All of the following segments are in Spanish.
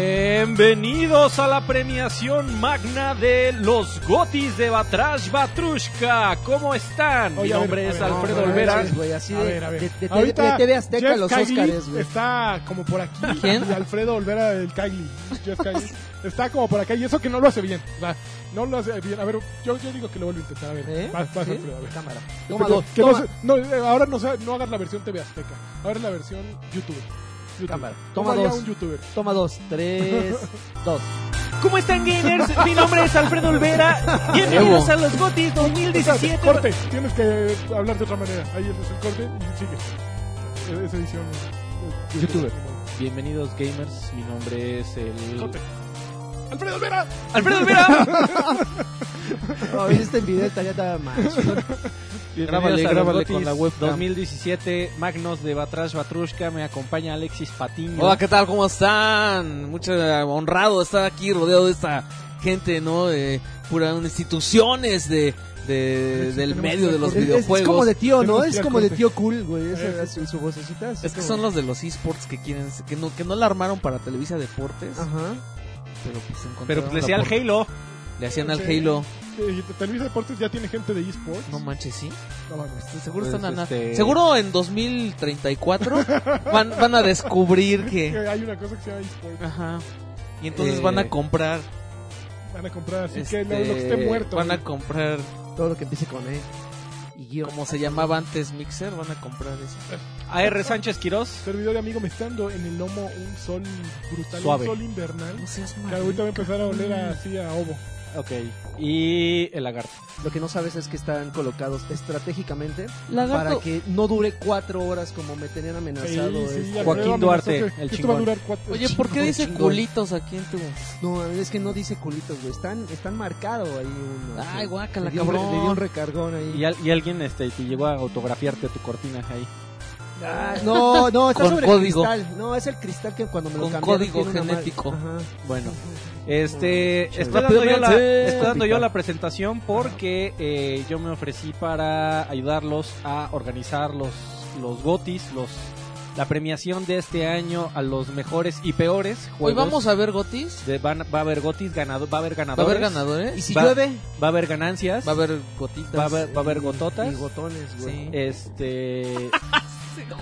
Bienvenidos a la premiación magna de los Gotis de Batrash Batrushka. ¿Cómo están? Mi Oye, a ver, nombre a es ver, Alfredo a ver, Olvera. sí, güey, así A de, ver, a ver. de- de- de- Ahorita de TV Azteca Jeff los Cagley Óscares, güey. Está como por aquí. ¿Quién? Y Alfredo Olvera del Cagli. Jeff Cagley. Está como por acá. Y eso que no lo hace bien. O sea, no lo hace bien. A ver, yo, yo digo que lo vuelvo a intentar. A ver, ¿Eh? vas, vas, ¿Sí? Alfredo. A ver. Cámara. Este, Toma que- dos, que no toma, se- no, eh, ahora no, sea- no hagas la versión TV Azteca. Ahora es la versión YouTube. YouTube. Cámara. ¿Cómo Toma haría dos. un youtuber? toma dos, tres, dos. ¿Cómo están gamers? Mi nombre es Alfredo Olvera. Bienvenidos a los Gotis Espérate, 2017. Corte. Tienes que hablar de otra manera. Ahí es el corte y sigue. Eh, Es edición. eh, Youtuber. Bienvenidos gamers. Mi nombre es el Corte. Alfredo Olvera. Alfredo Olvera. No, hiciste en este video estaría tan mal. Bienvenidos a los Gotis 2017 Magnos de Batrash Batrushka. Me acompaña Alexis Patiño. Hola, ¿qué tal? ¿Cómo están? Mucho eh, honrado de estar aquí rodeado de esta gente, ¿no? De puras instituciones de, de- del tenemos medio de una Es, los es- es como videojuegos. de tío, ¿no? Tenemos Es que como de acordar. tío cool, güey. Esa- Eh, su, su vocecita. así Es que como- son los de los esports que quieren, que no, que no la armaron para Televisa Deportes, Ah. Ajá. pero pues encontraron Pero pues, la le decía al por- Halo. le hacían al Sí. Halo. Eh, Televisa Deportes ya tiene gente de esports. No manches, sí. No mames. Seguro Pues, están a na- este- Seguro en 2034 van, van a descubrir Que que. Hay una cosa que se llama esports. Ajá. Y entonces Eh, van a comprar. Van a comprar así que este, lo, lo que esté muerto. Van a güey. comprar Todo lo que empiece con E. Y guión. como se llamaba antes Mixer, van a comprar eso. AR Sánchez Quirós. Servidor y amigo me está dando en el lomo un sol brutal, Suave. un sol invernal. seas Que ahorita va a empezar a oler así a ovo. Ok. Y el lagarto. Lo que no sabes es que están colocados estratégicamente para Lagarto. que no dure cuatro horas como me tenían amenazado. Sí, sí, este. Alfredo Joaquín amenazó Duarte, que- el que Esto chingón. va a durar cuatro. Oye, ¿por qué Chingón, dice chingón. culitos aquí en tu...? No, es que no dice culitos, güey. Están, están marcado ahí uno. güey. Ay, guácala, le, di un, cabrón. le di un recargón ahí. Y, al- y alguien este, te llegó a autografiarte tu cortina ahí. Ah, no, no, está Con sobre código. el cristal. No, es el cristal que cuando me lo Con cambiaron código tiene una madre. genético. Ajá. Bueno, este, Chévere. estoy dando, yo la, Rápidamente. estoy dando yo la presentación porque eh, yo me ofrecí para ayudarlos a organizar los, los gotis, los, la premiación de este año a los mejores y peores juegos. Hoy Pues vamos a ver gotis. De- van- va a haber gotis, ganado, va a haber Va a ganadores. haber ganadores. Y si Va- llueve, Va a haber ganancias. Va a haber gotitas. va a haber- va a haber y- gototas. Y gotones, güey. Eh, Sí. Este,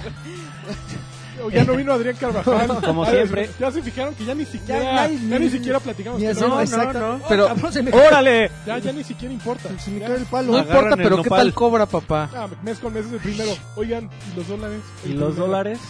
Ya no vino Adrián Carvajal. Como A ver, siempre. Ya se fijaron que ya ni siquiera, Ya- ya, ya- ni siquiera platicamos. Ni que hacemos- no, exacto. no. Pero- Cabrón, se me- ¡Órale! ya, ya ni siquiera importa. Se me Ya- cae el palo. No Agarran importa, el pero ¿qué nopal. tal cobra, papá? Ah, mes con mes es el primero. Oigan, ¿y los dólares? ¿Y El los primero. dólares?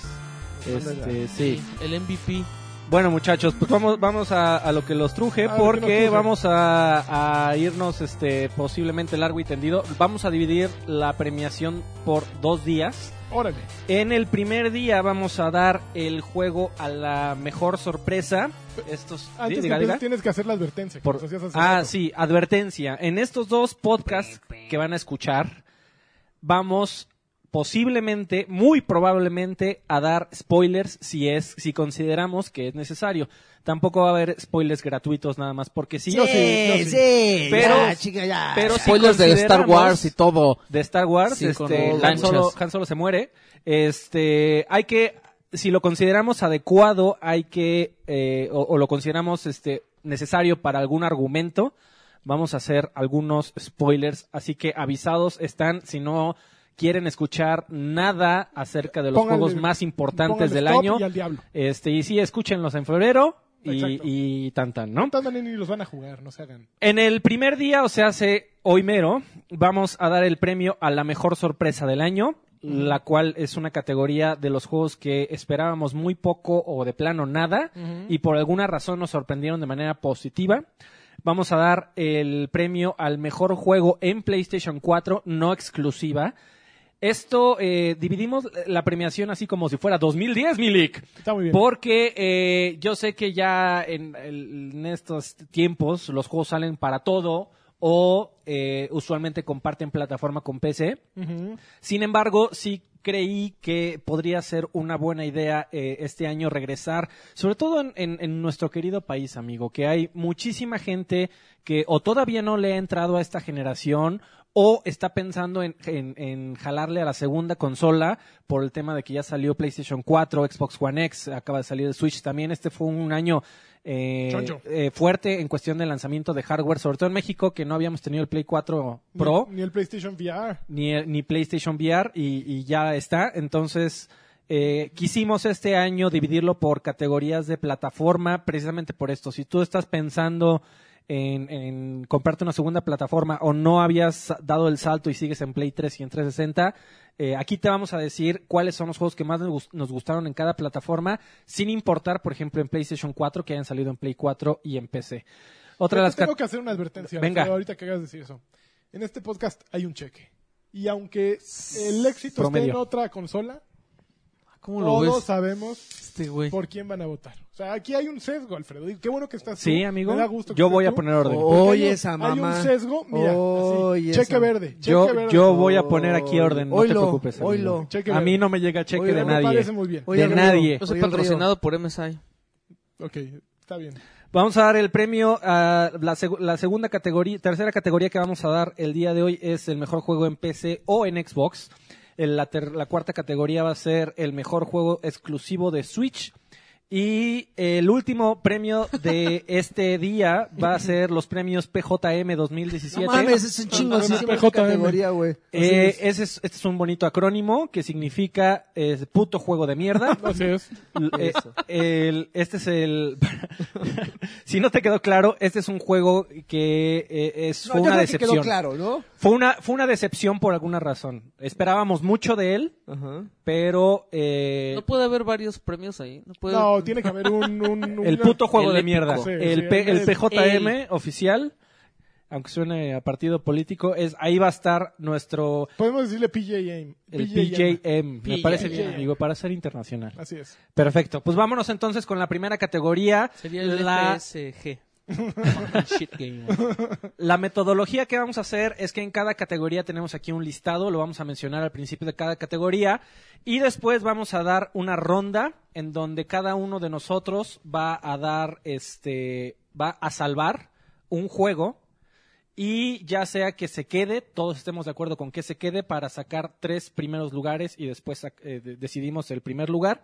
Este, sí. El MVP. Bueno, muchachos, pues vamos, vamos a, a lo que los truje A lo que porque nos truje. vamos a, a irnos este, posiblemente largo y tendido. Vamos a dividir la premiación por dos días. Órale. En el primer día vamos a dar el juego a la mejor sorpresa. Estos, Antes di- que diga, empieces, diga. tienes que hacer la advertencia. que Por- nos hacías hace Ah, rato. sí, advertencia. En estos dos podcasts que van a escuchar, vamos posiblemente, muy probablemente, a dar spoilers si es, si consideramos que es necesario. Tampoco va a haber spoilers gratuitos nada más, porque sí, Yo sí, yo sí. Pero- ya, chica, ya. pero si Spoilers de Star consideramos- Wars y todo. de Star Wars, Sí, con este, Han lanchas. Solo, Han Solo se muere. Este, hay que, si lo consideramos adecuado, hay que, eh, o, o lo consideramos este, necesario para algún argumento, vamos a hacer algunos spoilers. Así que avisados están, si no quieren escuchar nada acerca de los Pónganle- juegos más importantes Póngale del stop año, Y al diablo. este, y sí, escúchenlos en febrero y, Exacto. y tan tan, ¿no? Tanto ni los van a jugar, no se hagan. En el primer día, o sea, hace hoy mero, vamos a dar el premio a la mejor sorpresa del año, la cual es una categoría de los juegos que esperábamos muy poco o de plano nada, y por alguna razón nos sorprendieron de manera positiva. Vamos a dar el premio al mejor juego en PlayStation 4, no exclusiva. Esto eh, dividimos la premiación así como si fuera 2010, Milik. Está muy bien. Porque eh, yo sé que ya en, el- en estos tiempos los juegos salen para todo o eh, usualmente comparten plataforma con PC. Ujú. Sin embargo, sí creí que podría ser una buena idea eh, este año regresar, sobre todo en, en- en nuestro querido país, amigo, que hay muchísima gente que o todavía no le ha entrado a esta generación o está pensando en, en- en jalarle a la segunda consola por el tema de que ya salió PlayStation 4, Xbox One X, acaba de salir el Switch también. Este fue un año eh, Choncho. eh, fuerte en cuestión de lanzamiento de hardware, sobre todo en México, que no habíamos tenido el Play 4 Ni- Pro Ni, el PlayStation VR. ni, ni PlayStation VR y, y ya está. Entonces, eh, quisimos este año dividirlo por categorías de plataforma, precisamente por esto. Si tú estás pensando en, en comprarte una segunda plataforma o no habías dado el salto y sigues en Play 3 y en 360, eh, aquí te vamos a decir cuáles son los juegos que más nos gus- nos gustaron en cada plataforma, sin importar, por ejemplo, en PlayStation 4, que hayan salido en Play 4 y en PC. Otra de Yo las te tengo cat- que hacer una advertencia. Venga. Alfredo, ahorita que hagas decir eso. En este podcast hay un cheque. Y aunque el éxito Promedio. esté en otra consola, ¿Cómo lo todos ves? sabemos Este güey. por quién van a votar. O sea, aquí hay un sesgo, Alfredo. Y qué bueno que estás tú. Sí, amigo. Me da gusto que Yo estés voy a tú. poner orden. Porque hay Oye, un- esa Hay mamá. un sesgo, mira. así, Oye, cheque esa- verde. Cheque Yo, verde. yo voy a poner aquí orden, no te Oilo, preocupes. amigo. oilo. Cheque a verde. mí no me llega cheque Oilo, de Me parece nadie. muy bien. de nadie. Yo soy Oye, Río. patrocinado por MSI. Ok, está bien. Vamos a dar el premio a la, seg- la segunda categoría, tercera categoría que vamos a dar el día de hoy es el mejor juego en PC o en Xbox. El- la, ter- la cuarta categoría va a ser el mejor juego exclusivo de Switch. Y el último premio de este día va a ser los premios PJM 2017. No mames, es un chingo. Entonces, Sí, siempre PJM. categoría, güey. Eh, ese es, este es un bonito acrónimo que significa eh, puto juego de mierda. Así es. L- eh, el- este es el. si no te quedó claro, este es un juego que eh, es, No, fue yo una creo que quedó decepción. claro, ¿no? Fue una, fue una decepción por alguna razón. Esperábamos mucho de él, Ajá. pero eh, No puede haber varios premios ahí. No puede. No, tiene que haber un... un- un- el puto juego el de épico. mierda. Sí, el, sí, P- el es- PJM oficial, aunque suene a partido político, es ahí va a estar nuestro Podemos decirle PJM. el PJM. Me PJM. parece bien, amigo, para ser internacional. Así es. Perfecto. Pues vámonos entonces con la primera categoría. Sería el la... PSG. Shit game. La metodología que vamos a hacer es que en cada categoría tenemos aquí un listado, lo vamos a mencionar al principio de cada categoría y después vamos a dar una ronda en donde cada uno de nosotros va a dar este va a salvar un juego y ya sea que se quede, todos estemos de acuerdo con que se quede para sacar tres primeros lugares y después sac- eh, de- decidimos el primer lugar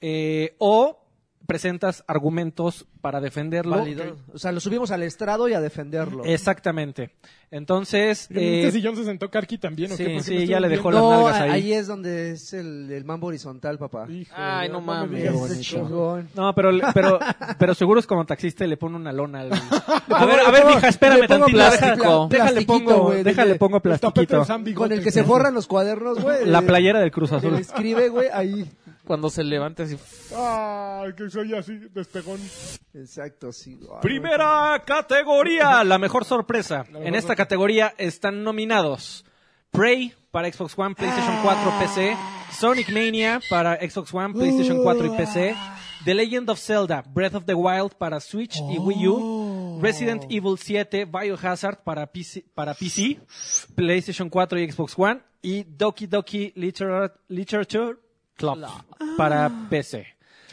eh, o presentas argumentos para defenderlo. Válido. O sea, lo subimos al estrado y a defenderlo. Exactamente. Entonces, eh, ¿Este sillón se sentó Carqui también o sí, qué? ¿Por qué sí, me estoy ya le dejó hundiendo? las no, nalgas ahí. ahí es donde es el, el mambo horizontal, papá. Hijo de Ay, no Dios, mames. me Qué Ese digas. bonito. chingón. no, pero, pero, pero seguro es como taxista y le pone una lona. al- A ver, le a ver, pongo- mija, espérame le pongo tantito. deja- plástico. Déjale Plastiquito, pongo, güey, déjale dele. pongo El tapete plastiquito. de San Bigote. Con el que se forran los cuadernos, güey. La de- playera del Cruz de- Azul. Escribe, güey, ahí. Cuando se levanta así. Ay, que soy así, despegón. Exacto, sí. güey. Primera categoría, la mejor sorpresa. mejor en esta sorpresa. categoría están nominados Prey para Xbox One, PlayStation 4, PC, Sonic Mania para Xbox One, PlayStation 4 y PC, The Legend of Zelda, Breath of the Wild para Switch y Wii U, Resident Evil 7, Biohazard para PC, para PC, PlayStation 4 y Xbox One y Doki Doki Literar- Literature Club para PC.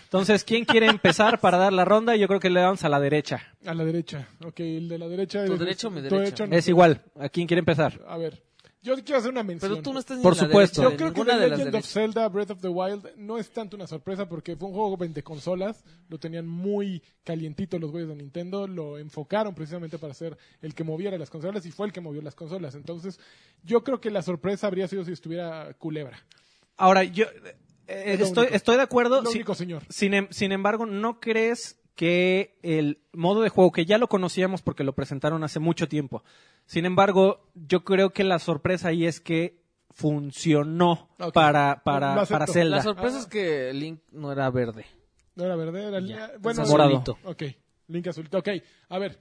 Entonces, ¿quién quiere empezar para dar la ronda? Yo creo que le damos a la derecha. A la derecha. Ok, el de la derecha. ¿Tu es- derecha o mi tu derecha? no Es sé. igual. ¿A quién quiere empezar? A ver, yo quiero hacer una mención. Pero tú no estás ni Por en la supuesto. derecha Yo de creo que ninguna The de las Legend of derechas. Zelda Breath of the Wild no es tanto una sorpresa porque fue un juego de consolas, lo tenían muy calientito los güeyes de Nintendo, lo enfocaron precisamente para ser el que moviera las consolas y fue el que movió las consolas. Entonces, yo creo que la sorpresa habría sido si estuviera Culebra. Ahora, yo eh, lo estoy, único. estoy de acuerdo. Lo sin- único, señor. Sin, em- sin embargo, ¿no crees que el modo de juego, que ya lo conocíamos porque lo presentaron hace mucho tiempo, sin embargo, yo creo que la sorpresa ahí es que funcionó Ok. para, Lo para, acepto. para La Zelda. sorpresa es que Link no era verde. No era verde, era li- bueno, Entonces, Morado. azulito. Ok, Link azul. Ok, a ver.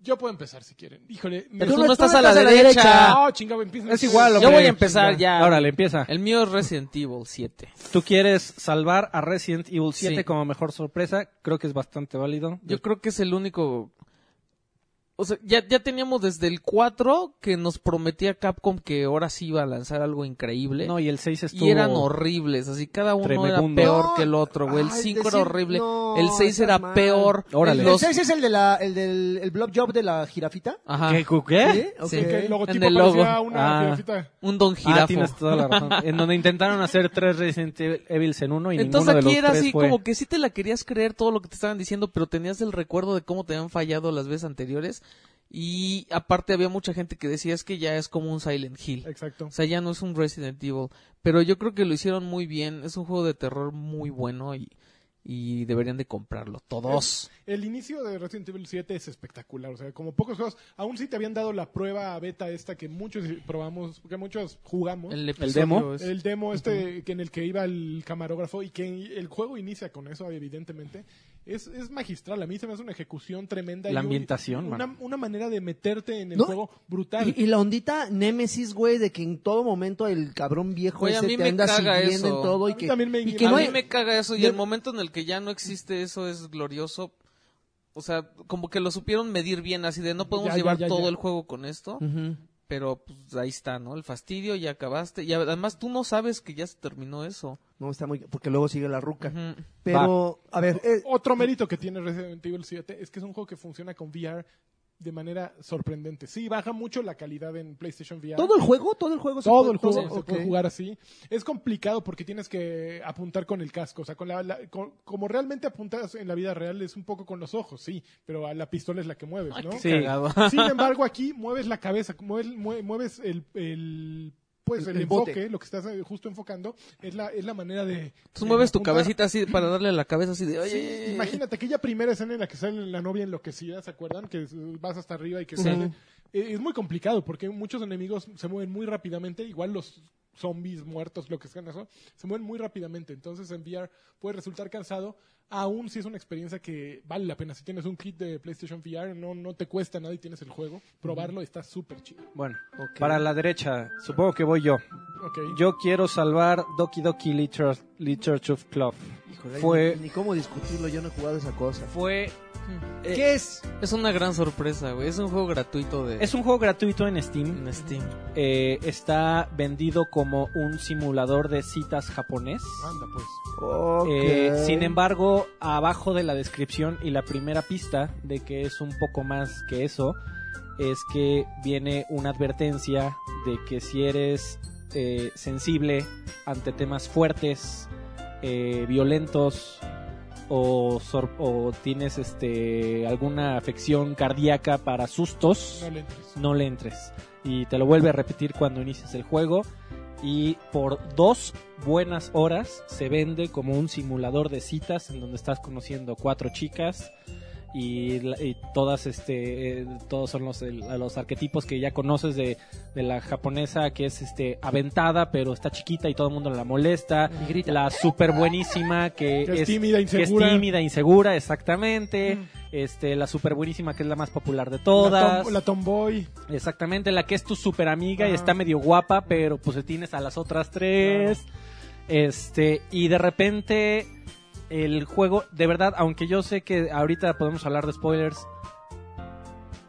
Yo puedo empezar si quieren. Híjole, me- Pero tú no estás a la derecha. No, ah, chingado, empiecen Es ustedes. igual, Yo hombre. voy a empezar ya. Ahora le empieza. El mío es Resident Evil 7. Tú quieres salvar a Resident Evil 7 Sí. como mejor sorpresa. Creo que es bastante válido. Yo creo que es el único O sea, ya, ya teníamos desde el 4 que nos prometía Capcom que ahora sí iba a lanzar algo increíble. No, y el 6 estuvo... y eran horribles, así cada uno Tremebundo. era peor No, que el otro, güey. El ay, 5 era decir- horrible, no, el 6 estás era mal. peor. Órale. los- ¿Ese es el, de la, el del el blob job de la jirafita? Ajá, ¿Qué? ¿Qué? ¿Sí? Ok. Sí, Que el logotipo En el parecía logo. una Ah. jirafita. un don Ah, jirafo. tienes toda la razón. en donde intentaron hacer tres Resident Evil en uno y Entonces ninguno de aquí los era tres así fue. como que sí te la querías creer todo lo que te estaban diciendo, pero tenías el recuerdo de cómo te habían fallado las veces anteriores. Y aparte había mucha gente que decía es que ya es como un Silent Hill. Exacto. O sea, ya no es un Resident Evil. Pero yo creo que lo hicieron muy bien. Es un juego de terror muy bueno y, y deberían de comprarlo. Todos. El inicio de Resident Evil 7 es espectacular, o sea, como pocos juegos, aún sí te habían dado la prueba beta esta que muchos probamos, que muchos jugamos. El, El, episodio demo? es- demo este que en el que iba el camarógrafo y que el juego inicia con eso, evidentemente. Es, es magistral, a mí se me hace una ejecución tremenda. y La un- ambientación, Una, man. una manera de meterte en el No, juego brutal. Y, y la ondita Némesis, güey, de que en todo momento el cabrón viejo Güey, a ese mí te me anda caga siguiendo eso. en todo A y mí que, también me y que indigna. a no mí hay- me caga eso y de- el momento en el que ya no existe eso es glorioso. O sea, como que lo supieron medir bien, así de no podemos Ya, ya, llevar ya, todo ya. el juego con esto, Ujú. pero pues, ahí está, ¿no? El fastidio, ya acabaste. Y además tú no sabes que ya se terminó eso. No, está muy... Porque luego sigue la ruca. Ujú. Pero, a ver... eh, Otro mérito que tiene Resident Evil 7 es que es un juego que funciona con VR de manera sorprendente. Sí, baja mucho la calidad en PlayStation VR. ¿Todo el juego? ¿Todo el juego? se todo puede- el juego todo- se puede ok. jugar así. Es complicado porque tienes que apuntar con el casco. O sea, con la, la- con- como realmente apuntas en la vida real es un poco con los ojos, sí, pero a la pistola es la que mueves, ¿no? Sí. Cagado. Sin embargo, aquí mueves la cabeza, mueves, mue- mueves el, el- pues El- el, el bote. enfoque, lo que estás eh, justo enfocando, es la, es la manera de... Tú de mueves tu apuntar. cabecita así para darle a la cabeza así de... "Ay, ay, ay, Sí, Eh, ay". imagínate aquella primera escena en la que sale la novia enloquecida, ¿se acuerdan? Que eh, vas hasta arriba y que sale. Eh, Es muy complicado porque muchos enemigos se mueven muy rápidamente, igual los zombies muertos, lo que sean eso, se mueven muy rápidamente. Entonces enviar puede resultar cansado, aún si es una experiencia que vale la pena. Si tienes un kit de PlayStation VR, no, no te cuesta nada y tienes el juego, probarlo está súper chido. Bueno, para la derecha, supongo que voy yo. Ok. Yo quiero salvar Doki Doki Liter- Literature Club. Híjole, Fue- ni, ni cómo discutirlo, yo no he jugado esa cosa. Fue... eh, ¿Qué es? Es una gran sorpresa, güey. Es un juego gratuito de Es un juego gratuito en Steam. en Steam. Eh, está vendido como un simulador de citas japonés. Anda, pues. Eh, Ok. sin embargo, abajo de la descripción y la primera pista de que es un poco más que eso, es que viene una advertencia de que si eres eh, sensible ante temas fuertes, eh, violentos o, sor- o tienes este, alguna afección cardíaca para sustos, No le entres. no le entres. Y te lo vuelve a repetir cuando inicias el juego. Y por dos buenas horas se vende como un simulador de citas en donde estás conociendo cuatro chicas y, la- y todas este eh, todos son los, el- los arquetipos que ya conoces de, de la japonesa que es este aventada pero está chiquita y todo el mundo la molesta Y grita. la super buenísima que, Que es es tímida, que es insegura. tímida insegura exactamente Mm. este la super buenísima que es la más popular de La, todas tom- la tomboy. Exactamente, la que es tu super amiga y Ajá. Ah. está medio guapa, pero pues tienes a las otras tres. Este, y de repente el juego, de verdad, aunque yo sé que ahorita podemos hablar de spoilers,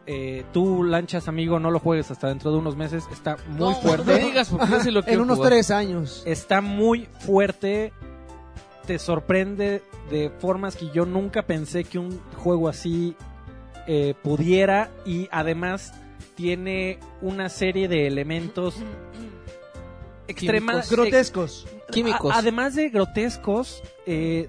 eh, tú lanchas amigo, no lo juegues hasta dentro de unos meses, está muy No, fuerte. No me digas porque yo sí lo En quiero unos jugar. tres años. Está muy fuerte, te sorprende de formas que yo nunca pensé que un juego así eh, pudiera y además tiene una serie de elementos extremadamente Grotescos. Químicos. además de grotescos, eh,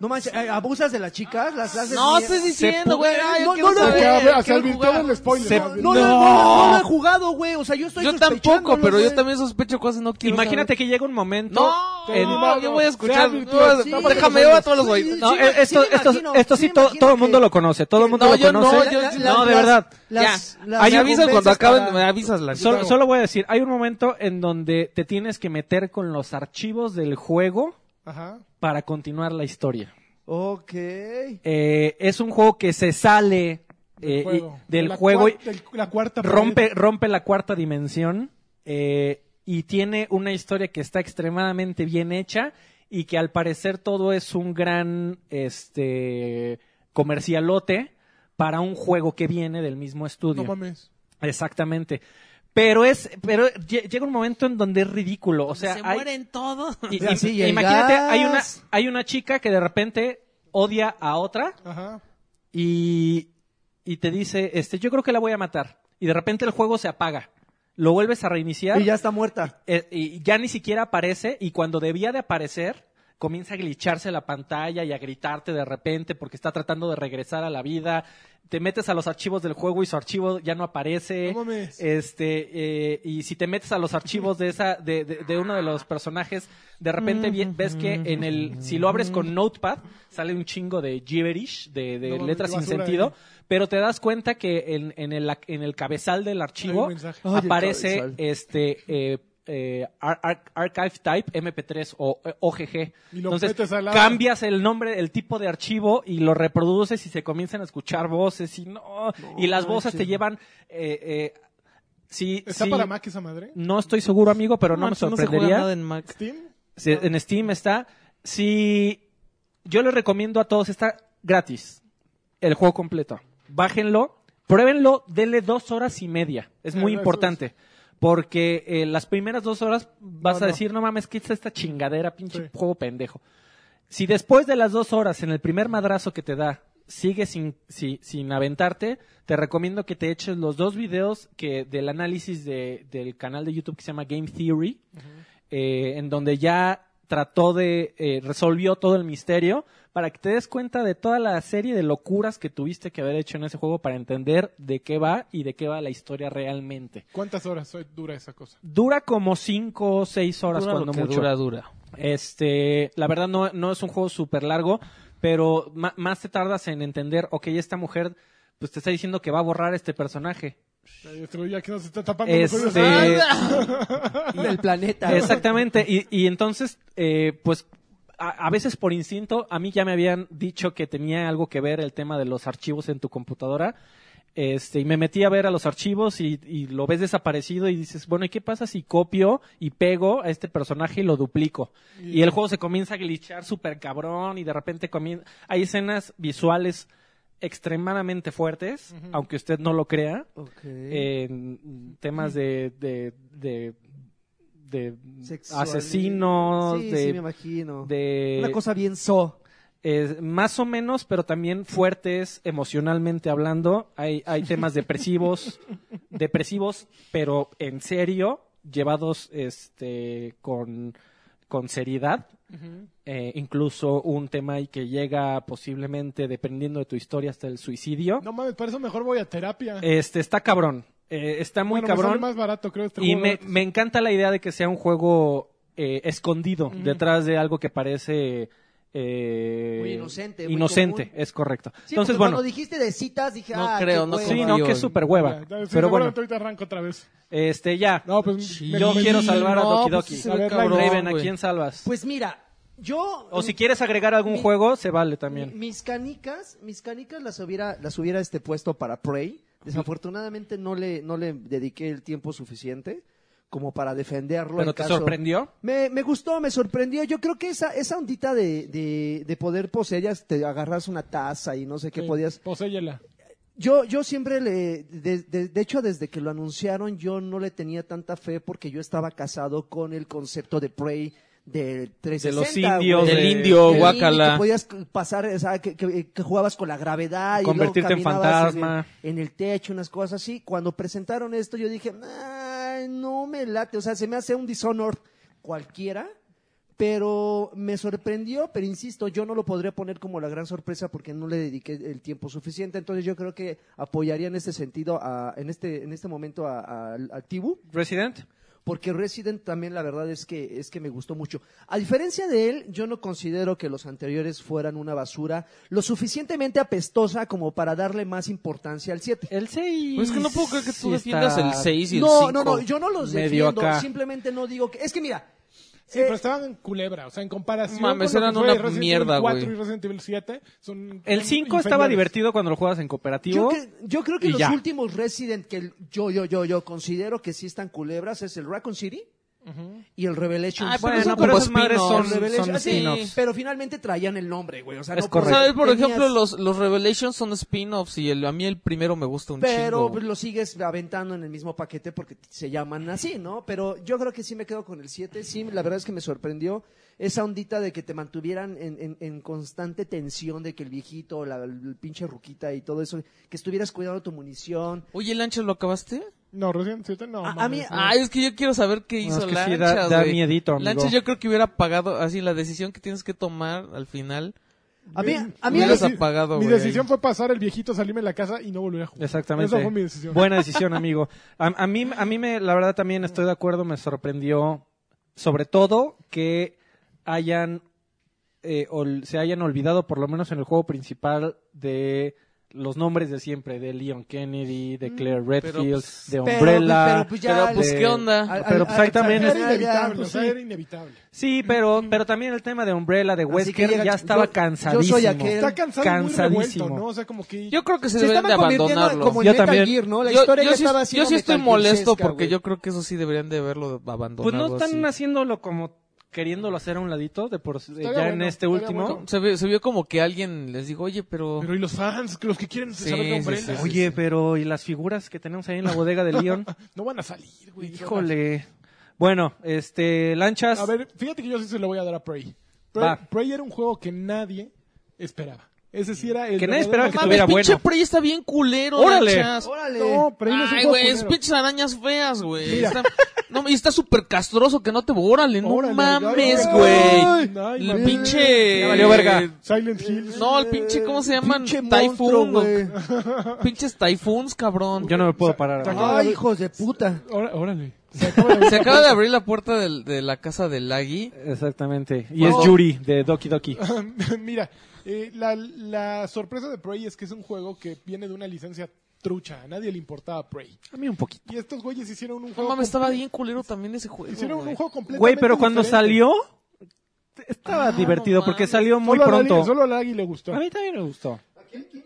No manches, eh, abusas de las chicas, las haces. No mierda. estoy diciendo, güey. Ay, No, yo quiero no, no, Porque saber, güey, habla- hasta quiero el virtual jugar. el spoiler. Se- más bien. No, no, no, no lo he jugado, güey. O sea, yo estoy Yo tampoco, sospechándolo, pero yo güey. también sospecho cosas no quiero. imagínate que llega un momento. No, El- no, yo voy a escuchar. Sea no, virtuoso, no, no, déjame, yo a no, todos los sí, güey. sí, No, sí, eh, me esto, esto, imagino, esto sí sí, me to- imagino todo el mundo que- lo conoce, todo el mundo No, lo yo no, conoce. yo- no, de verdad. Las, Ya. las me avisas cuando recompensas acaben, para- me avisas la Solo, solo voy a decir, hay un momento en donde te tienes que meter con los archivos del juego Ajá. para continuar la historia. Ok. Eh, es un juego que se sale eh, y- del La juego y cuar- del- la cuarta pared. rompe, rompe la cuarta dimensión eh, y tiene una historia que está extremadamente bien hecha y que al parecer todo es un gran este comercialote para un juego que viene del mismo estudio. No mames. Exactamente. Pero es, pero lle- llega un momento en donde es ridículo. O sea, se hay- mueren todos. y- Ya, y- sí, y el imagínate, gas. hay una, hay una chica que de repente odia a otra Ajá. y, y te dice, este, yo creo que la voy a matar. Y de repente el juego se apaga. Lo vuelves a reiniciar Y ya está muerta. eh, y ya ni siquiera aparece y cuando debía de aparecer comienza a glitcharse la pantalla y a gritarte de repente porque está tratando de regresar a la vida. Te metes a los archivos del juego y su archivo ya no aparece. No mames. este eh, y si te metes a los archivos de esa de, de- de uno de los personajes, de repente vi- ves que en el si lo abres con Notepad sale un chingo de gibberish, de, de No mames, letras qué sin basura, sentido, eh. pero te das cuenta que en, en el en el cabezal del archivo mensaje. Ay, el aparece cabezal. este eh, eh, ar- ar- archive type mp3 o eh, OGG. Y lo Entonces metes al lado. cambias el nombre, el tipo de archivo y lo reproduces y se comienzan a escuchar voces y no, y las voces te llevan eh, eh, sí, ¿Está sí. para Mac esa madre? No estoy seguro, amigo, pero no, me Manches, se juega sorprendería. nada en Mac. ¿Steam? Sí, en Steam está. Si yo les recomiendo a todos, está gratis. El juego completo. Bájenlo, pruébenlo, denle dos horas y media. Es Ah, muy no, eso importante. Porque eh, las primeras dos horas vas No, a no. decir, no mames, ¿qué es esta chingadera, pinche Sí. juego pendejo? Si después de las dos horas, en el primer madrazo que te da, sigues sin, si- sin aventarte, te recomiendo que te eches los dos videos que del análisis de- del canal de YouTube que se llama Game Theory, eh, en donde ya trató de, eh, resolvió todo el misterio, para que te des cuenta de toda la serie de locuras que tuviste que haber hecho en ese juego para entender de qué va y de qué va la historia realmente. ¿Cuántas horas dura esa cosa? Dura como cinco o seis horas Dura lo cuando que mucho. Dura, dura. Este, la verdad no, no es un juego súper largo, pero ma- más te tardas en entender, ok, esta mujer pues te está diciendo que va a borrar este personaje. Ay, este güey ya que nos está tapando los oídos. Este, Del planeta. exactamente, y, y entonces, eh, pues a, a veces por instinto, a mí ya me habían dicho que tenía algo que ver el tema de los archivos en tu computadora. Este, y me metí a ver a los archivos y, y lo ves desaparecido y dices, bueno, ¿y qué pasa si copio y pego a este personaje y lo duplico? Y el juego se comienza a glitchar súper cabrón y de repente comien- hay escenas visuales extremadamente fuertes, aunque usted no lo crea, Ok. Eh, en temas de, de, de, de Sexual- asesinos, Sí, sí, me de, imagino. de- Una cosa bien so. eh, más o menos, pero también fuertes emocionalmente hablando. Hay, hay temas depresivos, depresivos, pero en serio, llevados este con, con seriedad. Eh, incluso un tema ahí que llega posiblemente, dependiendo de tu historia, hasta el suicidio. No mames, para eso mejor voy a terapia. Este está cabrón. Eh, está muy Bueno, me sale cabrón. más barato, creo, este Y juego. me, me encanta la idea de que sea un juego eh, escondido detrás de algo que parece... eh, Muy inocente, muy inocente, común. es correcto. Sí, Entonces, porque bueno, Cuando dijiste de citas, dije, No ah, creo, qué no hueva. sí, Bueno, no, yo- que super hueva. Ya, sí, pero bueno, seguramente ahorita arranco otra vez. este, ya. No, pues me Yo convencí. quiero salvar a No, Doki pues Doki. ese A ver, cabrón, Raven, ¿a güey. quién salvas? Pues mira, yo... o si quieres agregar algún mi- juego, se vale mi- también. Mis canicas, mis canicas las hubiera, las hubiera este puesto para Prey. Desafortunadamente no le, no le dediqué el tiempo suficiente como para defenderlo. ¿Pero en te caso- sorprendió? Me, me gustó, me sorprendió. Yo creo que esa, esa ondita de, de, de poder poseer, ya te agarras una taza y no sé qué Sí, Pues, podías. Poséyela. Yo, yo siempre le, de, de- de hecho desde que lo anunciaron yo no le tenía tanta fe porque yo estaba casado con el concepto de Prey del 360. indios, güey. Del Del de- Del indio, indio, pues, guácala. Que podías pasar, o sea, que, que- que jugabas con la gravedad y Convertirte luego en caminabas fantasma. En el, en el techo, unas cosas así. Cuando presentaron esto yo dije, "Ay, no me late, o sea, se me hace un Dishonored cualquiera. Pero me sorprendió, pero insisto, yo no lo podría poner como la gran sorpresa porque no le dediqué el tiempo suficiente. Entonces yo creo que apoyaría en este sentido, a- en, este, en este momento a, a- al Tibu, ¿Resident? porque Resident también la verdad es que, es que me gustó mucho. A diferencia de él, yo no considero que los anteriores fueran una basura lo suficientemente apestosa como para darle más importancia al 7. El 6. Pues es que no puedo creer que tú defiendas el 6 y el no, 5. no, no, yo no los medio defiendo, acá. pues, simplemente no digo que... Es que mira... Sí, eh, pero estaban en culebra, o sea, en comparación Mames, con lo eran que fue una Resident Evil mierda, 4 güey. y Resident Evil 7 son El 5 estaba inferiores. divertido cuando lo juegas en Yo, cooperativo. cre- yo creo que y los ya. últimos Resident que el- yo, yo, yo, yo considero que sí están culebras es el Raccoon City Ujú. y el Revelation. Ah, Bueno, pero son pero como esas madres son, spin-offs. son Revelation, Ah, sí, spin-offs. pero finalmente traían el nombre, güey. O sea, Es no O sea, correcto. podías- por ejemplo, tenías- los, los Revelations son spin-offs y el- a mí el primero me gusta un Pero chingo. pues, lo sigues aventando en el mismo paquete porque se llaman así, ¿no? Pero yo creo que sí me quedo con el 7. Sí, la verdad es que me sorprendió esa ondita de que te mantuvieran en, en- en constante tensión de que el viejito, la el pinche ruquita y todo eso, que estuvieras cuidando tu munición. Oye, Lanchas, ¿lo acabaste? No, recién siete no. A- a mames, mí- no. Ay, es que yo quiero saber qué hizo No, es que sí, Lanchas, da- da güey. miedito, amigo. Lanchas yo creo que hubiera pagado, así, la decisión que tienes que tomar al final. A mí, a mí Mi Hubieras deci- apagado, Mi güey, decisión ahí. fue pasar el viejito, salirme de la casa y no volver a jugar. Exactamente. Esa fue mi decisión. Buena decisión, amigo. A, a mí, a mí me, la verdad también estoy de acuerdo, me sorprendió, sobre todo que hayan, eh, ol- se hayan olvidado, por lo menos en el juego principal, de los nombres de siempre, de Leon Kennedy, de Claire Redfield, pues, de pero- Umbrella. pero, pues, ya Pero, pues, le- ¿qué onda? Al- pero, al- pues, ahí al- también al- es- Era ya, inevitable, pues, o sea, sí. era inevitable. Sí, pero, pero también el tema de Umbrella, de Así que Wesker, llega- ya estaba yo- yo cansadísimo. soy aquel- Está cansado, y muy revuelto, Cansadísimo. ¿no? O sea, como que... Yo creo que Se se, deberían de estaban convirtiendo abandonarlo. como en Yo Metal también. Gear, ¿no? La Yo- historia yo ya sí- estaba yo haciendo sí estoy Metal Gearcesca, molesto porque güey. yo creo que eso sí deberían de haberlo abandonado. Pues no están así. haciéndolo como queriéndolo hacer a un ladito, de por, eh, ya Estaría en bueno, este estaría último. bueno. Se, ve- se vio como que alguien les dijo, oye, pero... Pero y los fans, que los que quieren Sí, saber de sí, Umbrella. sí, sí. Oye, pero ¿y las figuras que tenemos ahí en la bodega de León? No van a salir, güey. Híjole. Bueno, este, lanchas. A ver, fíjate que yo sí se lo voy a dar a Prey. Prey, Va. Prey era un juego que nadie esperaba. Ese sí era el... Que nadie esperaba verdadero- que No Mames, estuviera pinche bueno. Prey está bien culero, Órale. Lanchas. Órale. No, Prey no es un Ay, juego güey, es culero. pinches arañas feas, güey. Mira. Está- No, y está súper castroso que no te... Órale, no Órale, mames, ay, güey. ay, ay, El mami. pinche... Ya valió verga. Silent Hills. No, el pinche, ¿cómo se llaman? Pinche monstruo, Typhoon. güey. o- Pinches Typhoons, cabrón. Yo no me puedo parar. Ajá. Ay, hijos de puta. Ora- Órale. Se acaba de- Se acaba de abrir la puerta del- de la casa del Laggy. Exactamente. Y Bueno. es Yuri de Doki Doki. Mira, eh, la, la sorpresa de Prey es que es un juego que viene de una licencia trucha. A nadie le importaba Prey. A mí un poquito. Y estos güeyes hicieron un No juego. mames, estaba comple- bien culero también ese juego. Hicieron güey. un juego completo. Güey, pero cuando salió, estaba Ah, divertido no porque mames. salió muy solo A pronto. Lagui- solo a Lagui le gustó. A mí también me gustó.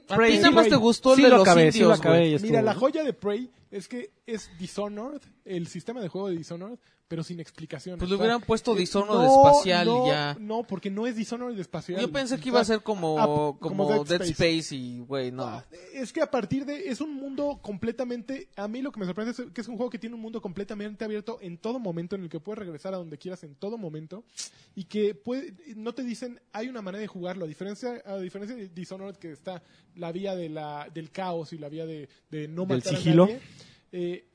A Prey, ti nada más sí, te güey. gustó el Sí de lo los acabé, sí lo indios, acabé. güey. y estuvo- Mira, la joya de Prey es que es Dishonored, el sistema de juego de Dishonored, pero sin explicación. Pues le O sea, hubieran puesto eh, Dishonored no, espacial y no, ya. No, porque no es Dishonored espacial. Yo pensé O que iba a sea, ser como, ah, como, Dead, Space. y, güey, Ah, no. Es que a partir de. Es un mundo completamente. A mí lo que me sorprende es que es un juego que tiene un mundo completamente abierto en todo momento, en el que puedes regresar a donde quieras en todo momento. Y que puede- no te dicen, hay una manera de jugarlo. A diferencia, a diferencia de Dishonored, que está la vía de la, del caos y la vía de, de no Del matar a sigilo. nadie, eh,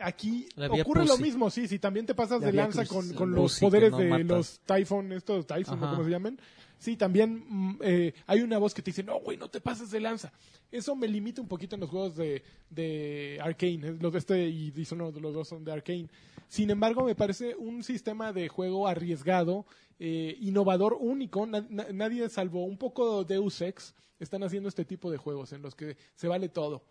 Aquí La vía ocurre lo pussy. mismo, sí, si también te pasas La de vía lanza cruz- con, con la los pussy que poderes no de matas. los Typhon, estos Typhon, Ajá. ¿cómo se llaman? Sí, también mm, eh, hay una voz que te dice, no, güey, no te pases de lanza. Eso me limita un poquito en los juegos de, de Arkane. eh, Los de este y Dishonored, los dos son de Arkane. Sin embargo, me parece un sistema de juego arriesgado, eh, innovador, único. Na- na- nadie, salvo un poco Deus Ex, están haciendo este tipo de juegos en los que se vale todo.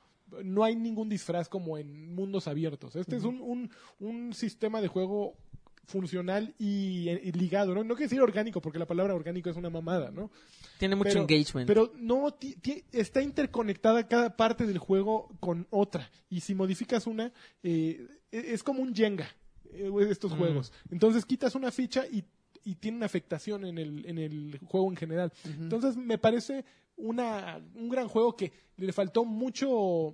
No hay ningún disfraz como en mundos abiertos. Este es un, un, un sistema de juego funcional y, y ligado, ¿no? No quiero decir orgánico, porque la palabra orgánico es una mamada, ¿no? Tiene mucho pero, engagement. Pero no ti- ti- está interconectada cada parte del juego con otra. Y si modificas una, eh, e- es como un Jenga eh, estos Mm. juegos. Entonces quitas una ficha y, y tiene una afectación en el, en el juego en general. Entonces me parece una, un gran juego que le faltó mucho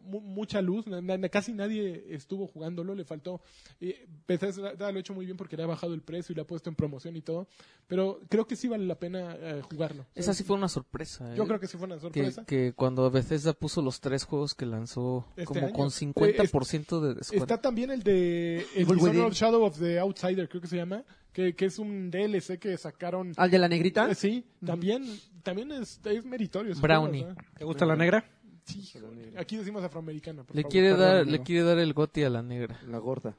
mu- mucha luz. Na- na- casi nadie estuvo jugándolo. Le faltó. Eh, Bethesda lo ha hecho muy bien porque le ha bajado el precio y le ha puesto en promoción y todo. Pero creo que sí vale la pena eh, jugarlo. Esa sí fue una sorpresa. Yo eh. creo que sí fue una que, sorpresa. que cuando Bethesda puso los tres juegos que lanzó Este como año. Eh, con 50% de descuento. Está también el de el Evil Dishonored Within. Shadow of the Outsider, creo que se llama, que, que es un DLC que sacaron. ¿Ah, ¿Al de la negrita? Eh, Sí, también, también es, es meritorio. ese Brownie. juego, ¿verdad? ¿Te gusta la negra? Sí, híjole. aquí decimos afroamericano. por Le favor. quiere perdón, dar, amigo. le quiere dar el goti a la negra. Oh, La gorda.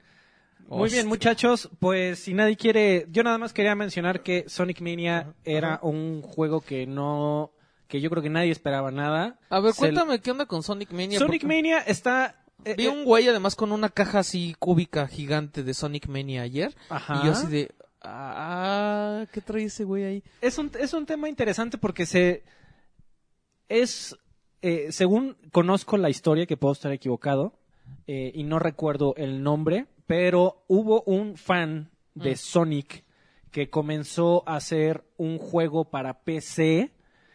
Muy bien, muchachos. Pues si nadie quiere, yo nada más quería mencionar que Sonic Mania era un juego que no, que yo creo que nadie esperaba nada. A ver, Se- cuéntame qué onda con Sonic Mania. Sonic Porque Mania está. eh, Vi eh, un güey además con una caja así cúbica gigante de Sonic Mania ayer. Ajá. Y yo así de... Ah, ¿qué trae ese güey ahí? es un, es un tema interesante porque se. Es. eh, según conozco la historia, que puedo estar equivocado, eh, y no recuerdo el nombre, pero hubo un fan de Mm. Sonic que comenzó a hacer un juego para PC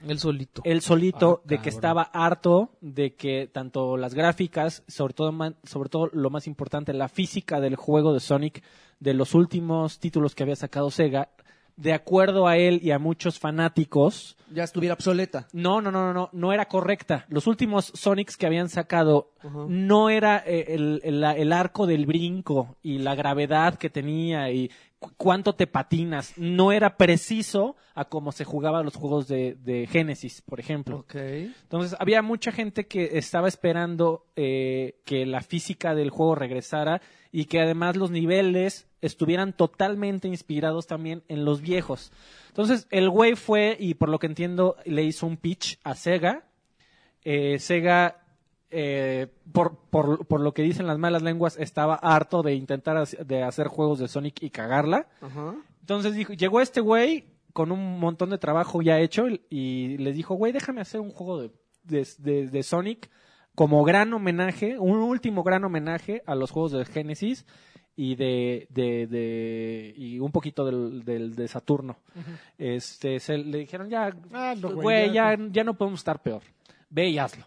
Él solito. él solito Ah, de que cabrón. estaba harto de que tanto las gráficas, sobre todo, man- sobre todo lo más importante, la física del juego de Sonic, de los últimos títulos que había sacado Sega, de acuerdo a él y a muchos fanáticos, Ya estuviera obsoleta. no, no, no, no, no, no era correcta. Los últimos Sonics que habían sacado Mm. no era eh, el, el- la- el arco del brinco y la gravedad que tenía y cu- cuánto te patinas. No era preciso a cómo se jugaban los juegos de, de Genesis, por ejemplo. Entonces había mucha gente que estaba esperando eh, que la física del juego regresara y que además los niveles estuvieran totalmente inspirados también en los viejos. Entonces el güey fue y por lo que entiendo le hizo un pitch a Sega. Eh, Sega, eh, por, por, por lo que dicen las malas lenguas, estaba harto de intentar hac- de hacer juegos de Sonic y cagarla. Entonces dijo, llegó este güey con un montón de trabajo ya hecho y- y les dijo, güey, déjame hacer un juego de, de, de- de Sonic como gran homenaje, un último gran homenaje a los juegos de Genesis y de, de, de- y un poquito del, del- de Saturno. Este, se le dijeron ya, Hazlo, güey, güey, ya- ya, ya no podemos estar peor. Ve y hazlo.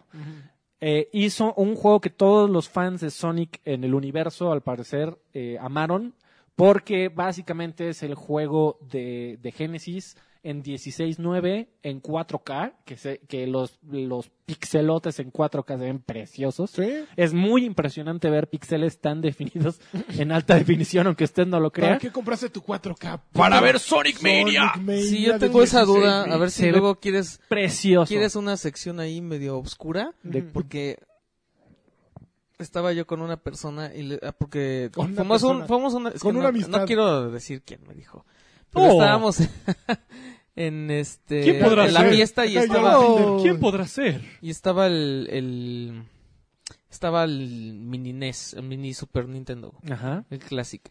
Eh, hizo un juego que todos los fans de Sonic en el universo, al parecer, eh, amaron, porque básicamente es el juego de, de Genesis en 16.9, en 4K, que, se- que los, los pixelotes en 4K se ven preciosos. Sí. Es muy impresionante ver píxeles tan definidos en alta definición, aunque usted no lo ¿Para crea. qué compraste tu 4K? Para ver Sonic Mania. Sí, yo tengo esa duda. A ver si Se ve- luego quieres, Precioso. quieres una sección ahí medio obscura. De- Porque estaba yo con una persona y le- ah, porque Con una fuimos persona. un, fuimos una, es Con que una no, amistad. no quiero decir quién me dijo. Pero Oh. estábamos en este ¿Quién podrá en la ser? fiesta y Ay, estaba no. ¿Quién podrá ser? y estaba el, el estaba el mini NES, el mini Super Nintendo, Ajá, el Classic.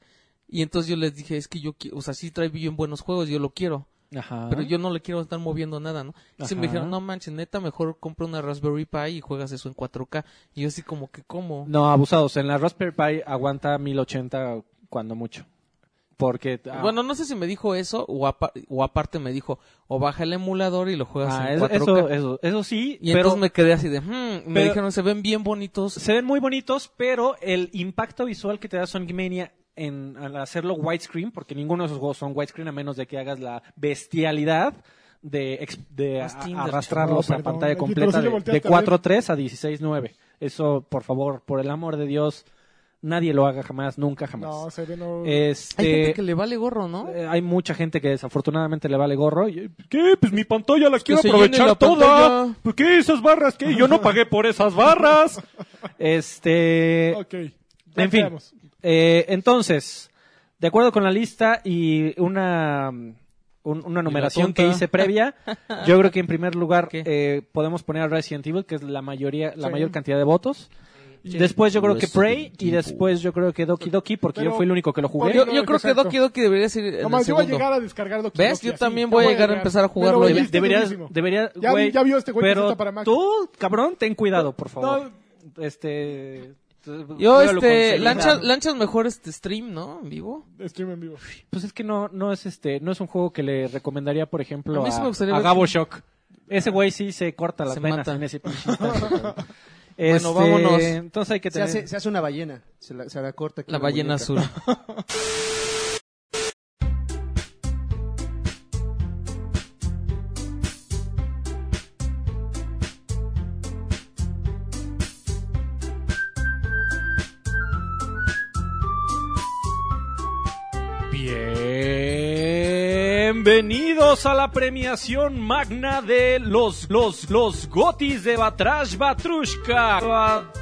Y entonces yo les dije, es que yo, qui- o sea, sí trae bien buenos juegos, yo lo quiero, ajá. pero yo no le quiero estar moviendo nada, ¿no? Y se me Ajá. dijeron, no manches, neta, mejor compra una Raspberry Pi y juegas eso en 4K. Y yo así como que, ¿cómo? No, abusados. En la Raspberry Pi aguanta 1080 cuando mucho. Porque... ah, Bueno, no sé si me dijo eso o, apa- o aparte me dijo, o baja el emulador y lo juegas ah, en eso, 4K. eso, eso, eso sí, y pero entonces me quedé así de, hmm, me pero- dijeron, se ven bien bonitos. se ven muy bonitos, pero el impacto visual que te da Sonic Mania en, al hacerlo widescreen, porque ninguno de esos juegos son widescreen a menos de que hagas la bestialidad de, ex- de Ah, Haz a- Tinder, arrastrarlos chavo. a No, perdón, pantalla Lechito, completa sí le de, volteaste de a ver. 4.3 a 16.9. Eso, por favor, por el amor de Dios, nadie lo haga jamás, nunca jamás. No, se ve no... Eh, Este, Hay gente que le vale gorro, ¿no? Eh, hay mucha gente que desafortunadamente le vale gorro. y, ¿Qué? Pues mi pantalla la quiero se aprovechar llene la toda. pantalla. ¿Por qué esas barras? ¿Qué? Yo no pagué por esas barras. Este. Ok. Ya En fin. quedamos. eh, entonces, de acuerdo con la lista y una. mm, un- una numeración que tonta. hice previa, yo creo que en primer lugar ¿Qué? eh, podemos poner a Resident Evil, que es la mayoría, la Sí. mayor cantidad de votos. Después yo creo que Prey Resident y Evil. después yo creo que Doki Doki, porque Pero- yo fui el único que lo jugué. Yo, no, yo creo que exacto. Doki Doki debería ser en No el más, yo voy a segundo. llegar a descargar Doki ¿Ves? Doki, Yo así, también ya voy a llegar a empezar a jugarlo. Me lo Debe- vendiste Deberías, durísimo. deberías, Ya vi- güey, ya vio este güey que pero está para Mac. tú, cabrón, ten cuidado, por favor. Este... Yo, cuídalo con este, seriedad. lanchas, lanchas mejor este stream, ¿no? En vivo. Stream en vivo. Pues es que no, no es este, no es un juego que le recomendaría, por ejemplo, A a, mí sí me gustaría a ver- Gabo Shock. Ese güey sí se corta las Se venas mata. en ese pinche instante, cabrón. Este, vámonos. Entonces hay que Se tener... hace, se hace una ballena. Se la, se la corta. con La ballena muñeca. azul. Bienvenidos a la premiación magna de los los los gotis de Batrash Batrushka.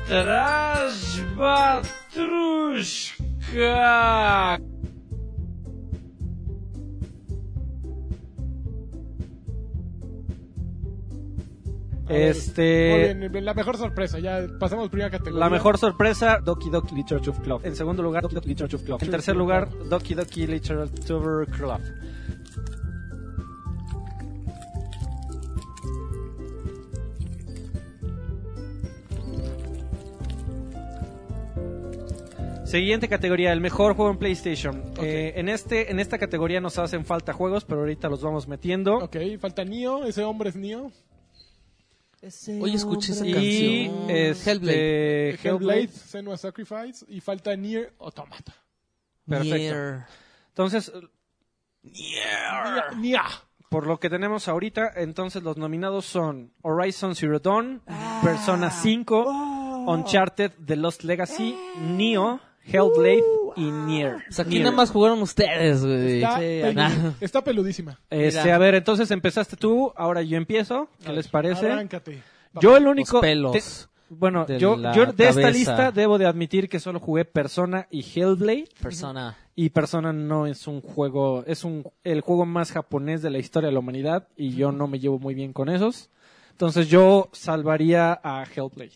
Batrash Batrushka. A ver, Este muy bien, la mejor sorpresa, ya pasamos primera categoría. la mejor sorpresa Doki Doki Literature Club. En segundo lugar Doki Doki Literature Club. En tercer lugar Doki Doki Literature Club. Siguiente categoría, el mejor juego en PlayStation. Eh, en, este, en esta categoría nos hacen falta juegos, pero ahorita los vamos metiendo. Ok, falta Nio, ese hombre es Nio. Oye, escuché esa Y canción. este, Hellblade. Hellblade, Senua Sacrifice y falta Nier Automata. perfecto. Nier. Entonces, Nia, Nia. por lo que tenemos ahorita, entonces los nominados son Horizon Zero Dawn, Persona 5, Uncharted, The Lost Legacy, Neo, Hellblade y Nier. O sea, aquí Nier. nada más jugaron ustedes, güey. Está, Sí, pelu- nah. está peludísima. Este, Mira. a ver, entonces empezaste tú, ahora yo empiezo. ¿Qué A les ver, parece? Arráncate. Yo el único... Los pelos te- bueno, de yo, la yo de esta cabeza. lista debo de admitir que solo jugué Persona y Hellblade. Persona. Y Persona no es un juego, es un, el juego más japonés de la historia de la humanidad y yo no me llevo muy bien con esos. Entonces yo salvaría a Hellblade.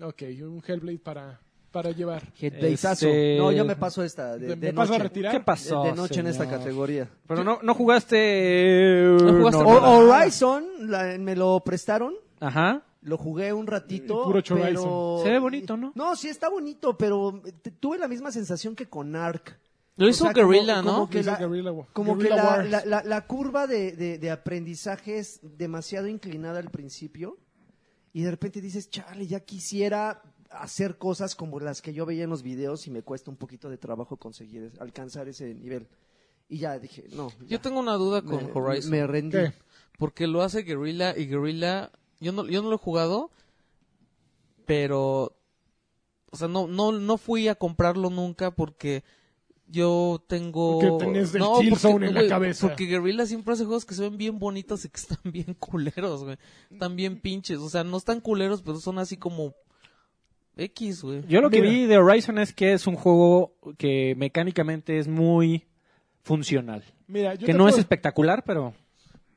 Ok, un Hellblade para, para llevar. Headbladeazo. Este- No, yo me paso esta. De, ¿Me de paso a noche. retirar? ¿Qué pasó? De, de noche en esta señor? categoría. Pero no, no jugaste... No jugaste O- nada. Horizon, la- me lo prestaron. Ajá. Lo jugué un ratito. Y puro pero... Horizon. Se ve bonito, ¿no? No, sí está bonito, pero te- tuve la misma sensación que con Ark. Lo O hizo sea, como- Guerrilla, como ¿no? que Hizo la- Guerrilla War- Como que Guerrilla la, Wars. la- la- la curva de, de- de aprendizaje es demasiado inclinada al principio y de repente dices, chale, ya quisiera hacer cosas como las que yo veía en los videos y me cuesta un poquito de trabajo conseguir, es- alcanzar ese nivel. Y ya dije, no. Yo ya, tengo una duda con me, Horizon. me rendí. ¿Qué? Porque lo hace Guerrilla y Guerrilla. Yo no, yo no lo he jugado. Pero. O sea, no, no, no fui a comprarlo nunca porque. Yo tengo. Porque tenías el no, Killzone en la güey, cabeza. Porque Guerrilla siempre hace juegos que se ven bien bonitos y que están bien culeros, güey. Están bien pinches. O sea, no están culeros, pero son así como. X, güey. Yo lo que Mira. vi de Horizon es que es un juego que mecánicamente es muy funcional. Mira, yo Que te no es puedo- espectacular, pero...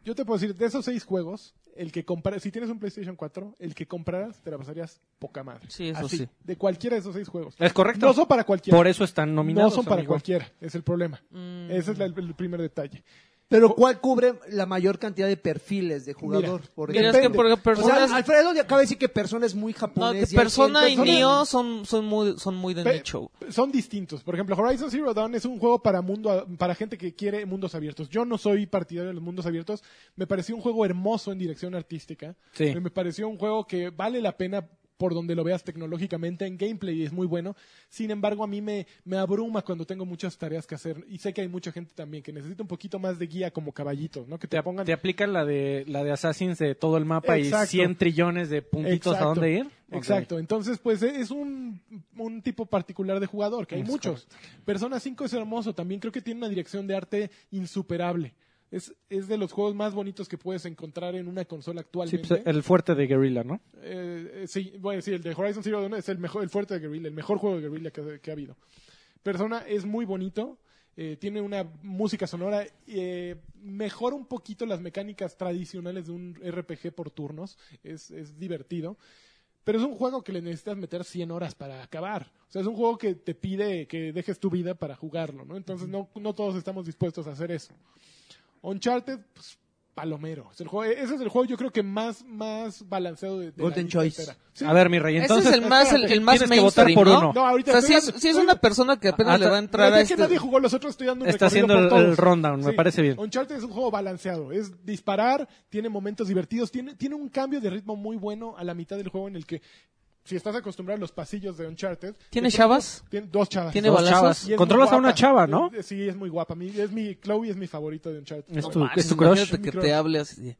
Yo te puedo decir, de esos seis juegos, el que compra, si tienes un PlayStation 4, el que compraras te la pasarías poca madre. Sí, eso Así, sí. De cualquiera de esos seis juegos. Es correcto. No son para cualquiera. Por eso están no nominados. son para amigo. Mm. cualquiera, es el problema. Ese es la- el primer detalle. Pero ¿cuál cubre la mayor cantidad de perfiles de jugador? Mira, por Mira, ejemplo? es que, por ejemplo, O sea, personas- Alfredo le acaba de decir que Persona es muy No, japonés. que y hay Persona y gente- Nioh son, son, muy, son muy de Pe- nicho. son distintos. Por ejemplo, Horizon Zero Dawn es un juego para mundo para gente que quiere mundos abiertos. Yo no soy partidario de los mundos abiertos. Me pareció un juego hermoso en dirección artística. Sí. Pero Me pareció un juego que vale la pena por donde lo veas tecnológicamente en gameplay es muy bueno. Sin embargo, a mí me, me abruma cuando tengo muchas tareas que hacer y sé que hay mucha gente también que necesita un poquito más de guía como caballitos, ¿no? Que te, Te, pongan te aplican la de la de Assassins de todo el mapa y Exacto. 100 trillones de puntitos a dónde ir. Ok. Exacto. Entonces, pues es un, un tipo particular de jugador, que hay muchos. Persona 5 es hermoso también. Creo que tiene una dirección de arte insuperable. Es, es de los juegos más bonitos que puedes encontrar en una consola Sí, actualmente. pues, el fuerte de Guerrilla, ¿no? Eh, eh, sí, voy a decir, el de Horizon Zero Dawn es el mejor, el fuerte de Guerrilla, el mejor juego de Guerrilla que, que ha habido. Persona es muy bonito, eh, tiene una música sonora, eh, mejora un poquito las mecánicas tradicionales de un RPG por turnos, es, es divertido. Pero es un juego que le necesitas meter 100 horas para acabar. O sea, es un juego que te pide que dejes tu vida para jugarlo, ¿no? Entonces, no, no todos estamos dispuestos a hacer eso. Uncharted, pues, palomero. Es el juego, ese es el juego yo creo que más, más balanceado de, de la Golden lista Choice. entera. Sí. A ver, mi rey, entonces Ese es el más, el, el más tienes que votar mainstream, por ¿no? uno. No, ahorita O sea, si estoy es, dando- si es estoy- una persona que apenas Ah, le va a entrar Pero a es que este... nadie jugó los otros, estoy dando un Está recorrido haciendo por el- el todos. rundown, me parece bien. Uncharted es un juego balanceado, es disparar, tiene momentos divertidos, tiene, tiene un cambio de ritmo muy bueno a la mitad del juego en el que si estás acostumbrado a los pasillos de Uncharted. ¿Tiene de pronto- chavas? Tiene dos chavas. ¿Tiene Dos Dos balazos? chavas. y es muy Controlas a una guapa. chava, ¿no? Eh, Sí, es muy guapa. Mi, es mi, Chloe es mi favorita de Uncharted. Es No, tu- Manches, es tu imagínate crush. que te hable así de...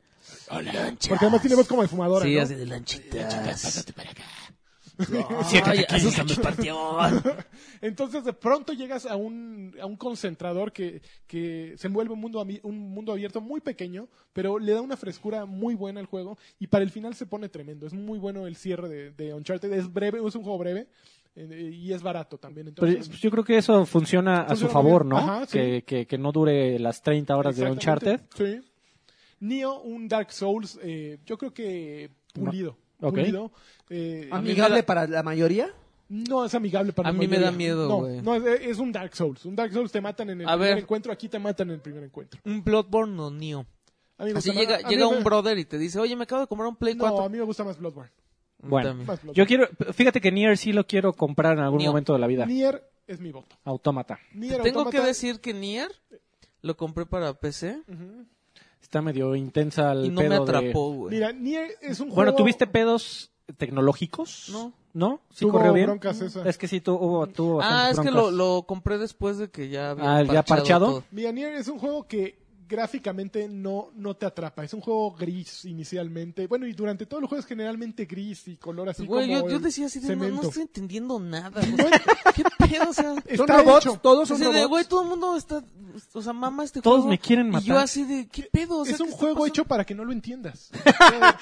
Porque además tiene voz como de fumadora, Sí, ¿no? así de lanchitas. Siéntate Ay, aquí, asústame, partión. Entonces de pronto llegas a un, a un concentrador que, que se envuelve un mundo, ami- un mundo abierto muy pequeño, pero le da una frescura muy buena al juego y para el final se pone tremendo. Es muy bueno el cierre de, de Uncharted, es breve, es un juego breve eh, y es barato también. Pero pues, Entonces, yo creo que eso funciona a su Funciona favor, muy ¿no? bien. Ajá, sí. que, que, que no dure las 30 horas de Exactamente. Uncharted. Sí. Neo, un Dark Souls, eh, yo creo que pulido. Ok. pulido. Eh, ¿Amigable para la mayoría? No es amigable para A la mí me mayoría. da miedo, No, güey. No, es, es un Dark Souls. Un Dark Souls te matan en el A primer ver. encuentro, aquí te matan en el primer encuentro. Un Bloodborne no, Neo. A mí me Así gusta más- llega, a mí llega me- un brother y Mm. te dice, oye, me acabo de comprar un Play No, a 4. mí me gusta más Bloodborne. Bueno. También. Más plot. Yo quiero, fíjate que Nier sí lo quiero comprar en algún Nio. momento de la vida. Nier es mi voto. Autómata. Nier Tengo que Automata- decir que Nier lo compré para PC Ujú. Está medio intensa el y no me pedo de- atrapó, güey. Mira, Nier es un Bueno, juego... ¿tuviste pedos tecnológicos? No. ¿No? ¿Sí Tuvo corrió bien? broncas esa. Es que sí, tu- hubo, tuvo Ah, bastantes es que lo, broncas. lo compré después de que ya había Ah, ¿ya parchado? todo. Mira, Nier es un juego que gráficamente no, no te atrapa. Es un juego gris inicialmente. Bueno, y durante todo el juego es generalmente gris y color así Güey, como yo, yo el decía así de, no, no cemento. estoy entendiendo nada. güey. ¿Qué pedo? O sea, Está Son robots, hecho. todos son así de, robots. güey, todo el mundo está, o sea, mamá este Todos juego. me quieren matar. Y yo así de, ¿qué pedo? O sea, es un ¿qué está juego pasando? hecho para que no lo entiendas. Eh,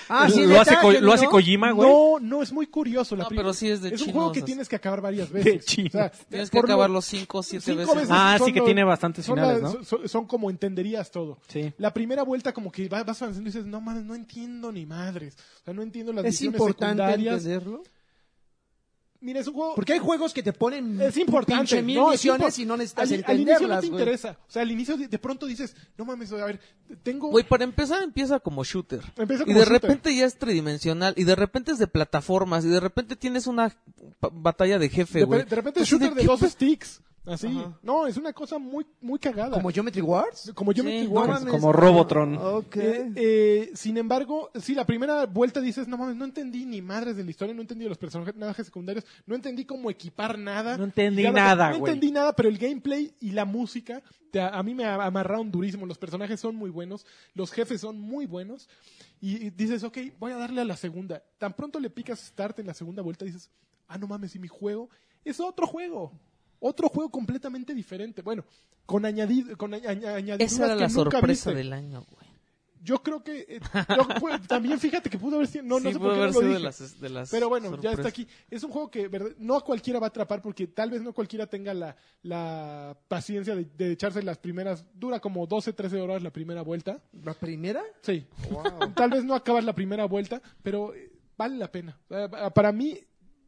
Ah, sí, lo, neta, hace Ko- que lo hace no. Kojima, güey. No, no, es muy curioso. La No, prim- pero sí es de Es un chinos, juego o que sea. tienes que acabar varias veces. chinos. Tienes que por lo- acabarlo cinco o siete cinco veces. veces Ah, son sí que los- tiene bastantes son finales, las- ¿no? Son, son como entenderías todo. Sí. La primera vuelta como que va- vas avanzando y dices, no mames, no entiendo ni madres. O sea, no entiendo las Es misiones importante secundarias. entenderlo. Mira, es un juego... Porque hay juegos que te ponen Es importante. pinche mil no, es misiones impor- y no al, necesitas al inicio no entenderlas, te güey. interesa. O sea, al inicio de, de pronto dices, no mames, a ver, tengo... Güey, para empezar empieza como shooter. Empieza y como de shooter. repente ya es tridimensional. Y de repente es de plataformas. Y de repente tienes una pa- batalla de jefe, de, pues, güey. de repente es Así shooter de, ¿qué dos pe- sticks. Así. Ajá. No, es una cosa muy, muy cagada. Como Geometry Wars. Como yo Sí, me no igual. mames. como Robotron. Ok. Eh, eh, sin embargo, sí, la primera vuelta dices, no mames, no entendí ni madres de la historia, no entendí los personajes secundarios, no entendí cómo equipar nada. No entendí Llegar a- nada, No güey. entendí nada, pero el gameplay y la música, te- a mí me amarraron durísimo, los personajes son muy buenos, los jefes son muy buenos, y, y dices, ok, voy a darle a la segunda. Tan pronto le picas start en la segunda vuelta, dices, ah, no mames, y mi juego es otro juego. Otro juego completamente diferente. Bueno, con añadido, con añ- añ- añadiduras Esa era que la nunca sorpresa viste. del año, güey. Yo creo que eh, yo- pues, también fíjate que pudo haber sido no no Sí, sé pudo por qué no haber lo sido dije. de las, de las Pero bueno, ya está sorpresas. aquí. Es un juego que verdad, no a cualquiera va a atrapar porque tal vez no cualquiera tenga la, la paciencia de, de echarse las primeras. Dura como 12, 13 horas la primera vuelta. ¿La primera? Sí. Tal vez no acabas la primera vuelta, pero eh, vale la pena. Eh, pa- Para mí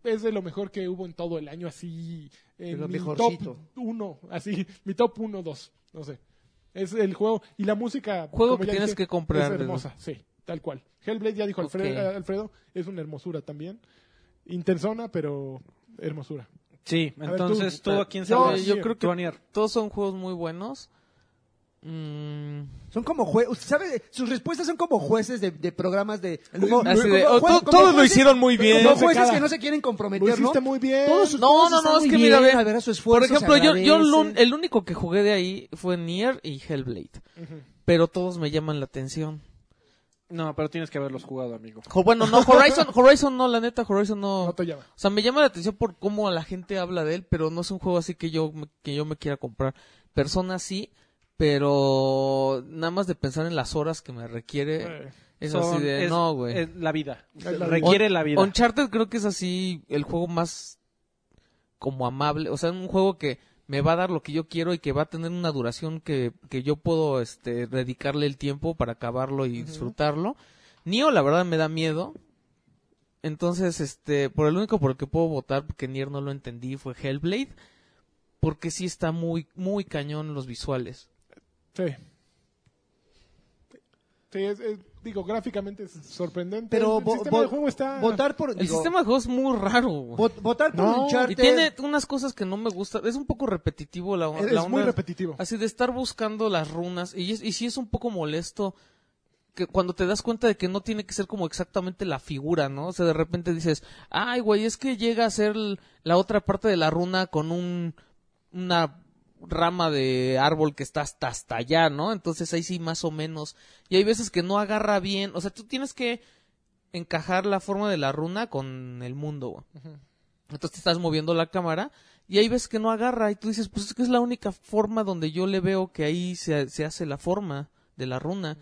es de lo mejor que hubo en todo el año, así. En De lo mi mejorcito. top 1, así. Mi top 1, 2. No sé. Es el juego. Y la música. Juego como que ya tienes que comprar, Es hermosa, sí. Tal cual. Hellblade, ya dijo Alfredo, eh, Ok. Alfredo, es una hermosura también. Intensona, pero hermosura. Sí, ver, entonces tú, tú, puta. a quién Yo- salvas. yo creo eh, Tú a Nier. Todos son juegos muy buenos. Mm, Son como jueces, ¿sabe? Sus respuestas son como jueces de, de programas de... Como, así de, como "Oh, jue- to- como todos lo jueces- hicieron muy bien. Como No se jueces acaba. que no se quieren Lo comprometer, ¿no? hiciste muy bien. Todos sus- No, no, están no, es muy que mira, bien, ve, a ver, a su Por esfuerzo se ejemplo, yo, eh, yo el un- agradece. el único que jugué de ahí fue Nier y Hellblade. Pero todos me llaman la atención. No, pero tienes que haberlos jugado, amigo. Jo- Bueno, no, Horizon, Horizon no, la neta, Horizon No te llama. O sea, me llama la atención por cómo la gente habla de él, pero no es un juego así que yo me, que yo me quiera comprar. Persona sí, pero nada más de pensar en las horas que me requiere Eh, es Son- así de es- no, güey. Es la vida. la Requiere Un- la vida. Uncharted creo que es así el juego más como amable, o sea, un juego que me va a dar lo que yo quiero y que va a tener una duración que, que yo puedo este dedicarle el tiempo para acabarlo y disfrutarlo. Nio la verdad me da miedo. Entonces, este, por el único por el que puedo votar porque Nier no lo entendí fue Hellblade, porque sí está muy muy cañón los visuales. Sí. Sí, es- es- digo, gráficamente es sorprendente. Pero el, vo- sistema vo- de juego está... Votar por... El digo, sistema de juego es muy raro. güey. vot- votar por No, Uncharted... Y tiene unas cosas que no me gustan. Es un poco repetitivo la, es, la es muy onda. repetitivo. Así de estar buscando las runas. Y, es- y sí es un poco molesto que cuando te das cuenta de que no tiene que ser como exactamente la figura, ¿no? O sea, de repente dices, ay, güey, es que llega a ser l- la otra parte de la runa con un, una rama de árbol que está hasta, hasta allá, ¿no? Entonces ahí sí más o menos. Y hay veces que no agarra bien. O sea, tú tienes que encajar la forma de la runa con el mundo, güey. Entonces te estás moviendo la cámara y ahí ves que no agarra y tú dices, pues es que es la única forma donde yo le veo que ahí se, se hace la forma de la runa.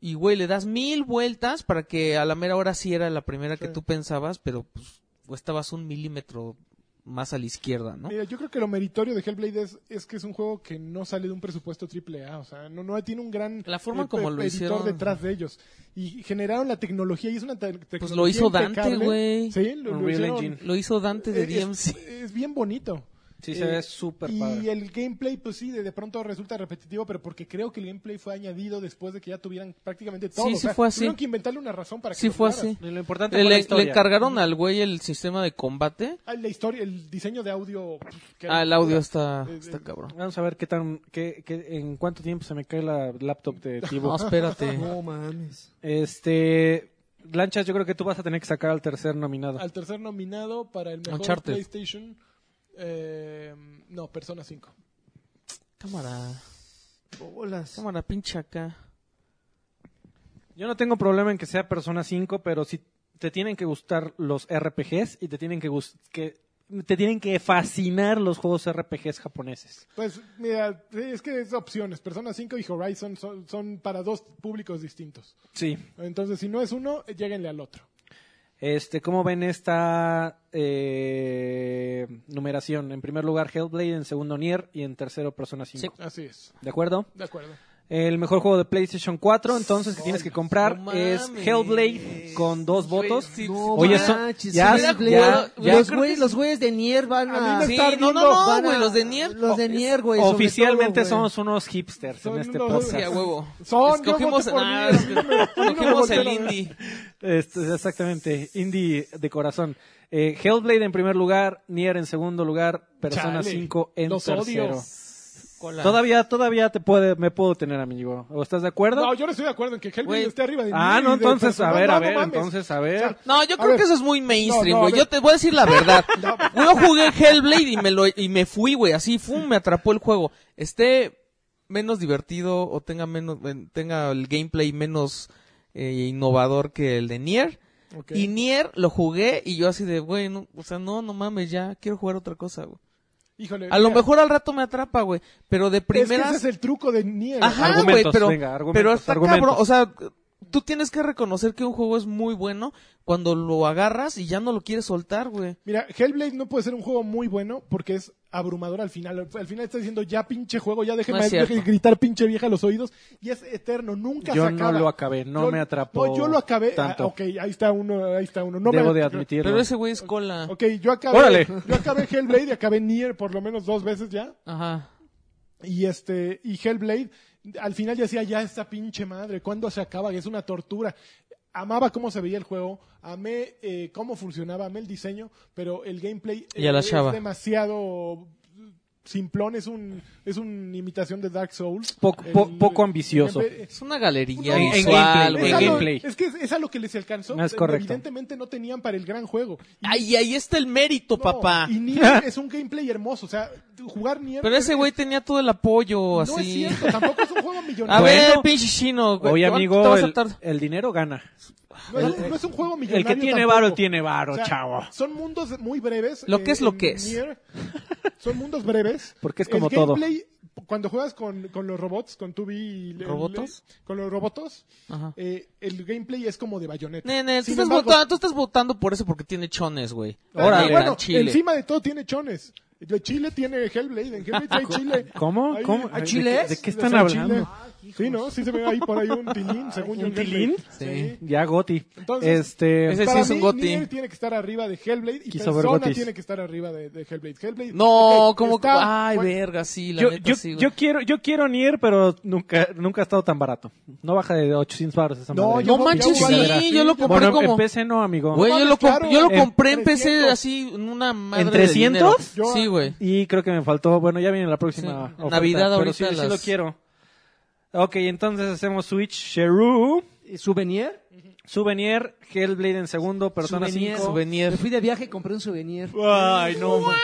Y güey, le das mil vueltas para que a la mera hora sí era la primera que Sí. tú pensabas, pero pues o estabas un milímetro más a la izquierda, ¿no? Mira, yo creo que lo meritorio de Hellblade es, es que es un juego que no sale de un presupuesto triple A, o sea, no, no tiene un gran eh, La forma como lo editor hicieron. detrás de ellos y generaron la tecnología y es una te- tecnología Pues lo hizo Dante, impecable. güey. Sí, lo, lo Unreal hicieron- Engine. Lo hizo Dante de es, DMC. es bien bonito. Sí, se ve súper padre. Eh, Y el gameplay, pues sí, de, de pronto resulta repetitivo, pero porque creo que el gameplay fue añadido después de que ya tuvieran prácticamente todo. Sí, o sí sea, fue así. Tuvieron que inventarle una razón para que Sí lo fue jugaras. así. Lo importante Le, fue la le historia. encargaron al güey el sistema de combate. Ah, la historia, el diseño de audio. pff, que- Ah, el audio está, Eh, está eh, cabrón. Vamos a ver qué tan, qué, qué- en cuánto tiempo se me cae la laptop de Tibo. No, espérate. No mames. Este, Lanchas, yo creo que tú vas a tener que sacar al tercer nominado. Al tercer nominado para el mejor Uncharted. PlayStation. eh, no, Persona 5. Cámara, Bolas. cámara, pincha acá. Yo no tengo problema en que sea Persona 5, pero si te tienen que gustar los RPGs y te tienen que gus- que te tienen que fascinar los juegos RPGs japoneses. Pues mira, sí, es que es opciones. Persona 5 y Horizon son, son para dos públicos distintos. Sí. Entonces, si no es uno, eh, lléguenle al otro. Este, ¿cómo ven esta eh, numeración? En primer lugar Hellblade, en segundo Nier y en tercero Persona 5. Así es. ¿De acuerdo? De acuerdo. El mejor juego de PlayStation 4, entonces que tienes que comprar No es mames. Hellblade con dos votos. Sí, No Oye, son- manches, ya- sí, ya- güey. ya- los, creo güeyes, que- los güeyes de Nier van a... Sí, no, no, no, van a- güey, los de Nier. Los de Nier, güey. sobre Oficialmente todo, güey. somos unos hipsters Son en este unos- podcast. Sí, a huevo. Son, yo escogimos, voté por ah, mí. es que- escogimos el indie. Este, exactamente, indie de corazón. Eh, Hellblade en primer lugar, Nier en segundo lugar, Persona Chale, 5 en los tercero. odio. Cola. Todavía, todavía te puede, me puedo tener amigo. ¿O estás de acuerdo? No, yo no estoy de acuerdo en que Hellblade Güey. esté arriba de ah, mí no, y de entonces, a Persona. ver, No, a no ver, mames. entonces, a ver. No, yo A creo ver. que eso es muy mainstream, No, no, a güey. yo ver. te voy a decir la verdad. Yo jugué Hellblade y me lo y me fui, güey, así fum, me atrapó el juego. Esté menos divertido o tenga menos eh, tenga el gameplay menos eh, innovador que el de Nier. Ok. Y Nier lo jugué y yo así de, güey, no, o sea, no, no mames, ya quiero jugar otra cosa, güey. Híjole, A lo mira, mejor al rato me atrapa, güey, pero de es que primeras ese es el truco de Nier. Ajá, güey, Argumentos, pero, venga, argumentos, pero está argumentos. cabrón. O sea, tú tienes que reconocer que un juego es muy bueno cuando lo agarras y ya no lo quieres soltar, güey. Mira, Hellblade no puede ser un juego muy bueno porque es abrumador al final. Al- Al final está diciendo ya pinche juego, ya déjenme No es cierto. deje- gritar pinche vieja a los oídos y es eterno, nunca Yo se no acaba. lo acabé, no me atrapó No, yo lo acabé. tanto. Ah, ok, ahí está uno, ahí está uno. No me- Debo de admitirlo. Pero ese güey es cola. Ok, yo acabé, Órale. yo acabé Hellblade y acabé Nier por lo menos dos veces ya. Ajá. Y este, y Hellblade, al final yo decía, ya esta pinche madre, ¿cuándo se acaba? Es una tortura. Amaba cómo se veía el juego, amé eh, cómo funcionaba, amé el diseño, pero el gameplay eh, Y a la es chava. demasiado simplón, es un es una imitación de Dark Souls. Poco- po- poco ambicioso. gameplay- Es una galería No, en visual, gameplay, güey. es, en algo- gameplay. es que es, es a lo que les alcanzó. No es eh, correcto. Evidentemente no tenían para el gran juego. Y- Ay, ahí está el mérito, no, papá. Y Nier es un gameplay hermoso. O sea, jugar Nier. Pero ese güey tenía todo el apoyo, No así. es cierto, tampoco es un juego millonario. A Bueno. ver, pinche chino, güey. Oye, ¿cuánto amigo, te vas a el, tardar? el dinero gana. No, es, no es un juego El millonario. que tiene tampoco. varo, tiene varo, O sea, chavo. Son mundos muy breves. eh, Lo que es lo en que es. Nier, son mundos breves. Porque es como el gameplay, Cuando juegas con, con los robots, con Tubi y el- ¿Robotos? con los robotos, Ajá. eh, el gameplay es como de bayoneta. Nene, tú Sin estás, embargo- votando, tú estás votando por eso porque tiene chones, güey. Órale. Ah, bueno, Al chile. encima de todo tiene chones. De Chile tiene Hellblade, en Hellblade hay Chile. ¿Cómo? Ahí- ¿Cómo? ahí- ¿De Chile? qué- ¿De qué o sea, están Chile. hablando? Sí, ¿no? Sí se ve ahí por ahí un tilín, según yo. ¿Un en Hellblade. tilín? Sí. Ya, Goti. Entonces, este... Ese sí Para es un mí, goti. Nier tiene que estar arriba de Hellblade y Quiso ver Persona gotis. tiene que estar arriba de, de Hellblade. Hellblade. No, ok, como que. está- Ay, bueno, verga, sí, la yo, neta yo, sí, güey. yo quiero yo quiero Nier, pero nunca nunca ha estado tan barato. No baja de 800 baros esa No, madre. yo No manches, yo- sí, yo lo yo- compré bueno, como... en PC no, amigo. Güey, yo, mames, lo comp- claro. yo lo En compré en PC 300. así, en una madre ¿En de 300? Yo- dinero. Sí, güey. Y creo que me faltó, bueno, ya viene la próxima Sí. oferta, Navidad pero ahorita sí, sí las- lo quiero. Ok, entonces hacemos Switch, Sheru, ¿Y ¿Souvenir? Souvenir, Hellblade en segundo, Persona Souvenir. 5. Souvenir. Me fui de viaje y compré un souvenir. Ay, no. man.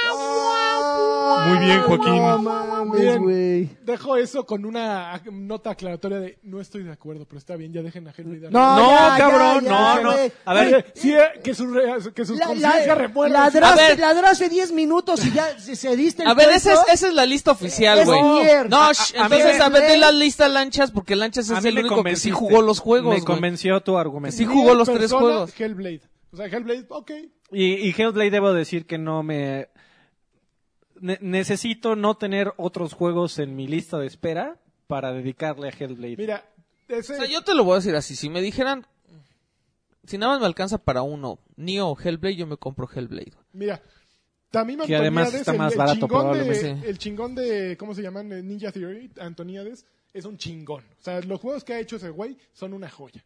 Muy bien, No mames, Bien. güey. Dejo eso con una ac- nota aclaratoria de no estoy de acuerdo, pero está bien, ya dejen a Hellblade. No, No, ya, ya, cabrón, ya, no, no. güey. A ver, Güey, Sí, eh, que sus re- que sus la- conciencias la- remuevan. ladraste, A ver. ladraste 10 minutos y ya se, se diste el A ver, cuento. esa es, esa es la lista oficial, Es güey. Nier. No, sh- a- a mí entonces me- a ver de la lista Lanchas, porque Lanchas A es mí el me único que sí convenciste. jugó los juegos, Me güey. convenció tu argumento. Sí jugó los tres Persona, juegos. Hellblade. O sea, Hellblade, ok. Y, y Hellblade debo decir que no me... ne- necesito no tener otros juegos en mi lista de espera para dedicarle a Hellblade. Mira, ese. O sea, yo te lo voy a decir así, si me dijeran... Si nada más me alcanza para uno, Neo o Hellblade, yo me compro Hellblade. güey. Mira, También Que además Antoniades, está el- más el barato, chingón de- probablemente. El chingón de, ¿cómo se llaman? Eh, Ninja Theory, Antoniades, es un chingón. O sea, los juegos que ha hecho ese güey son una joya.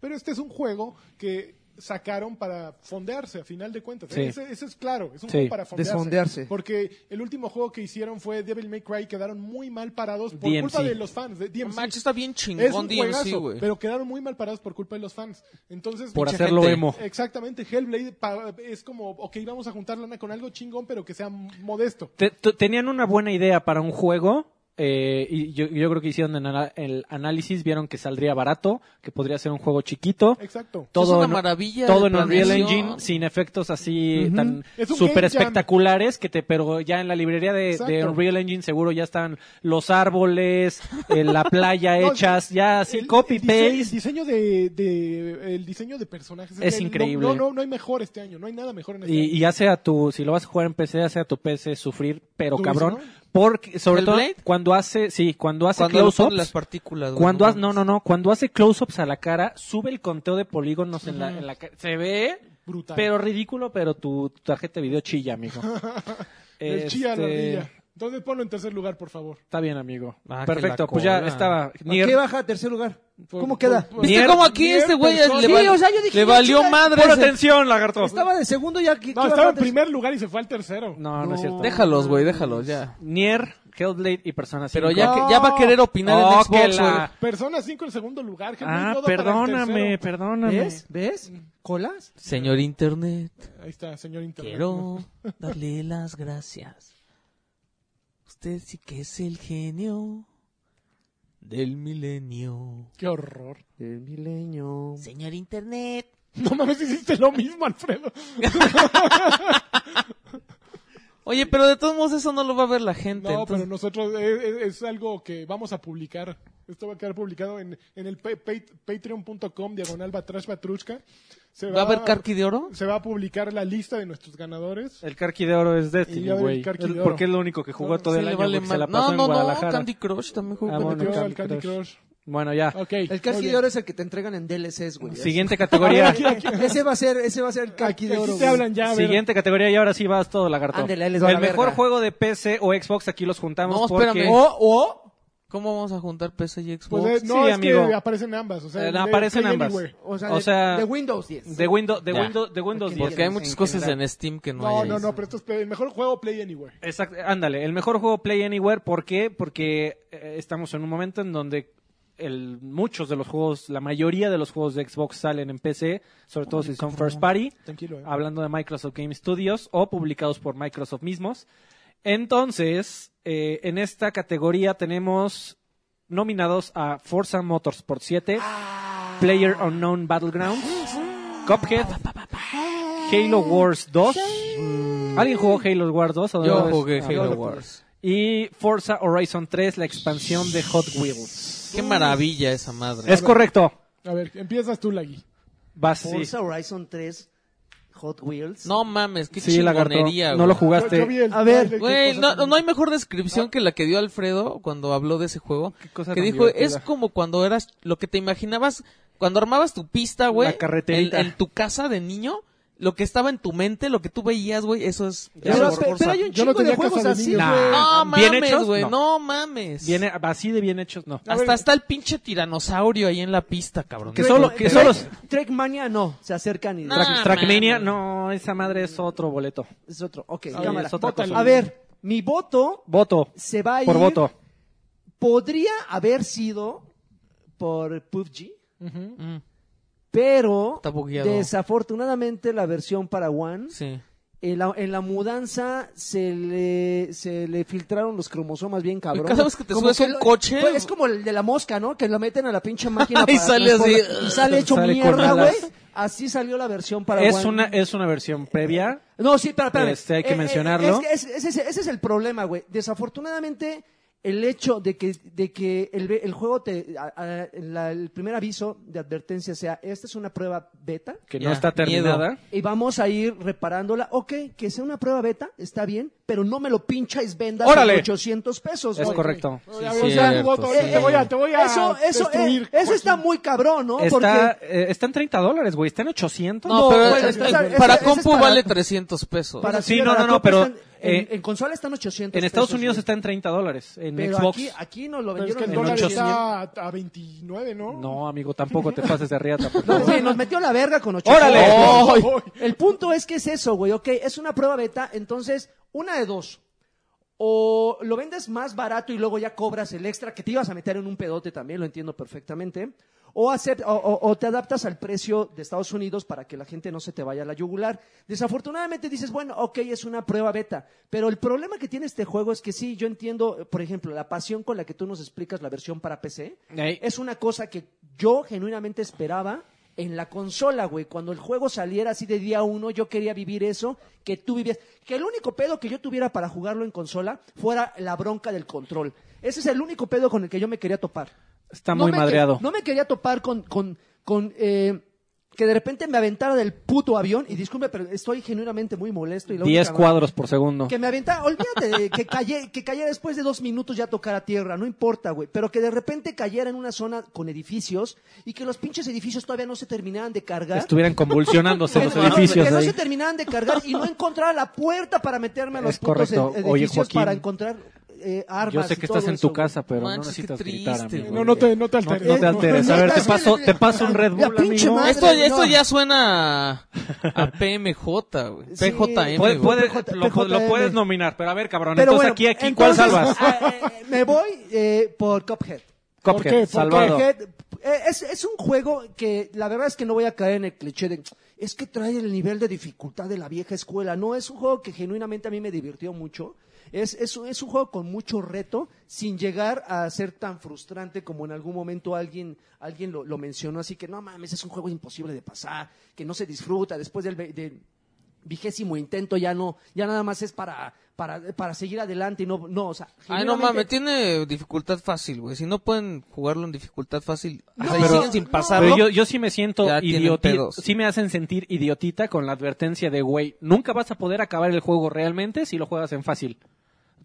Pero este es un juego que sacaron para fondearse, a final de cuentas. Sí. Ese- eso es claro, es un Sí, juego para fondearse. desfondearse. Porque el último juego que hicieron fue Devil May Cry, quedaron muy mal parados por DMC. culpa de los fans de DMC. Macho está bien es un chingón DMC, juegazo, güey. pero quedaron muy mal parados por culpa de los fans. Entonces, Por Mucha hacerlo gente. emo. Exactamente, Hellblade pa- es como, ok, vamos a juntar lana con algo chingón, pero que sea modesto. Te- te- tenían una buena idea para un juego eh, y yo, yo creo que hicieron en ana- el análisis, vieron que saldría barato, que podría ser un juego chiquito. Exacto. Todo, es una en- maravilla todo de en Unreal planeación. Engine, sin efectos así Ujú. tan Es un súper game jam. espectaculares que te, pero ya en la librería de, de Exacto. Unreal Engine seguro ya están los árboles, eh, la playa No, hechas, ya así El- copy el dise- paste. El diseño de, de- el diseño de personajes Es el- no- increíble. No, no, no hay mejor este año, no hay nada mejor en este Y, año. y hace a tu, si lo vas a jugar en PC, hace a tu PC sufrir, pero Durísimo. cabrón. Porque, sobre todo, ¿Hellblade? cuando hace, sí, cuando hace Cuando le ponen close-ups, las partículas, güey, Cuando hace, mames. no, no, no, cuando hace close-ups a la cara, sube el conteo de polígonos en la, en la ca- Se ve, Brutal. pero ridículo, pero tu, tu tarjeta de video chilla, amigo. El chía a la Este, ardilla. Entonces ponlo en tercer lugar, por favor. Está bien, amigo. Ah, que Perfecto, la pues ya cola. estaba. Nier- ¿Qué baja a tercer lugar? Por- ¿Cómo por- queda? por- ¿Viste Nier- cómo Pues, aquí Nier este güey persona. le, Sí, val- o sea, yo dije, le no, valió chinga, madre? ¡Pura atención, lagarto! Estaba de segundo ya que... No, estaba en primer lugar y se fue al tercero. No, no, es cierto. Déjalos, güey, déjalos ya. Nier, Hellblade y Persona 5. Pero ya, No. que, ya va a querer opinar Oh, en que Xbox, la- güey. Persona 5 en segundo lugar. Hellblade Ah, Yoda para el perdóname, tercero. perdóname. ¿Ves? ¿Ves? ¿Colas? Señor Internet, Ahí está, señor Internet. quiero darle las gracias. Usted sí que es el genio del milenio. Qué horror. El milenio. Señor Internet. No mames, hiciste lo mismo, Alfredo. Oye, pero de todos modos eso no lo va a ver la gente. No, entonces- pero nosotros eh, eh, es, algo que vamos a publicar. Esto va a quedar publicado en, en el pa- pa- patreon.com diagonal batrash batrushka. Se ¿Va a haber Carqui de Oro? Se va a publicar la lista de nuestros ganadores. El Carqui de Oro es Y Destiny, ya ve el güey. Carqui de Es- Oro. Porque es lo único que jugó No, todo Sí, el le año, vale porque se la ma- pasó no, no, en no, Guadalajara. Candy Crush también Ah, juega bueno, Metió Candy al Candy Crush. Crush. Bueno, ya. Ok, El muy Casqui bien. de Oro es el que te entregan en DLCs, güey. Siguiente categoría. Ese va a ser, ese va a ser el Aquí Casqui de Oro. te güey. hablan ya. a ver. Siguiente categoría y ahora sí vas todo, lagarto. Ándele, ahí les va el la mejor verga. juego de PC o Xbox, aquí los juntamos No, porque... espérame. Oh, O, o, ¿cómo vamos a juntar PC y Xbox? Pues, eh, Sí, no, es amigo. que aparecen ambas. O sea, Eh, de aparecen Play ambas. Anywhere. O sea, O de, sea, de Windows 10. de Windows, de Ya. Windows, de Windows 10. Porque hay muchas en cosas general. en Steam que no, No, hay. no, no, pero esto es Play- el mejor juego Play Anywhere. Exacto, ándale, el mejor juego Play Anywhere, ¿por qué? Porque eh, estamos en un momento en donde el, muchos de los juegos, la mayoría de los juegos de Xbox salen en PC, sobre todo si son first party. Tranquilo, eh. hablando de Microsoft Game Studios o publicados por Microsoft mismos. Entonces, eh, en esta categoría tenemos nominados a Forza Motorsport 7, Ah. Player Unknown Battlegrounds, Cuphead, Halo Wars 2. ¿Alguien jugó Halo Wars 2? ¿O Yo no? jugué Ah, Halo no. Wars. Y Forza Horizon 3, la expansión de Hot Wheels. Qué maravilla esa madre. Es correcto. A ver, empiezas tú, Lagui. Vas, sí. Forza Horizon 3 Hot Wheels. No mames, qué Sí, lagarto. chingonería, No lo güey. Yo- yo jugaste. vi el A trailer, ver. qué Güey, cosa no, tan- no hay mejor descripción que la que dio Alfredo cuando habló de ese juego. Ah. cosa Que tan dijo, es divertida. como cuando eras, lo que te imaginabas, cuando armabas tu pista, güey. La carreterita. En, en tu casa de niño, lo que estaba en tu mente, lo que tú veías, güey, eso es... pero, eso es pero- Forza. pero hay un Yo no chingo de tenía juegos casa de así, niños. güey. No Ah, ¿Bien mames, hechos? güey, No. no. mames. Viene, así de bien hechos, no. Hasta está el pinche tiranosaurio ahí en la pista, cabrón. Que solo- que solo- Track- Trackmania no, se acercan y... No. Track- Ah, Trackmania, man. no, esa madre es otro boleto. Es otro, ok, Sí, cámara. es otra bótalo. cosa. A ver, mi voto Voto. se va a ir... Por voto. Podría haber sido por PUBG, Ujú. Mm, pero Está bugueado. desafortunadamente la versión para One, sí. en, la, en la mudanza se le, se le filtraron los cromosomas bien cabrón. Cada vez que te subes a un lo- coche- pues, es como el de la mosca, ¿no? Que lo meten a la pinche máquina. Y sale así. y sale hecho Sale con mierda, alas. güey. Así salió la versión para Es One. una, es una versión previa. No, sí, pero espérame. Este, hay que Eh, eh, mencionarlo. es que es- es- ese, ese es el problema, güey. Desafortunadamente, el hecho de que, de que el, be- el juego te. a- a- la- el primer aviso de advertencia sea: esta es una prueba beta Que Ya, no está terminada. miedo. y vamos a ir reparándola. Ok, que sea una prueba beta, está bien, pero no me lo pincháis vendas por ¡Órale! 800 pesos. Es güey. correcto. Sí, Sí, a ver, o sea, cierto, voto, ahorita sí. te voy a, te voy a Eso, eso, destruir, eh, eso está Joaquín. muy cabrón, ¿no? Está, eh, está en 30 dólares, güey. Está en 800. No, No, pero bueno, eh, es- esa- esa- para esa es compu para- vale 300 pesos. Para Sí, sí, no, para no, no, compu pero, están- en, eh, en consola están 800 En Estados pesos, Unidos güey. está en 30 dólares. En pues, Pero Xbox. aquí, aquí nos lo Pero es vendieron que el en en dólar 800. está a 29, ¿no? No, amigo, tampoco te pases de riata. por No, favor. güey, nos metió la verga con 800. ¡Órale! ¡Ay! El punto es que es eso, güey, ok, es una prueba beta, entonces, una de dos. O lo vendes más barato y luego ya cobras el extra, que te ibas a meter en un pedote también, lo entiendo perfectamente. O, acep- o- o- o te adaptas al precio de Estados Unidos para que la gente no se te vaya a la yugular. Desafortunadamente dices, bueno, ok, es una prueba beta. Pero el problema que tiene este juego es que sí, yo entiendo, eh, por ejemplo, la pasión con la que tú nos explicas la versión para PC. Ey. Es una cosa que yo genuinamente esperaba en la consola, güey. Cuando el juego saliera así de día uno, yo quería vivir eso que tú vivías. Que el único pedo que yo tuviera para jugarlo en consola fuera la bronca del control. Ese es el único pedo con el que yo me quería topar. Está No muy me madreado. que- no me quería topar con, con, con eh, que de repente me aventara del puto avión. Y disculpe, pero estoy genuinamente muy molesto. Y la 10 única- cuadros por segundo. que me aventara, olvídate, de que, calle- que cayera después de dos minutos ya tocara tierra, no importa, güey. Pero que de repente cayera en una zona con edificios y que los pinches edificios todavía no se terminaban de cargar. Estuvieran convulsionándose Que los no- no, edificios de que no ahí. se terminaban de cargar y no encontraba la puerta para meterme a los Es putos correcto. ed- Oye, edificios Joaquín, para encontrar eh, armas. Yo sé y que todo estás en tu eso, güey. casa, pero no Manches, qué necesitas triste, gritar, amigo. güey. Eh, No, no te, no te No, alteres. no te alteres. A ver, te paso, te paso un Red La Bull, pinche amigo. madre, esto, esto no. ya suena a PMJ, güey. Sí. Puede- PJM. güey. puede- PJ- lo, lo PJM. puedes nominar, pero a ver, cabrón. Pero entonces bueno, aquí, aquí, ¿cuál entonces, salvas? ah, eh, me voy eh, por Cuphead. ¿por Cuphead, qué? ¿Por salvado. Cuphead, eh, es, es un juego que la verdad es que no voy a caer en el cliché de es que trae el nivel de dificultad de la vieja escuela. No, es un juego que genuinamente a mí me divirtió mucho. Es, es, un- es un juego con mucho reto, sin llegar a ser tan frustrante como en algún momento alguien, alguien lo, lo mencionó. Así que no mames, es un juego imposible de pasar, que no se disfruta después del, ve- del vigésimo intento, ya no, ya nada más es para, para, para seguir adelante y no, no, o sea. Ay, no genuinamente- mames, tiene dificultad fácil, güey. Si no pueden jugarlo en dificultad fácil, No, o sea, y pero- Ah, siguen sin no. pasarlo. Pero yo, yo sí me siento Ya tienen idiotita. pedos. Sí me hacen sentir idiotita con la advertencia de, güey, nunca vas a poder acabar el juego realmente si lo juegas en fácil.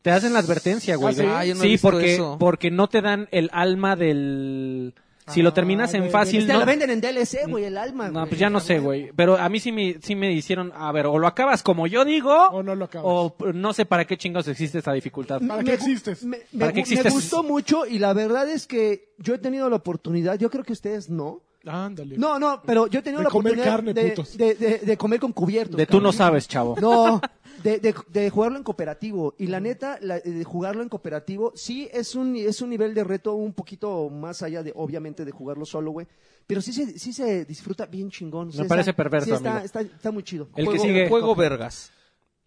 Te hacen la advertencia, güey. ¿sí? de- Ah, yo no he sí, visto porque, eso. porque no te dan el alma del... Si lo Ah, terminas en de- fácil, Te no, lo venden en DLC, güey, el alma. No, güey. pues ya no sé, güey. Pero a mí sí me, sí me hicieron, a ver, o lo acabas como yo digo, O no lo acabas. o, eh, no sé para qué chingados existe esta dificultad. ¿Para qué gu- existes? Me, me ¿Para qué gu- me existes? gustó mucho y la verdad es que yo he tenido la oportunidad, yo creo que ustedes no. Ándale. No, no, pero yo he tenido De la comer oportunidad carne, de, putos. de- de- de comer con cubiertos. De tú no cabrón. sabes, chavo. No, de, de- de jugarlo en cooperativo. Y la neta, la- de jugarlo en cooperativo, sí es un, es un nivel de reto un poquito más allá de, obviamente, de jugarlo solo, güey. Pero sí se, sí se disfruta bien chingón. Sí Me está- parece perverso, sí está, amigo. está, está muy chido. El que Juego- sigue. Juego vergas.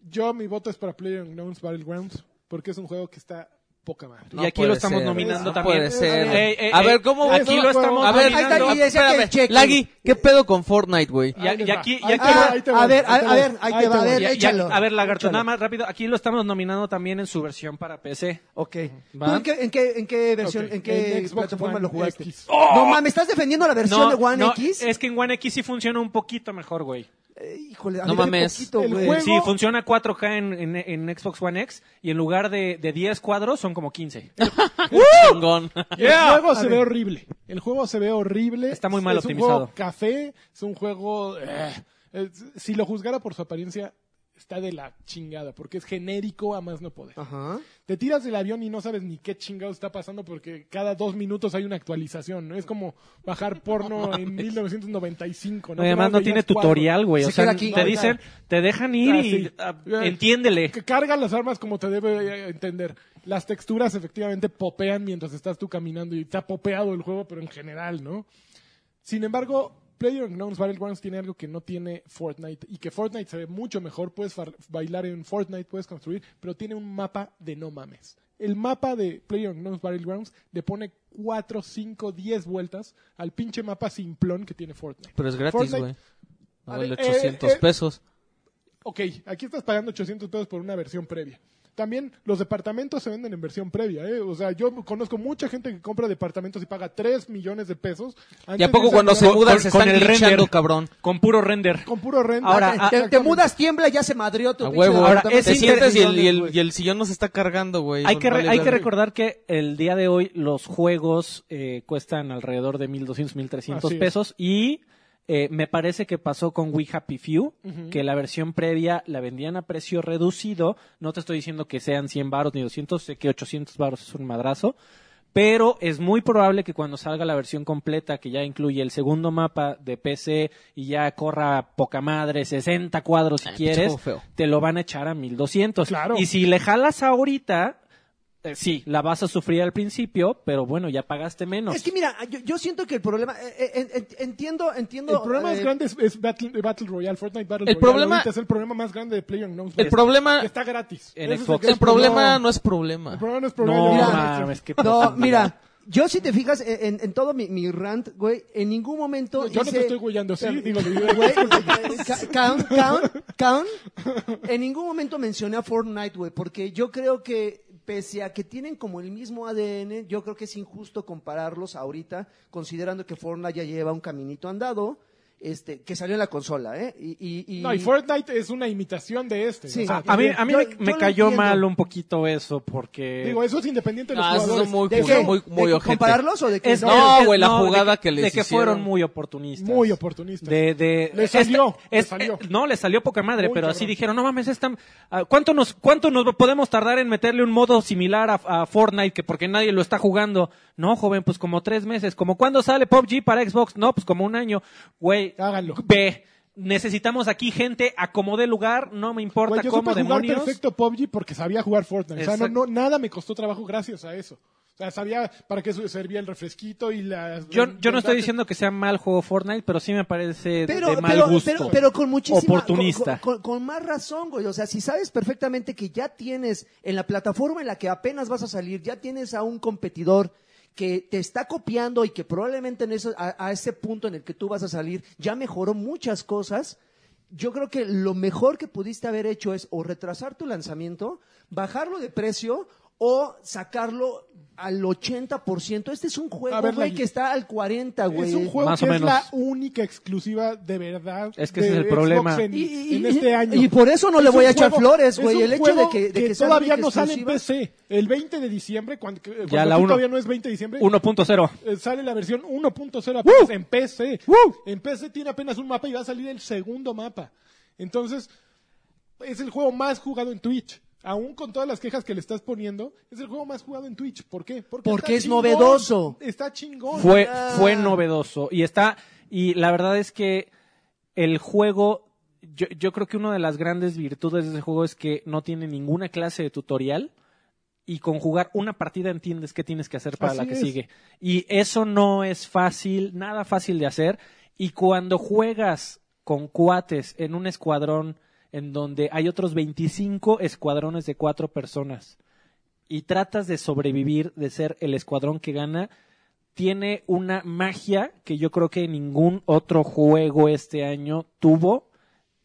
Yo, mi voto es para PlayerUnknown's Battlegrounds, porque es un juego que está poca madre. Y No aquí puede lo estamos ser, nominando no también. Puede ser. Ey, ey, a ey, ver, ¿cómo? Aquí lo estamos a ver, nominando. ahí está, y decía que el espérame. cheque. Lagui, ¿qué pedo con Fortnite, güey? Y, a- y aquí, y Ahí aquí te va, lo- ahí te a va, ver, ahí te a ver, ahí te va, a ver, y- y- échalo, a ver, lagarto, échalo. nada más rápido. Aquí lo estamos nominando también en su versión para PC. Ok. ¿Va? ¿Tú en qué, en qué, en qué versión, Ok. en qué En Xbox plataforma One lo jugaste? Oh, X. No mames, ¿estás defendiendo la versión de One no, X? Es que en One X sí funciona un poquito mejor, güey. Eh, híjole, a No mí me mames. poquito, El güey. juego- Sí, funciona 4K en, en- en Xbox One X y en lugar de, de 10 cuadros son como 15. Chingón. El juego se ve horrible. El juego se ve horrible. Está muy mal es optimizado. un juego café, es un juego... eh, es- si lo juzgara por su apariencia, está de la chingada, porque es genérico a más no poder. Ajá. Te tiras del avión y no sabes ni qué chingado está pasando porque cada dos minutos hay una actualización. ¿no? Es como bajar porno en 1995. ¿no? No, y además Nada más no tiene veías cuadros. tutorial, güey. Se O sea, queda aquí. te No, dicen, te dejan ir Ah, y sí. ah, entiéndele. Que carga las armas como te debe eh, entender. Las texturas efectivamente popean mientras estás tú caminando y está popeado el juego, pero en general, ¿no? Sin embargo, PlayerUnknown's Battlegrounds tiene algo que no tiene Fortnite y que Fortnite se ve mucho mejor. Puedes far- bailar en Fortnite, puedes construir, pero tiene un mapa de no mames. El mapa de PlayerUnknown's Battlegrounds le pone 4, 5, 10 vueltas al pinche mapa simplón que tiene Fortnite. Pero es gratis, Fortnite- güey. A No vale ver, eh, 800 eh, pesos. Ok, aquí estás pagando 800 pesos por una versión previa. También los departamentos se venden en versión previa, ¿eh? O sea, yo conozco mucha gente que compra departamentos y paga 3 millones de pesos. antes Y a de poco irse cuando se mudar mudan con- se con están el render. linchando, cabrón. Con puro render. Con puro renta. Ahora, Te- ah, te, mudas, tiembla, ya se madrió tu A pinche huevo. Ahora, departamento. es te inter- sientas y el, y, el, güey. y el sillón nos está cargando, güey. Hay que, re- Vale, hay que verga. recordar que el día de hoy los juegos eh, cuestan alrededor de 1.200, Así 1.300 es. pesos y eh, me parece que pasó con We Happy Few, Ujú. que la versión previa la vendían a precio reducido. No te estoy diciendo que sean 100 baros ni 200, sé que 800 baros es un madrazo. Pero es muy probable que cuando salga la versión completa, que ya incluye el segundo mapa de PC y ya corra poca madre, 60 cuadros si Ah, pinche quieres, juego feo. te lo van a echar a 1200. Claro. Y si le jalas ahorita, eh, sí, la vas a sufrir al principio, pero bueno, ya pagaste menos. Es que mira, yo, yo siento que el problema. eh, eh, en- entiendo, entiendo. El problema eh, más grande es, es Battle, Battle Royale, Fortnite Battle El Royale. problema- Ahorita es el problema más grande de PlayerUnknown's El problema, Que está gratis. En Ese es Xbox. gran el problema problema. no es problema. El problema no es problema. no, Mira, mames, qué No, puta mira, yo si te fijas eh, en, en- en todo mi, mi rant, güey, en ningún momento. yo no te hice- estoy güeyando, sí, digo, Güey, eh, ca- Caón, Caón, Caón, en ningún momento mencioné a Fortnite, güey, porque yo creo que pese a que tienen como el mismo ADN, yo creo que es injusto compararlos ahorita, considerando que Fortnite ya lleva un caminito andado, este, que salió en la consola, ¿eh? Y, y, y- No, y Fortnite es una imitación de este. Sí. o sea, A mí, a mí Yo- me, yo me lo cayó entiendo. mal un poquito eso, porque... digo, eso es independiente de los Ah, eso es jugadores. muy De ¿De justo, qué? ser muy- muy ¿De ojete. compararlos o de que Es- No, es- güey, la de jugada que De les que hicieron. fueron muy oportunistas. muy oportunista. De, de, Le esta- salió, le es- salió. eh, no, le salió poca madre, Muy pero así cabrón. dijeron, no mames, esta, ah, ¿cuánto, nos, ¿cuánto nos podemos tardar en meterle un modo similar a, a Fortnite? Que porque nadie lo está jugando. No, joven, pues como tres meses. ¿Como cuándo sale PUBG para Xbox? No, pues como un año. Güey, Háganlo. ve, necesitamos aquí gente, acomode lugar, no me importa Güey, yo cómo supe jugar demonios. perfecto PUBG porque sabía jugar Fortnite. O sea, Exacto. no, no, nada me costó trabajo gracias a eso. O sea, sabía para qué su- servía el refresquito y las... Yo, las- yo no estoy las- diciendo que sea mal juego Fortnite, pero sí me parece pero, de mal pero, gusto. pero, pero con muchísima Oportunista. Con, con- con más razón, güey. O sea, si sabes perfectamente que ya tienes en la plataforma en la que apenas vas a salir, ya tienes a un competidor que te está copiando y que probablemente en eso, a, a ese punto en el que tú vas a salir ya mejoró muchas cosas. Yo creo que lo mejor que pudiste haber hecho es o retrasar tu lanzamiento, bajarlo de precio o sacarlo al 80%. Este es un juego, A ver, güey, Lagui. que está al 40, güey. Es un juego Más que o es la menos. única exclusiva de verdad. Es que de ese es el Xbox problema. En, Y- y- en este año. y por eso no le Es voy un a echar juego- flores, es güey, un el hecho juego de que- de que sea todavía única no sale en exclusiva. PC. El 20 de diciembre, cuando, que- cuando la aquí uno. todavía no es 20 de diciembre, 1.0. eh, sale la versión 1.0 apenas en PC. ¡Woo! En PC tiene apenas un mapa y va a salir el segundo mapa. Entonces, es el juego más jugado en Twitch. Aún con todas las quejas que le estás poniendo, es el juego más jugado en Twitch. ¿Por qué? Porque está es novedoso. Está chingón. fue, Ah. fue novedoso. Y está. Y la verdad es que el juego. Yo, yo creo que una de las grandes virtudes de ese juego es que no tiene ninguna clase de tutorial. Y con jugar una partida entiendes qué tienes que hacer para la Así que es. sigue. Y eso no es fácil, nada fácil de hacer. Y cuando juegas con cuates en un escuadrón en donde hay otros 25 escuadrones de cuatro personas y tratas de sobrevivir, de ser el escuadrón que gana, tiene una magia que yo creo que ningún otro juego este año tuvo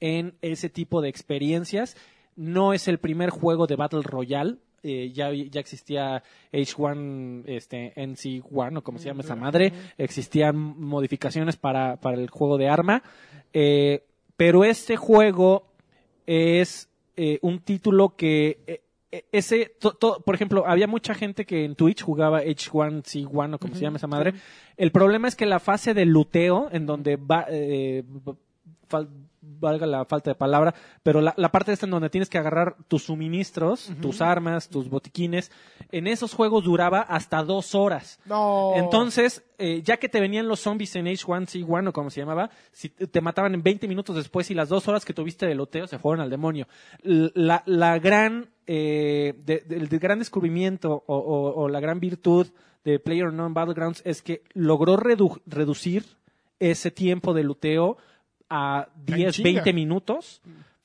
en ese tipo de experiencias. No es el primer juego de Battle Royale. eh, ya, ya existía H1, este, NC1 o como se llama esa madre. Existían modificaciones para, para el juego de arma. Eh, pero este juego es eh, un título que eh, eh, ese to- to- por ejemplo había mucha gente que en Twitch jugaba H1C1 o como se llama esa madre el problema es que la fase de luteo en donde va eh, va- fal- valga la falta de palabra pero la, la parte esta en donde tienes que agarrar tus suministros tus armas tus botiquines en esos juegos duraba hasta dos horas No. entonces, eh, ya que te venían los zombies en H1C1 o como se llamaba, si te te mataban en 20 minutos después y las dos horas que tuviste de loteo se fueron al demonio. L- La, la gran, eh, de- de- el gran descubrimiento o, o- o la gran virtud de PlayerUnknown Battlegrounds es que logró redu- reducir ese tiempo de luteo a En 10, chinga. 20 minutos.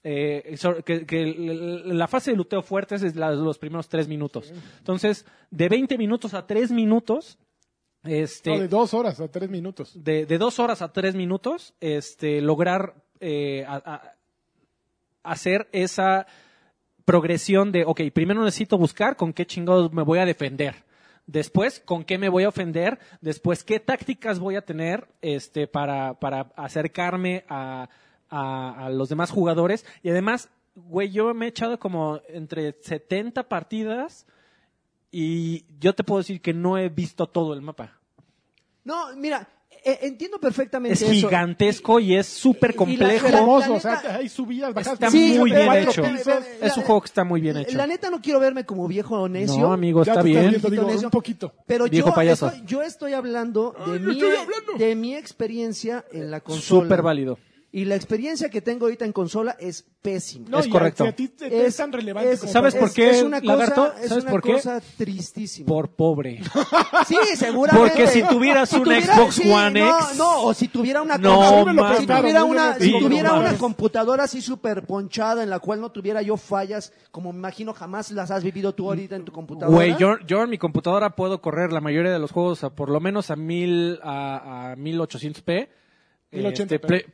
Eh, so- que, que l- la fase de luteo fuerte es la- los primeros 3 minutos. Entonces, de 20 minutos a 3 minutos, este, No, de dos horas a tres minutos. de, de dos horas a tres minutos, este, lograr eh, a- a- hacer esa progresión de, ok, primero necesito buscar con qué chingados me voy a defender. Después, con qué me voy a ofender. Después, qué tácticas voy a tener este, para, para acercarme a, a- a los demás jugadores. Y además, güey, yo me he echado como entre 70 partidas y yo te puedo decir que no he visto todo el mapa. No, mira, eh, entiendo perfectamente Es eso. gigantesco y es súper Y la- complejo. Famoso, o neta- sea, hay subidas, bajadas. Está Sí, muy pero- bien pero- cuatro hecho. pero- pisos. pero- Es un juego que está muy bien hecho. La neta no quiero verme como viejo necio. No, amigo, Ya está te bien. viendo, digo, Necio. un poquito. Pero Viejo yo, payaso. Estoy, yo estoy hablando Ay, de, Ah, yo mi, estoy hablando. de mi experiencia en la consola. Súper válido. Y la experiencia que tengo ahorita en consola es pésima. No, Es y a- correcto. si a ti te- te es, Es- tan relevante. es- como ¿Sabes para- por es- qué, Es una cosa, lagarto? es ¿Sabes una por qué? cosa tristísima. Por pobre. Sí, seguramente. Porque si tuvieras Si un tuviera- Xbox sí, One no, X. No, o si tuviera una No, me consola- lo si prestaron, tuviera yo me una, lo si pedí, tuviera no una mames. computadora así súper ponchada en la cual no tuviera yo fallas, como me imagino jamás las has vivido tú ahorita en tu computadora. Güey, yo, yo en mi computadora puedo correr la mayoría de los juegos a por lo menos a, mil, a, a 1800p. 1080p. Este, play-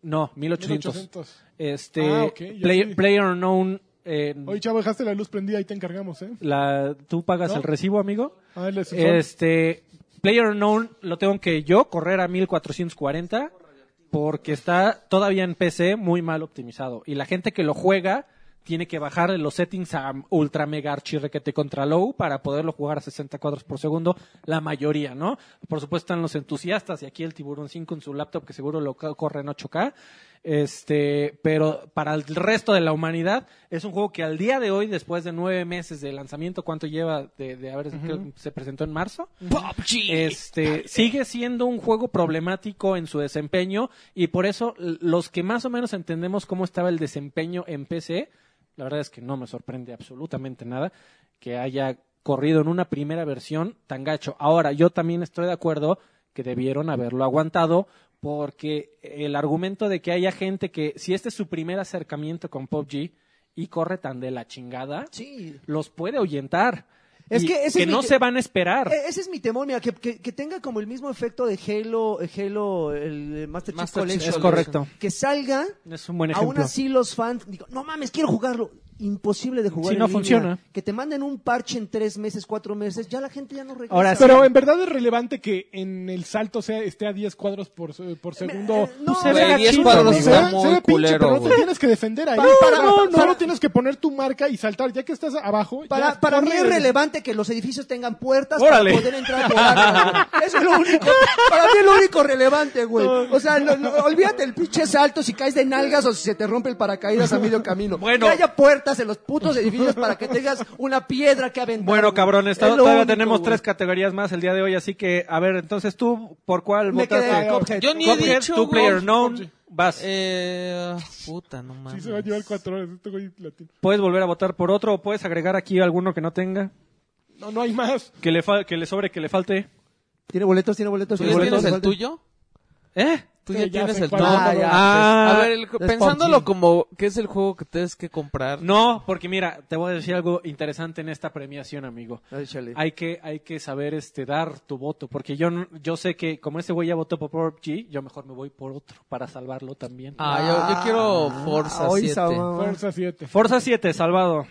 no, 1800. 1800. Este, Ah, ok, ya Play- sí. Player Unknown. eh, Oye, chavo, dejaste la luz prendida, ahí te encargamos, ¿eh? la, ¿Tú pagas ¿No? el recibo, amigo? Ah, él es su fan. Este, Player Known lo tengo que yo correr a 1440 porque está todavía en PC muy mal optimizado. Y la gente que lo juega tiene que bajar los settings a ultra mega archi requete contra low para poderlo jugar a 60 cuadros por segundo, la mayoría, ¿no? Por supuesto están los entusiastas y aquí el Tiburón 5 en su laptop que seguro lo ca- corre en 8K. Este, pero para el resto de la humanidad es un juego que al día de hoy, después de nueve meses de lanzamiento, ¿cuánto lleva de, de haber creo que se presentó en marzo? este sigue siendo un juego problemático en su desempeño y por eso l- los que más o menos entendemos cómo estaba el desempeño en PC, la verdad es que no me sorprende absolutamente nada que haya corrido en una primera versión tan gacho. Ahora, yo también estoy de acuerdo que debieron haberlo aguantado porque el argumento de que haya gente que si este es su primer acercamiento con PUBG y corre tan de la chingada, Sí. los puede ahuyentar. Es Y que ese es mi- no se van a esperar. E- Ese es mi temor, mira, que, que- que tenga como el mismo efecto de Halo, eh, Halo el eh, Master Chief Master Chief, Collection. es correcto. Que salga, Es un buen aún ejemplo. así los fans, digo, no mames, quiero jugarlo. Imposible de jugar. Sí, en no línea. funciona. Que te manden un parche en tres meses, cuatro meses, ya la gente ya no regresa. Ahora sí. Pero eh, en verdad es relevante que en el salto sea, esté a 10 cuadros por, se- por segundo. eh, no, se ve Güey, 10 gacho, cuadros amigo. se ve, está muy se ve pinche, culero, pero no te güey. tienes que defender ahí. Para- Solo tienes que poner tu marca y saltar. Ya que estás abajo. Para, ya para mí corre. es relevante que los edificios tengan puertas Órale. para poder entrar por arriba. Eso es lo único. Para mí es lo único relevante, güey. O sea, no- no, olvídate el pinche salto si caes de nalgas o si se te rompe el paracaídas a medio camino. Bueno. Que haya puertas en los putos edificios para que tengas una piedra que aventar. Bueno, güey. cabrones, Es to- lo todavía único, tenemos güey. tres categorías más el día de hoy, así que, a ver, entonces tú, ¿por cuál Me votaste? quedé con Cuphead. Yo ni he Eh, Cuphead, dicho, tu güey. player known, vas. Eh, puta, no Sí, mames. se va a llevar 4 horas. Este güey latino. Puedes volver a votar por otro o puedes agregar aquí alguno que no tenga, No, no hay más. que le, fa- que le sobre, que le falte. ¿Tiene boletos? ¿Tiene boletos? ¿Tú ¿Tiene ya tienes boletos? el tuyo? ¿Eh? ¿Tú Sí, ya ya tienes sé el cuál. tuyo? Ah, ya. A ver, el- PUBG. pensándolo como que es el juego que tienes que comprar. No, porque mira, te voy a decir algo interesante en esta premiación, amigo. Ay, chale. Hay que, hay que saber este dar tu voto, porque yo no- yo sé que como ese güey ya votó por PUBG, yo mejor me voy por otro para salvarlo también. Ah, yo, yo quiero Forza Ah, hoy 7. sábado. Fuerza 7. Forza 7, salvado.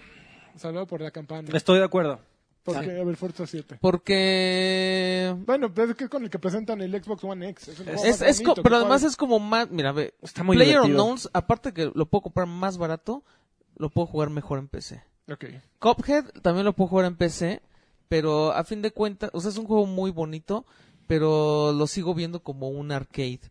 Salvado por la campana. Pues, Estoy de acuerdo. Porque, a ver, Fuerza 7. Porque... Bueno, pero es que con el que presentan el Xbox One X. Es, el juego Es, más es bonito co- que pero puede además haber. es como más... Mira, ve. Está muy Player divertido. Unknowns, aparte que lo puedo comprar más barato, lo puedo jugar mejor en PC. Ok. Cuphead también lo puedo jugar en PC, pero a fin de cuentas, o sea, es un juego muy bonito, pero lo sigo viendo como un arcade.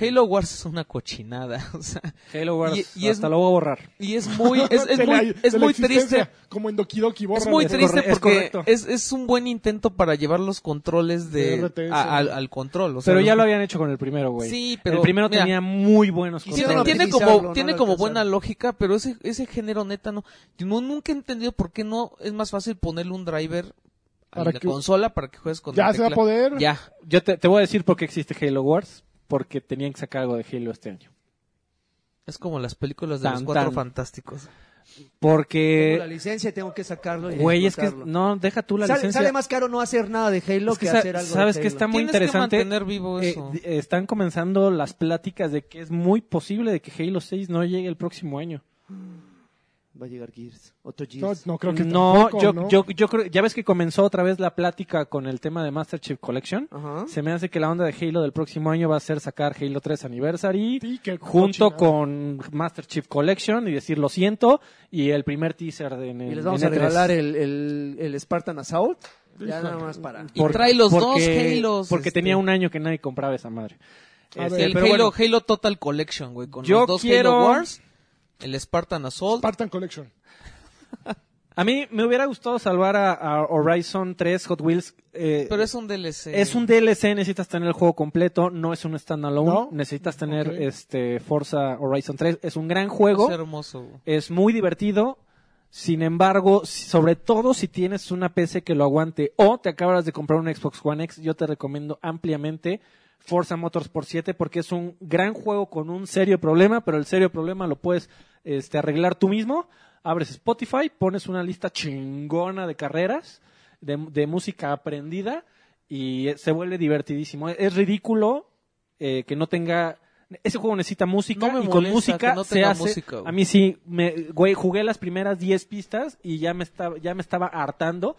Halo Wars es una cochinada, o sea, Halo Wars, Y- y es- hasta lo voy a borrar. y es muy, es, es De la- muy, de es la muy existencia, triste. Como en Doki Doki, Es bórrale. muy Es triste corre- es porque correcto. es, es un buen intento para llevar los controles De de, RTS. a- al, al control. o sea, Pero ya los- lo habían hecho con el primero, güey. Sí, pero El primero mira, tenía muy buenos y Tiene, Quisieron controles. tiene optimizarlo, como, no tiene lo como alcanzaron. buena lógica, pero ese, ese género neta no. Yo no- nunca he entendido por qué no es más fácil ponerle un driver a Para la que- consola para que juegues con Ya la se va a tecla. poder. Ya. Yo te, te voy a decir por qué existe Halo Wars. Porque tenían que sacar algo de Halo este año. Es como las películas de Tan, los cuatro tan. fantásticos. Tengo la Porque, licencia y tengo que sacarlo. y güey, es que... explotarlo. No, deja tú la sale, licencia. Eh, sale más caro no hacer nada de Halo Es que, que sa- hacer algo de sabes que Halo. está muy Tienes interesante. que mantener vivo Eh, eso. di- están comenzando las pláticas de que es muy posible de que Halo 6 no llegue el próximo año. Va a llegar Gears. Otro No, Gears. no creo que no, tampoco, yo, ¿no? Yo, yo creo, ya ves que comenzó otra vez la plática con el tema de Master Chief Collection. Ajá. Se me hace que la onda de Halo del próximo año va a ser sacar Halo 3 Anniversary Sí, qué junto cochinada. con Master Chief Collection y decir lo siento y el primer teaser de en el Y les vamos en a E3. regalar el, el, el Spartan Assault. Ya nada más para. Y trae los dos Halos, Porque este. tenía un año que nadie compraba esa madre. A Este, ver, el pero Halo, bueno, Halo Total Collection, güey, con Yo los dos quiero- Halo Wars, el Spartan Assault. Spartan Collection. a mí me hubiera gustado salvar a, a Horizon 3 Hot Wheels. eh, pero es un DLC. Es un DLC, necesitas tener el juego completo, no es un standalone, ¿No? necesitas tener Ok. este Forza Horizon 3, es un gran Es juego, hermoso. güey. es muy divertido, sin embargo, si- sobre todo si tienes una PC que lo aguante o te acabas de comprar un Xbox One X, yo te recomiendo ampliamente Forza Motorsport 7 porque es un gran juego con un serio problema, pero el serio problema lo puedes este, arreglar tú mismo, abres Spotify, pones una lista chingona de carreras, de, de música aprendida y eh, se vuelve divertidísimo. Es- Es ridículo eh, que no tenga... Ese juego necesita música No me y con molesta música que no se tenga hace... música, güey. a mí sí, me, güey, jugué las primeras 10 pistas y ya me estaba, ya me estaba hartando.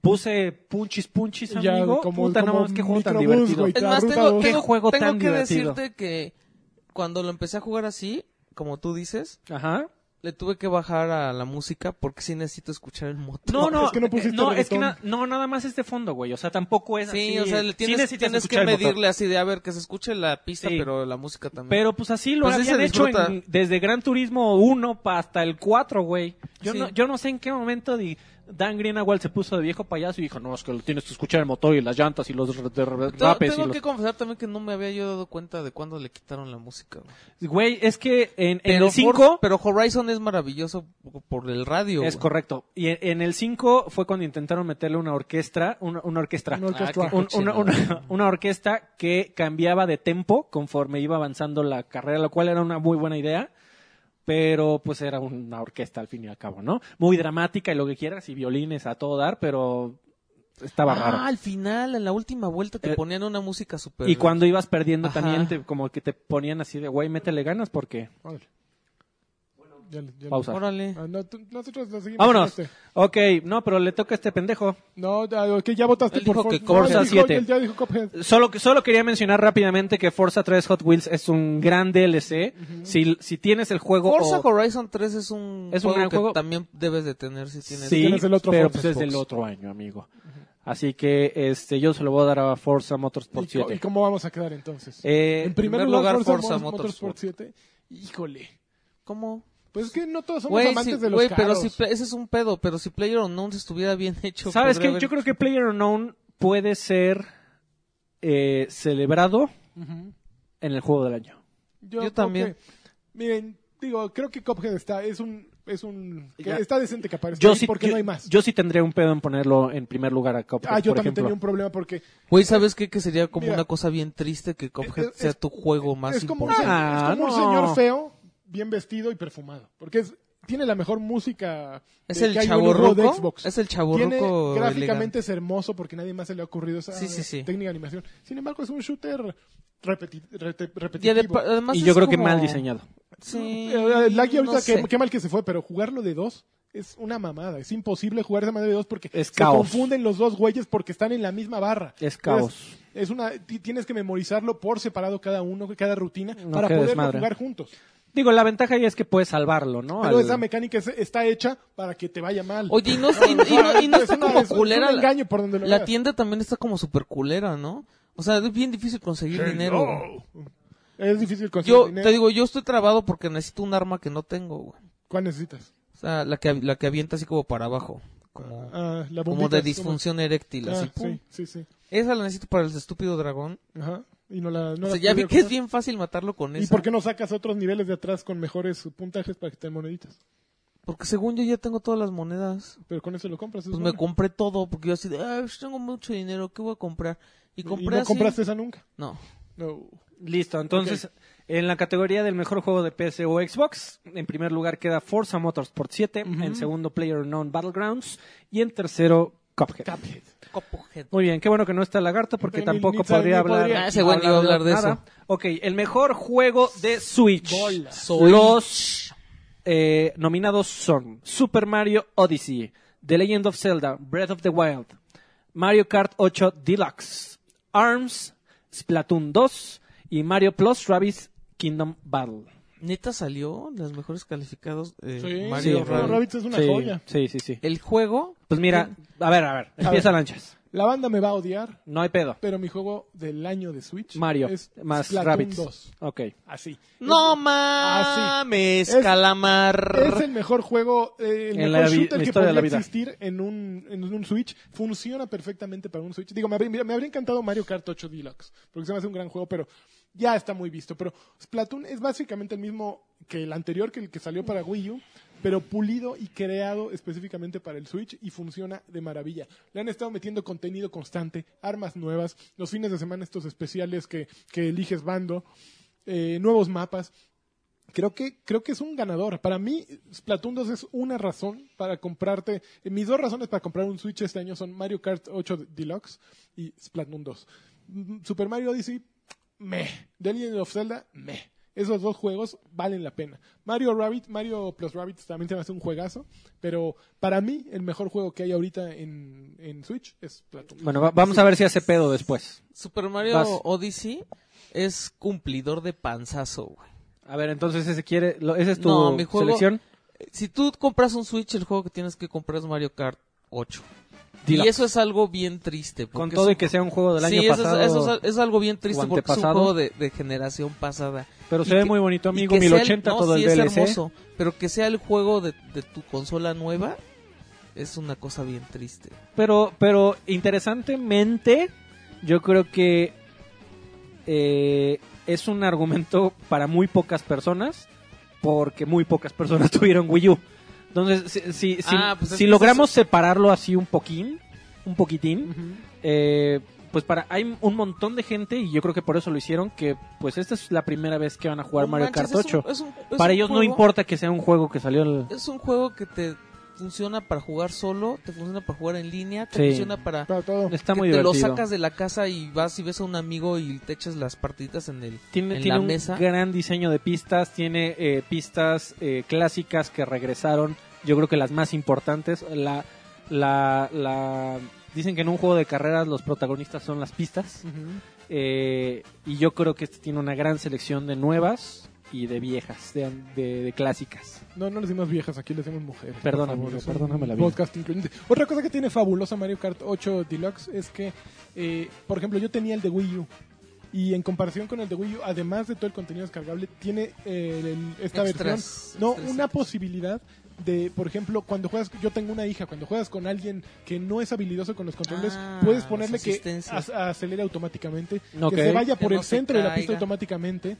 Puse punchis punchis, Ya, amigo. como- Puta, no, como mames, qué juego tan microbús, divertido. güey. Es La más, ruta tengo, dos. tengo- Qué juego tengo tan que divertido. decirte que cuando lo empecé a jugar así, como tú dices, Ajá. le tuve que bajar a la música porque sí necesito escuchar el motor. No, no, es que no eh, pusiste no, es que reggaetón. na- no, nada más es de fondo, güey. O sea, tampoco es así. Sí, o sea, le Sí tienes, necesitas tienes que escuchar el motor. medirle así de a ver que se escuche la pista, Sí. pero la música también. Pero pues así lo Pues sí habían se hecho disfruta. en- desde Gran Turismo 1 pa- hasta el 4, güey. Yo, Sí. no, yo no sé en qué momento di- Dan Greenawald se puso de viejo payaso y dijo, no, es que lo tienes que escuchar el motor y las llantas y los r- de- r- Te- rapes tengo y que los... confesar también que no me había yo dado cuenta de cuándo le quitaron la música. güey. Güey, es que en, en Pero el Forza- 5... pero Horizon es maravilloso por el radio. Es güey. correcto. Y en, en el 5 fue cuando intentaron meterle una orquesta, una, una orquesta, Una orquesta. Ah, qué Un- una, cochino, una- una orquesta que cambiaba de tempo conforme iba avanzando la carrera, lo cual era una muy buena idea, pero pues era una orquesta al fin y al cabo, ¿no? Muy dramática y lo que quieras, y violines a todo dar, pero estaba raro. Ah, al final, en la última vuelta te Eh, ponían una música super. Y cuando ibas perdiendo Ajá. también, te- como que te ponían así de, güey, métele ganas porque... Órale. Ya le- ya le- Pausa. Órale. Ah, no, tú- nosotros la seguimos. Vámonos. Este. Ok, no, pero le toca a este pendejo. No, ah, ok, ya votaste Él por dijo Ford. que No, Forza él dijo- 7. él ya dijo Cuphead. Solo, solo quería mencionar rápidamente que Forza 3 Hot Wheels es un gran DLC. si, si tienes el juego... Forza o- Horizon 3 es un Es un juego gran que juego. también debes de tener si tienes. Sí, tienes el otro pero Forza pues es del Xbox. otro año, amigo. Así que este yo se lo voy a dar a Forza Motorsport ¿Y, co- 7. y cómo vamos a quedar entonces? Eh, en primer, primer lugar, lugar, Forza, Forza Mot- Motorsport Motorsport 7. Híjole. ¿Cómo? Pues es que no todos somos Güey, amantes sí, de los güey, pero carros. si Pla- ese es un pedo, pero si Player estuviera bien hecho. ¿Sabes podría qué? haber- Yo creo que PlayerUnknown puede ser eh, celebrado Ujú. en el juego del año. Yo, Yo también. también. miren, digo, creo que Cuphead está, es un, es un, que Ya. está decente que aparezca Yo ahí sí, porque yo, no hay más. yo sí tendría un pedo en ponerlo en primer lugar a Cuphead, ah, yo por también ejemplo. tenía un problema porque Güey, ¿sabes qué? Que sería como Mira. una cosa bien triste que Cuphead Es- es- sea tu juego más es como, un, importante. Ah, es como un no. señor feo, bien vestido y perfumado. Porque es, tiene la mejor música Es eh, el que hay en un juego de chaborruco. Xbox. Es el Tiene, chaborruco. gráficamente es hermoso porque nadie más se le ha ocurrido esa Sí, sí, sí. técnica de animación. Sin embargo, es un shooter repeti- rete- Y ade- repetitivo. además Y yo es creo que como- mal diseñado. Sí. Eh, eh, Lucky no ahorita, que- sé. qué mal que se fue, pero jugarlo de dos es una mamada. Es imposible jugar esa manera de dos porque Es se caos. confunden los dos güeyes porque están en la misma barra. Es caos. Es, es una, ti- tienes que memorizarlo por separado cada uno, cada rutina, No, para qué poderlo desmadre. jugar juntos. Digo, la ventaja ahí es que puedes salvarlo, ¿no? Pero Al- esa mecánica es- está hecha para que te vaya mal. Oye, y no, y- y no- y no Es está una- como es un culera. la- engaño por donde lo la veas. tienda también está como super culera, ¿no? O sea, es bien difícil conseguir dinero. güey. Es difícil conseguir Yo dinero. te digo, yo estoy trabado porque necesito un arma que no tengo, güey. ¿Cuál necesitas? O sea, la que, la que avienta así como para abajo. Como, Ah, la como bombita, de disfunción eréctil, Ah, así. pum. sí, sí, sí. Esa la necesito para el estúpido dragón. Ajá. Y no la, no la o sea, ya vi podría que es comprar. bien fácil matarlo con ¿Y esa. por qué no sacas otros niveles de atrás con mejores puntajes para que te den moneditas? Porque según yo ya tengo todas las monedas. Pero con eso lo compras. es Pues me bueno. compré todo, porque yo así de, ah, tengo mucho dinero, ¿qué voy a comprar? Y y no compré así- compraste esa nunca. No. No. Listo, entonces en la categoría del mejor juego de PC o Xbox, en primer lugar queda Forza Motorsport 7, en segundo PlayerUnknown Battlegrounds y en tercero Cuphead. Cuphead. Muy bien, qué bueno que no está Lagarto porque Ni- tampoco ni sabe- podría ni hablar. podría. Ah, ese güey ni va a hablar de nada. eso. Ok, el mejor juego de Switch. Bola. Los eh, nominados son Super Mario Odyssey, The Legend of Zelda, Breath of the Wild, Mario Kart 8 Deluxe, ARMS, Splatoon 2 y Mario Plus Rabbids Kingdom Battle. Neta salió las mejores calificados eh, Sí, Mario sí, Rabbids. Rabbids es una sí, joya. Sí, sí, sí. El juego Pues mira, a ver, a ver, empieza lanchas. La banda me va a odiar, No hay pedo. pero mi juego del año de Switch Mario es más Splatoon Rabbids. 2. Ok. Así. No Ah, mames, Es- calamar. Es el mejor juego, eh, el En la mejor vi- shooter la que historia de podría la vida. existir en un, en un Switch. Funciona perfectamente para un Switch. Digo, me habría, mira, me habría encantado Mario Kart 8 Deluxe, porque se me hace un gran juego, pero ya está muy visto. Pero Splatoon es básicamente el mismo que el anterior, que el que salió para Wii U, pero pulido y creado específicamente para el Switch y funciona de maravilla. Le han estado metiendo contenido constante, armas nuevas, los fines de semana estos especiales que, que eliges bando, eh, nuevos mapas creo que creo que es un ganador. Para mí, Splatoon 2 es una razón para comprarte. eh, Mis dos razones para comprar un Switch este año son Mario Kart 8 Deluxe y Splatoon 2. Mm, Super Mario Odyssey, meh. The Legend of Zelda, meh. Esos dos juegos valen la pena. Mario Rabbit, Mario Plus Rabbit también se me hace un juegazo, pero para mí el mejor juego que hay ahorita en, en Switch es Splatoon. Bueno, va- vamos a ver si hace pedo después. Super Mario Vas. Odyssey es cumplidor de panzazo, güey. A ver, entonces ese quiere, lo- ese es tu No, mi juego- selección. Si tú compras un Switch, el juego que tienes que comprar es Mario Kart 8. Deluxe. Y eso es algo bien triste. porque Con es todo un- y que sea un juego del Sí, año eso es- pasado. eso es, es algo bien triste o porque es un antepasado. juego de, de generación pasada. Pero Y se ve que- muy bonito, y amigo. que sea el- 1080 no, todo sí, el es DLC. hermoso, pero que sea el juego de, de tu consola nueva es una cosa bien triste. Pero, pero interesantemente, yo creo que eh, es un argumento para muy pocas personas, porque muy pocas personas tuvieron Wii U. Entonces, si, si, si- Ah, pues es si que logramos separarlo así un poquín, un poquitín, eh, pues para hay un montón de gente y yo creo que por eso lo hicieron que pues esta es la primera vez que van a jugar No Mario manches, Kart es un- 8. es un- es para un ellos no juego- importa que sea un juego que salió el... Es un juego que te funciona para jugar solo, te funciona para jugar en línea, te Sí. funciona para Para todo. Está que muy te divertido. lo sacas de la casa y vas y ves a un amigo y te echas las partiditas en el Tiene, en tiene la un mesa. gran diseño de pistas, tiene eh, pistas eh, clásicas que regresaron, yo creo que las más importantes. La, la, la- Dicen que en un juego de carreras los protagonistas son las pistas, eh, y yo creo que este tiene una gran selección de nuevas y de viejas, de, de- de clásicas. No, no le decimos viejas, aquí le decimos mujeres. por Perdón, favor, amigo, es un perdóname la vida. Podcast incluyente. Otra cosa que tiene fabulosa Mario Kart 8 Deluxe es que, eh, por ejemplo, yo tenía el de Wii U. Y en comparación con el de Wii U, además de todo el contenido descargable, tiene eh, el- esta Extras, versión. No, extras. una posibilidad de, por ejemplo, cuando juegas, yo tengo una hija, cuando juegas con alguien que no es habilidoso con los controles, Ah, puedes las ponerle que asistencias. ac- acelere automáticamente, Ok. que se vaya Que por no el se centro de la pista caiga. automáticamente,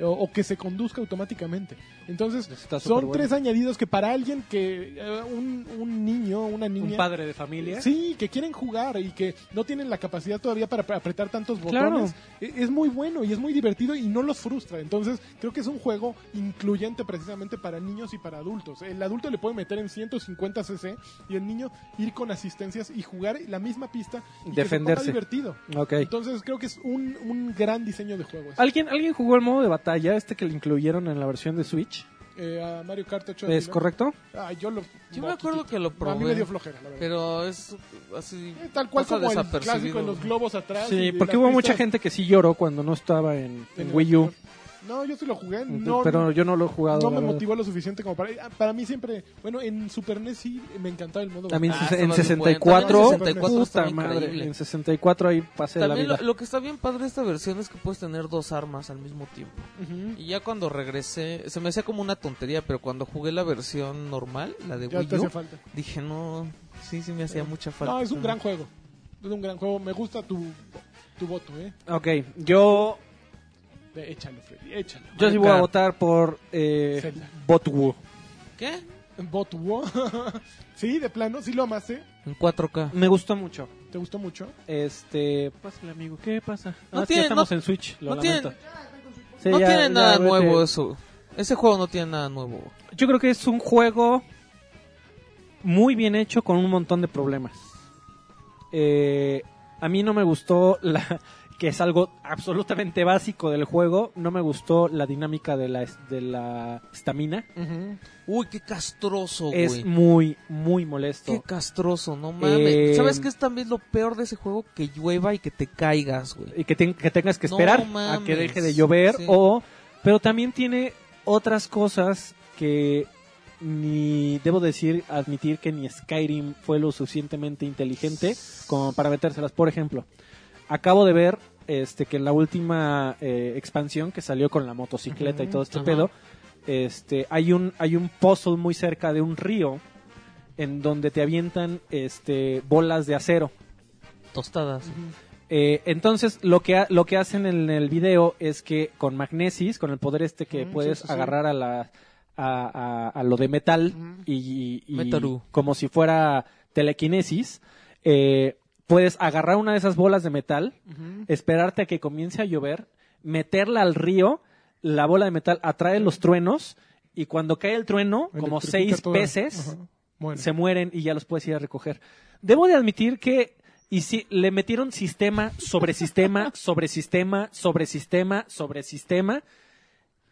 o- o que se conduzca automáticamente. Entonces, Está son superbueno. tres añadidos que para alguien que eh, un, un niño, una niña, Un padre de familia. sí, que quieren jugar y que no tienen la capacidad todavía para para apretar tantos botones, e- es muy bueno y es muy divertido y no los frustra. Entonces, creo que es un juego incluyente precisamente para niños y para adultos. El adulto le puede meter en 150 cc y el niño ir con asistencias y jugar la misma pista y que se ponga Defenderse. divertido. Ok. Entonces, creo que es un, un gran diseño de juego. ese. ¿Alguien, ¿Alguien jugó el modo de batalla, este que le incluyeron en la versión de Switch? Eh, a Mario Kart 8 ¿Es ¿no? correcto? Ah, yo lo- Yo me acuerdo que lo A mí me dio probé, flojera, la verdad. pero es así Eh, Tal cual pasa como el desapercibido. clásico de los globos atrás. y Sí, de porque las hubo mucha pistas gente que sí lloró cuando no estaba en, en en el Wii U. anterior. No, yo sí lo jugué. Entonces, No, pero yo no lo he jugado. no la me verdad. motivó lo suficiente como para. ah, Para mí siempre. Bueno, en Super NES sí me encantaba el modo. También Ah, en ses- estaba en bien 64, bueno. También en 64 puta estaba madre, increíble. en 64 ahí pasé la También vida. lo, lo que está bien padre de esta versión es que puedes tener dos armas al mismo tiempo. Ujú. Ah, Y ya cuando regresé, se me hacía como una tontería, pero cuando jugué la versión normal, la de Ya Wii te hace U, falta. dije, no, sí, sí me hacía mucha falta. Ah. No, es un gran juego. Es un gran juego. Me gusta tu, tu voto, ¿eh? Ok, yo, De échalo, Freddy. Échalo. yo sí Mario voy a Kart. votar por eh, Zelda. Botwu. ¿Qué? Voto. sí, de plano. Sí lo amaste. En 4K. Me gustó mucho. Te gustó mucho. Este, pásale amigo, ¿qué pasa? No Ah, es que tiene- estamos no- en Switch, lo no lamento. tiene- Sí, no ya- tiene ya, nada vete. nuevo eso. Ese juego no tiene nada nuevo. Yo creo que es un juego muy bien hecho con un montón de problemas. Eh, a mí no me gustó la... que es algo absolutamente básico del juego. No me gustó la dinámica de la es- de la estamina. Uy, qué castroso, Oh, güey. Es muy, muy molesto. Qué castroso, no mames. Eh, ¿Sabes qué es también lo peor de ese juego? Que llueva y que te caigas, güey. y que, ten- que tengas que No esperar a que mames. deje de llover Sí. o pero también tiene otras cosas que ni debo decir admitir que ni Skyrim fue lo suficientemente inteligente como para metérselas por ejemplo acabo de ver este que en la última eh, expansión que salió con la motocicleta y todo este ajá. pedo este hay un hay un puzzle muy cerca de un río en donde te avientan este bolas de acero Tostadas. eh, entonces, lo que, ha- lo que hacen en el video es que con magnesis, con el poder este Mm, que puedes agarrar a la a, a- a lo de metal y, y- y Metaru. como si fuera telequinesis, eh, puedes agarrar una de esas bolas de metal, esperarte a que comience a llover, meterla al río, la bola de metal atrae los truenos y cuando cae el trueno, como Electrifica seis toda- veces, Ajá. Bueno. se mueren y ya los puedes ir a recoger. Debo de admitir que y si le metieron sistema sobre sistema sobre sistema sobre sistema sobre sistema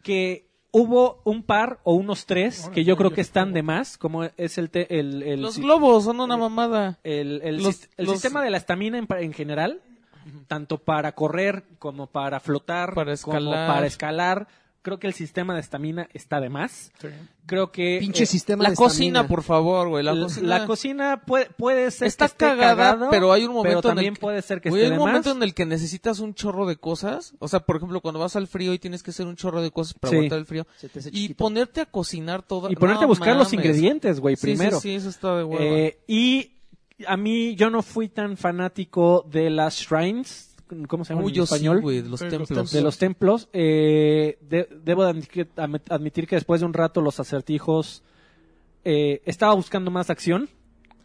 que hubo un par o unos tres que yo creo que están de más, como es el te- el, el Los si- globos son una mamada. el, el Los- sis- el los- sistema de la estamina en, pa- en general, tanto para correr como para flotar, Para como escalar. para escalar, creo que el sistema de estamina está de más. Sí. Creo que Pinche eh, sistema La de cocina, estamina. por favor, güey. La, la cocina. cocina, puede, puede ser Está que esté cagada, cagado, pero hay un momento pero en también el que- puede ser que Güey, esté hay un de momento más. en el que necesitas un chorro de cosas. O sea, por ejemplo, cuando vas al frío y tienes que hacer un chorro de cosas para Sí. aguantar el frío. Se te hace Y chiquito. ponerte a cocinar todo. Y ponerte No a buscar los mames. ingredientes, güey, Sí, primero. Sí, sí, eso está de hueva. Eh, y a mí yo no fui tan fanático de las shrines, ¿cómo se llama Uy, en yo sí, español? güey, de los Sí, los templos. templos. de los templos. Eh, de- debo de admitir, admit- admitir que después de un rato los acertijos eh, estaba buscando más acción.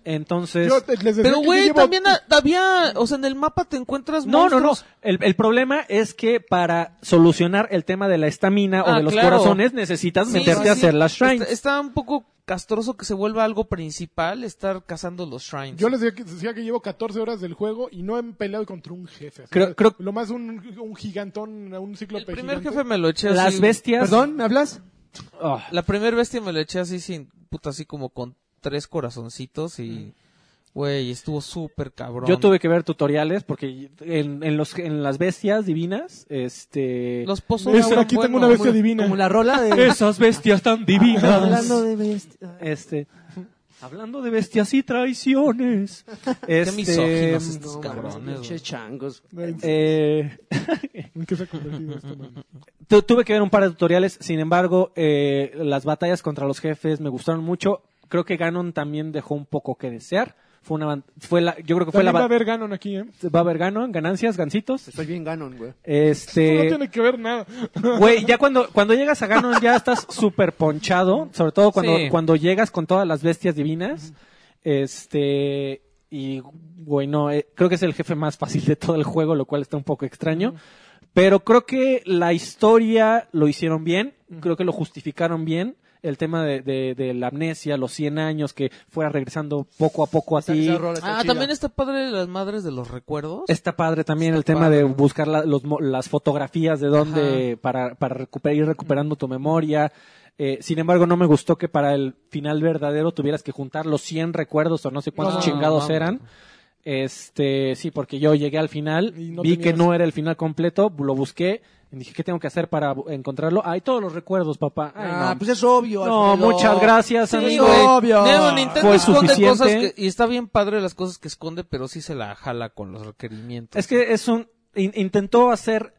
Entonces, Yo te- les decía Pero, que yo güey, llevo- también a- había... O sea, en el mapa te encuentras No, no, no. monstruos. El, el problema es que para solucionar el tema de la estamina o Ah, de los claro. corazones necesitas Sí, meterte sí, a sí. hacer las shrines. Está, está un poco castroso que se vuelva algo principal estar cazando los shrines. Yo les decía que, decía que llevo 14 horas del juego y no he peleado contra un jefe. O sea, Creo- creo- Lo más un, un gigantón, un el cíclope primer gigante. jefe me lo eché Las así. bestias. Perdón, ¿me hablas? Oh, La primer bestia me lo eché así sin... Puta, así como con tres corazoncitos y... Güey, estuvo súper cabrón. yo tuve que ver tutoriales porque en, en los, en las bestias divinas, este. Los pozos Mira, fueron aquí tengo buenos, una bestia güey. divina. Como la rola de... Esas bestias Ah, tan Hablando de... bestia- Este. Hablando de bestias y traiciones. Este, Qué misóginos estos No, mames, cabrones, pinches güey. changos. eh, ¿En qué se ha convertido esto, man? Tu- tuve que ver un par de tutoriales, sin embargo, eh, las batallas contra los jefes me gustaron mucho. Creo que Ganon también dejó un poco que desear. Fue una, ban- fue la, yo creo que fue la, También va a ba- haber Ganon aquí, ¿eh? va a haber Ganon, ganancias, gancitos. Estoy bien ganon, güey. Esto no Este, tiene que ver nada. güey, ya cuando, cuando llegas a Ganon ya estás súper ponchado, sobre todo cuando, Sí. cuando llegas con todas las bestias divinas. Este, y, güey, no, eh, creo que es el jefe más fácil de todo el juego, lo cual está un poco extraño. Pero creo que la historia lo hicieron bien, creo que lo justificaron bien. El tema de, de- de la amnesia, los 100 años, que fuera regresando poco a poco así. Esa rola está Ah, chida. también está padre las madres de los recuerdos. Está padre también el tema de buscar la- los mo- las fotografías de dónde para, para recuper- ir recuperando tu memoria. Eh, sin embargo, no me gustó que para el final verdadero tuvieras que juntar los 100 recuerdos o no sé cuántos No, chingados mames. eran. Este, sí, porque yo llegué al final, Y no vi tenías- que no era el final completo, lo busqué, y dije, ¿qué tengo que hacer para bu- encontrarlo? Ay, todos los recuerdos, papá. Ay, Ah, no. pues es obvio. No, Alfredo. muchas gracias, Sí, amigo. güey. obvio. Neo Nintendo Fue esconde suficiente. cosas que- y está bien padre las cosas que esconde, pero sí se la jala con los requerimientos. Es que es un in- intentó hacer.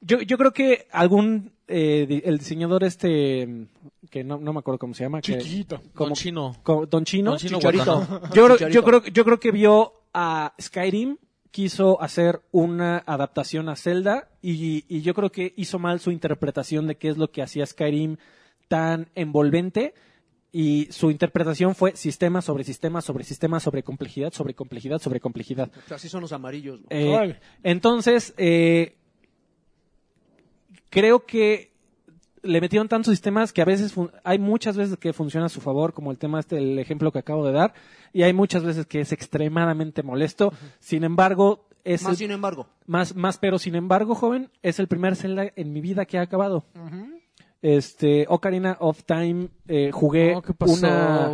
Yo, yo creo que algún eh, di- el diseñador este que no, no me acuerdo cómo se llama, que- Chiquito. como- Con chino. como- Don Chino, Don Chino Chicharito. Guatajá. Yo creo, yo Chicharito. creo, yo creo que vio a Skyrim, quiso hacer una adaptación a Zelda y, y yo creo que hizo mal su interpretación de qué es lo que hacía Skyrim tan envolvente y su interpretación fue sistema sobre sistema sobre sistema sobre complejidad sobre complejidad sobre complejidad. Así son los amarillos, güey. Eh, Órale. entonces, eh, creo que le metieron tantos sistemas que a veces fun- hay muchas veces que funciona a su favor, como el tema este, el ejemplo que acabo de dar, y hay muchas veces que es extremadamente molesto. Sin embargo, es Más el- sin embargo. más, más, pero sin embargo, joven, es el primer Zelda en mi vida que ha acabado. Este, Ocarina of Time, eh, jugué No, Oh, ¿qué pasó? una,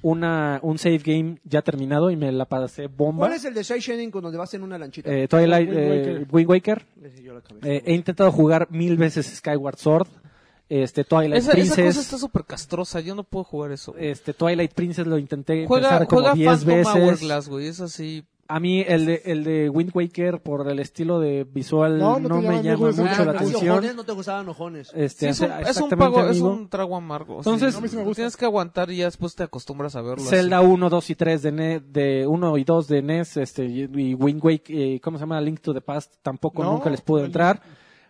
una, un save game ya terminado y me la pasé bomba. ¿Cuál es el de Shy Shining con donde vas en una lanchita? Eh, Twilight, Wind eh, Waker. Wind Waker. Ese yo lo acabé. Eh, he intentado jugar mil veces Skyward Sword, este, Twilight Esa, esa Princess. cosa está súper castrosa, yo no puedo jugar eso. güey. Este, Twilight Princess lo intenté Juega, empezar como juega 10 Phantom veces. Hourglass, güey, es así. A mí el de, el de Wind Waker por el estilo de visual No, no, no te llama, me no llama te mucho llama. la Ah, sí, atención. ojones, no te gustaban ojones. Este, Sí, es, un, hace- es un exactamente, pago, es amigo. un trago amargo. sí. Entonces- A mí sí me gusta. tienes que aguantar y ya después te acostumbras a verlo. así. Zelda 1, 2 y 3 de, ne de 1 y 2 de NES este, y y Wind Waker, eh, ¿cómo se llama? Link to the Past, tampoco No, nunca les pude el- entrar.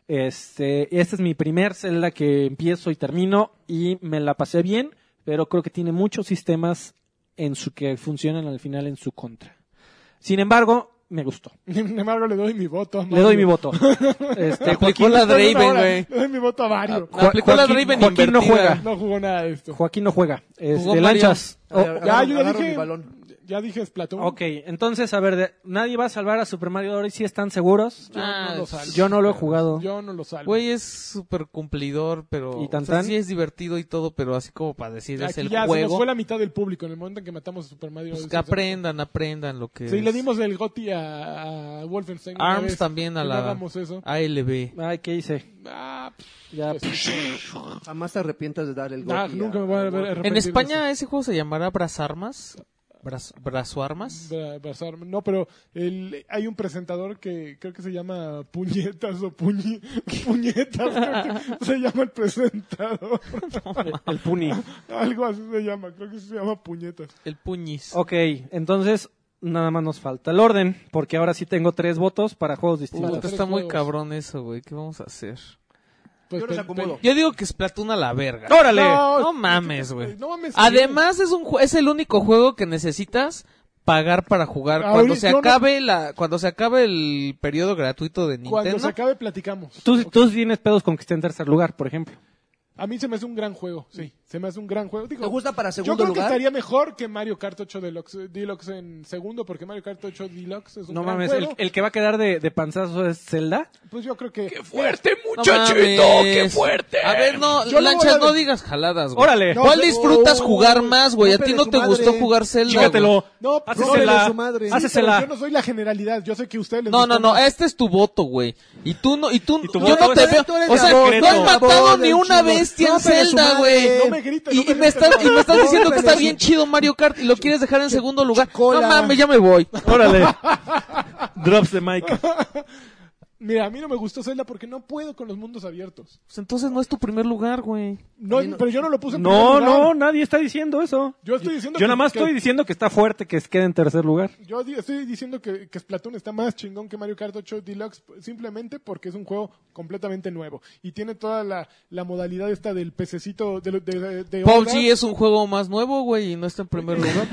Este, este es mi primer Zelda que empiezo y termino y me la pasé bien, pero creo que tiene muchos sistemas en su que funcionan al final en su contra. Sin embargo, me gustó. Sin embargo, le doy mi voto. a Le doy Mario. mi voto. Este, Aplicó Después de la una Draven, hora, güey. Le doy mi voto a Mario. Ah, La aplicó la Draven Joaquín Ah, no invertida. juega. No jugó nada de esto. Joaquín no juega. Jugó Este, Mario. lanchas. A ver, Oh, agarro- Ya, yo ya agarro mi dije. balón. Ya dije Splatoon. Ok, entonces, a ver, de- nadie va a salvar a Super Mario Ahora ¿sí están seguros? Yo Ah, no lo salvo. Yo no lo he jugado. Yo no lo salvo. Güey, es súper cumplidor, pero... ¿Y tan, o sea, tan? sí es divertido y todo, pero así como para decir, es Aquí el ya se nos juego. fue la mitad del público en el momento en que matamos a Super Mario. Pues Odyssey. que aprendan, aprendan lo que Sí, es. le dimos el goti a, a Wolfenstein. una Arms vez. también a Que no la- hagamos eso. ALB. Ay, ¿qué hice? Ah, pff, Ya, pues, Jamás te arrepientas de dar el gol. nah, Ah, nunca me voy a arrepentir En de España ese juego se llamará Brazarmas. Braz- eso. Brazoarmas. Bra- abrazarme. No, pero el- hay un presentador que creo que se llama Puñetas o Puñi, Puñetas. creo que se llama el presentador. el puni. Algo así se llama. Creo que se llama Puñetas. El puñis. Ok, entonces nada más nos falta el orden, porque ahora sí tengo tres votos para juegos Puta, distintos. tres está muy juegos. cabrón eso, güey. ¿Qué vamos a hacer? Pues, Yo los pe- acomodo. Yo digo que Splatoon a la verga. ¡Órale! No, No mames, güey. No mames. Además es un ju- es el único juego que necesitas pagar para jugar Ahorita cuando se yo Ah, no- acabe la cuando se acabe el periodo gratuito de Cuando se Nintendo. acabe, platicamos. Tú, tú tienes pedos con que esté en tercer lugar, por ejemplo. A mí se me hace un gran juego, sí. Se me hace un gran juego. Digo, ¿Te gusta para yo segundo creo que lugar? estaría mejor que Mario Kart 8 Deluxe, Deluxe en segundo, porque Mario Kart 8 Deluxe Pues, es un No gran mames, el, juego. el que va a quedar de, de panzazo es Zelda. Pues yo creo que... ¡Qué fuerte, No muchachito! mames. ¡Qué fuerte! A ver, no, Yo no lanchas, voy a- no digas jaladas, güey. ¡Órale! No, ¿Cuál pero- disfrutas jugar más, güey? A Rómpele ti no su te madre. gustó jugar Zelda. güey. ¡Chígatelo! No, ¡Hácesela! rómpele su madre. Sí, pero ¡Hácesela! yo no soy la generalidad, yo sé que a ustedes les No, gusta no, no, eh. más. este es tu voto, güey. Y tú no, y tú, Y tu yo voto no te es- veo. tú eres O sea, la no has voz, matado voz ni del una chino. bestia en Rómpele su Zelda, madre. güey. No me grites, Y, no me y me grites, estás, y me estás diciendo que Rómpele está su- bien chido Mario Kart y lo quieres dejar en segundo lugar. No Chocola. mames, ya me voy. Pues ¡Órale! Drops de Mike. Mira, a mí no me gustó Zelda porque no puedo con los mundos abiertos. Pues entonces no es tu primer lugar, güey. No, pero yo no lo puse en No, primer no, lugar. nadie está diciendo eso. Yo estoy diciendo Yo que- nada más que- estoy diciendo que está fuerte que quede en tercer lugar. Yo di- estoy diciendo que, que Splatoon está más chingón que Mario Kart 8 Deluxe simplemente porque es un juego completamente nuevo y tiene toda la, la modalidad esta del pececito de, lo- de, de, de onda. PUBG es un juego más nuevo, güey, y no está en primer lugar.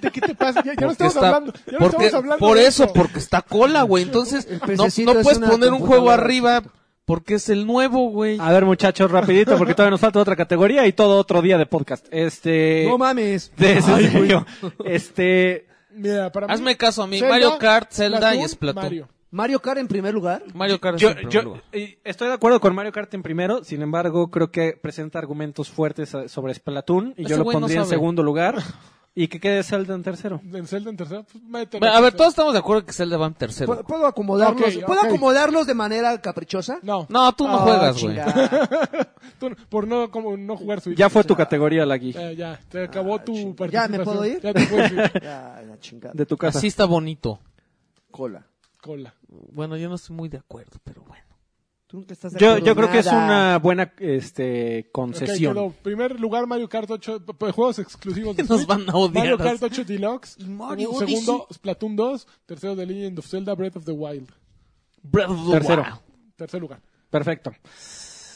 ¿De qué te pasa? Ya, ya no Porque estamos está- hablando. Ya no porque- estamos hablando por de eso, porque está cola, güey. Entonces, no, pececito no es puedes una poner un juego computadora. arriba porque es el nuevo, güey. A ver, muchachos, rapidito, porque todavía nos falta otra categoría y todo otro día de podcast. Este... Eh, No mames. De ese serio. Este. Mira, para mí- Hazme caso a mí, Zelda, Mario Kart, Zelda y Splatoon, Splatoon. Mario. Mario Kart en primer lugar. Mario Kart es Yo, en primer yo lugar. y estoy de acuerdo con Mario Kart en primero, sin embargo, creo que presenta argumentos fuertes eh, sobre Splatoon y Ese yo lo güey no pondría en sabe. segundo lugar y que quede Zelda en tercero. En Zelda en tercero. pues, mételo. A ver, todos estamos de acuerdo que Zelda va en tercero. Pu- ¿Puedo acomodarlos? Ok, ¿Puedo ok. acomodarlos de manera caprichosa? No. No, tú no Ah, juegas, güey. chingada. Tú no- por no, como, no jugar Switch. Ya fue tu categoría, Lagui, Eh, ya, te acabó tu chingada. participación. Ah, ¿Ya me puedo ir? Ya te puedes ir. Ya, la chingada. de tu casa. Así está bonito. cola. Cola. Bueno, yo no estoy muy de acuerdo, pero bueno. Tú nunca estás de Yo, acuerdo yo en creo que es nada. una buena este, Ok, concesión. quedó. Primer lugar Mario Kart 8, p- p- juegos exclusivos de Nos Switch. van a odiar. Mario Kart 8 Deluxe. Y Mario Segu- segundo, Splatoon 2. Tercero, The Legend of Zelda Breath of the Wild. Breath of the Tercero. Wild. Tercer lugar. Perfecto.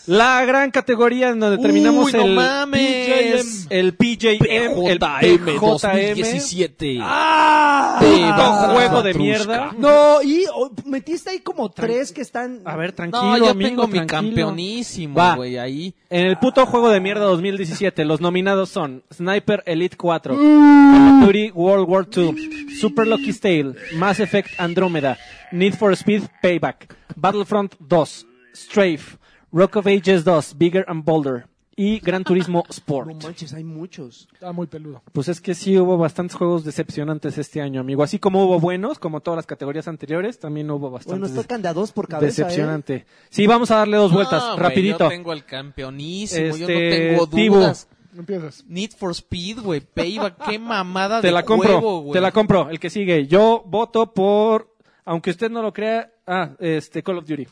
La gran categoría en donde terminamos Uy, no el, mames. el PJM, el PJM PJM. 2017. ¡Ah! Puto vas a- juego de mierda. No, y oh, metiste ahí como tres que están. A ver, tranquilo, No, yo amigo, tengo mi tranquilo. campeonísimo, Va. güey, ahí. En el puto juego de mierda 2017, los nominados son Sniper Elite 4, Call of Duty World War 2, Super Lucky's Tale, Mass Effect Andromeda, Need for Speed Payback, Battlefront 2, Strafe, Rock of Ages 2, Bigger and Bolder y Gran Turismo No Sport. manches, hay muchos. Está muy peludo. Pues es que sí hubo bastantes juegos decepcionantes este año, amigo. Así como hubo buenos, como todas las categorías anteriores, también hubo Hoy nos bastantes tocan de a dos por cabeza. ¿eh? decepcionante. Sí, vamos a darle dos vueltas, No, güey, rapidito. Yo tengo el campeonísimo, yo no Este, tengo Tivo. dudas. Empiezas. Need for Speed, güey, Payback, qué mamada Te de la compro, juego, güey. te la compro. El que sigue, yo voto por, aunque usted no lo crea, ah, este Call of Duty.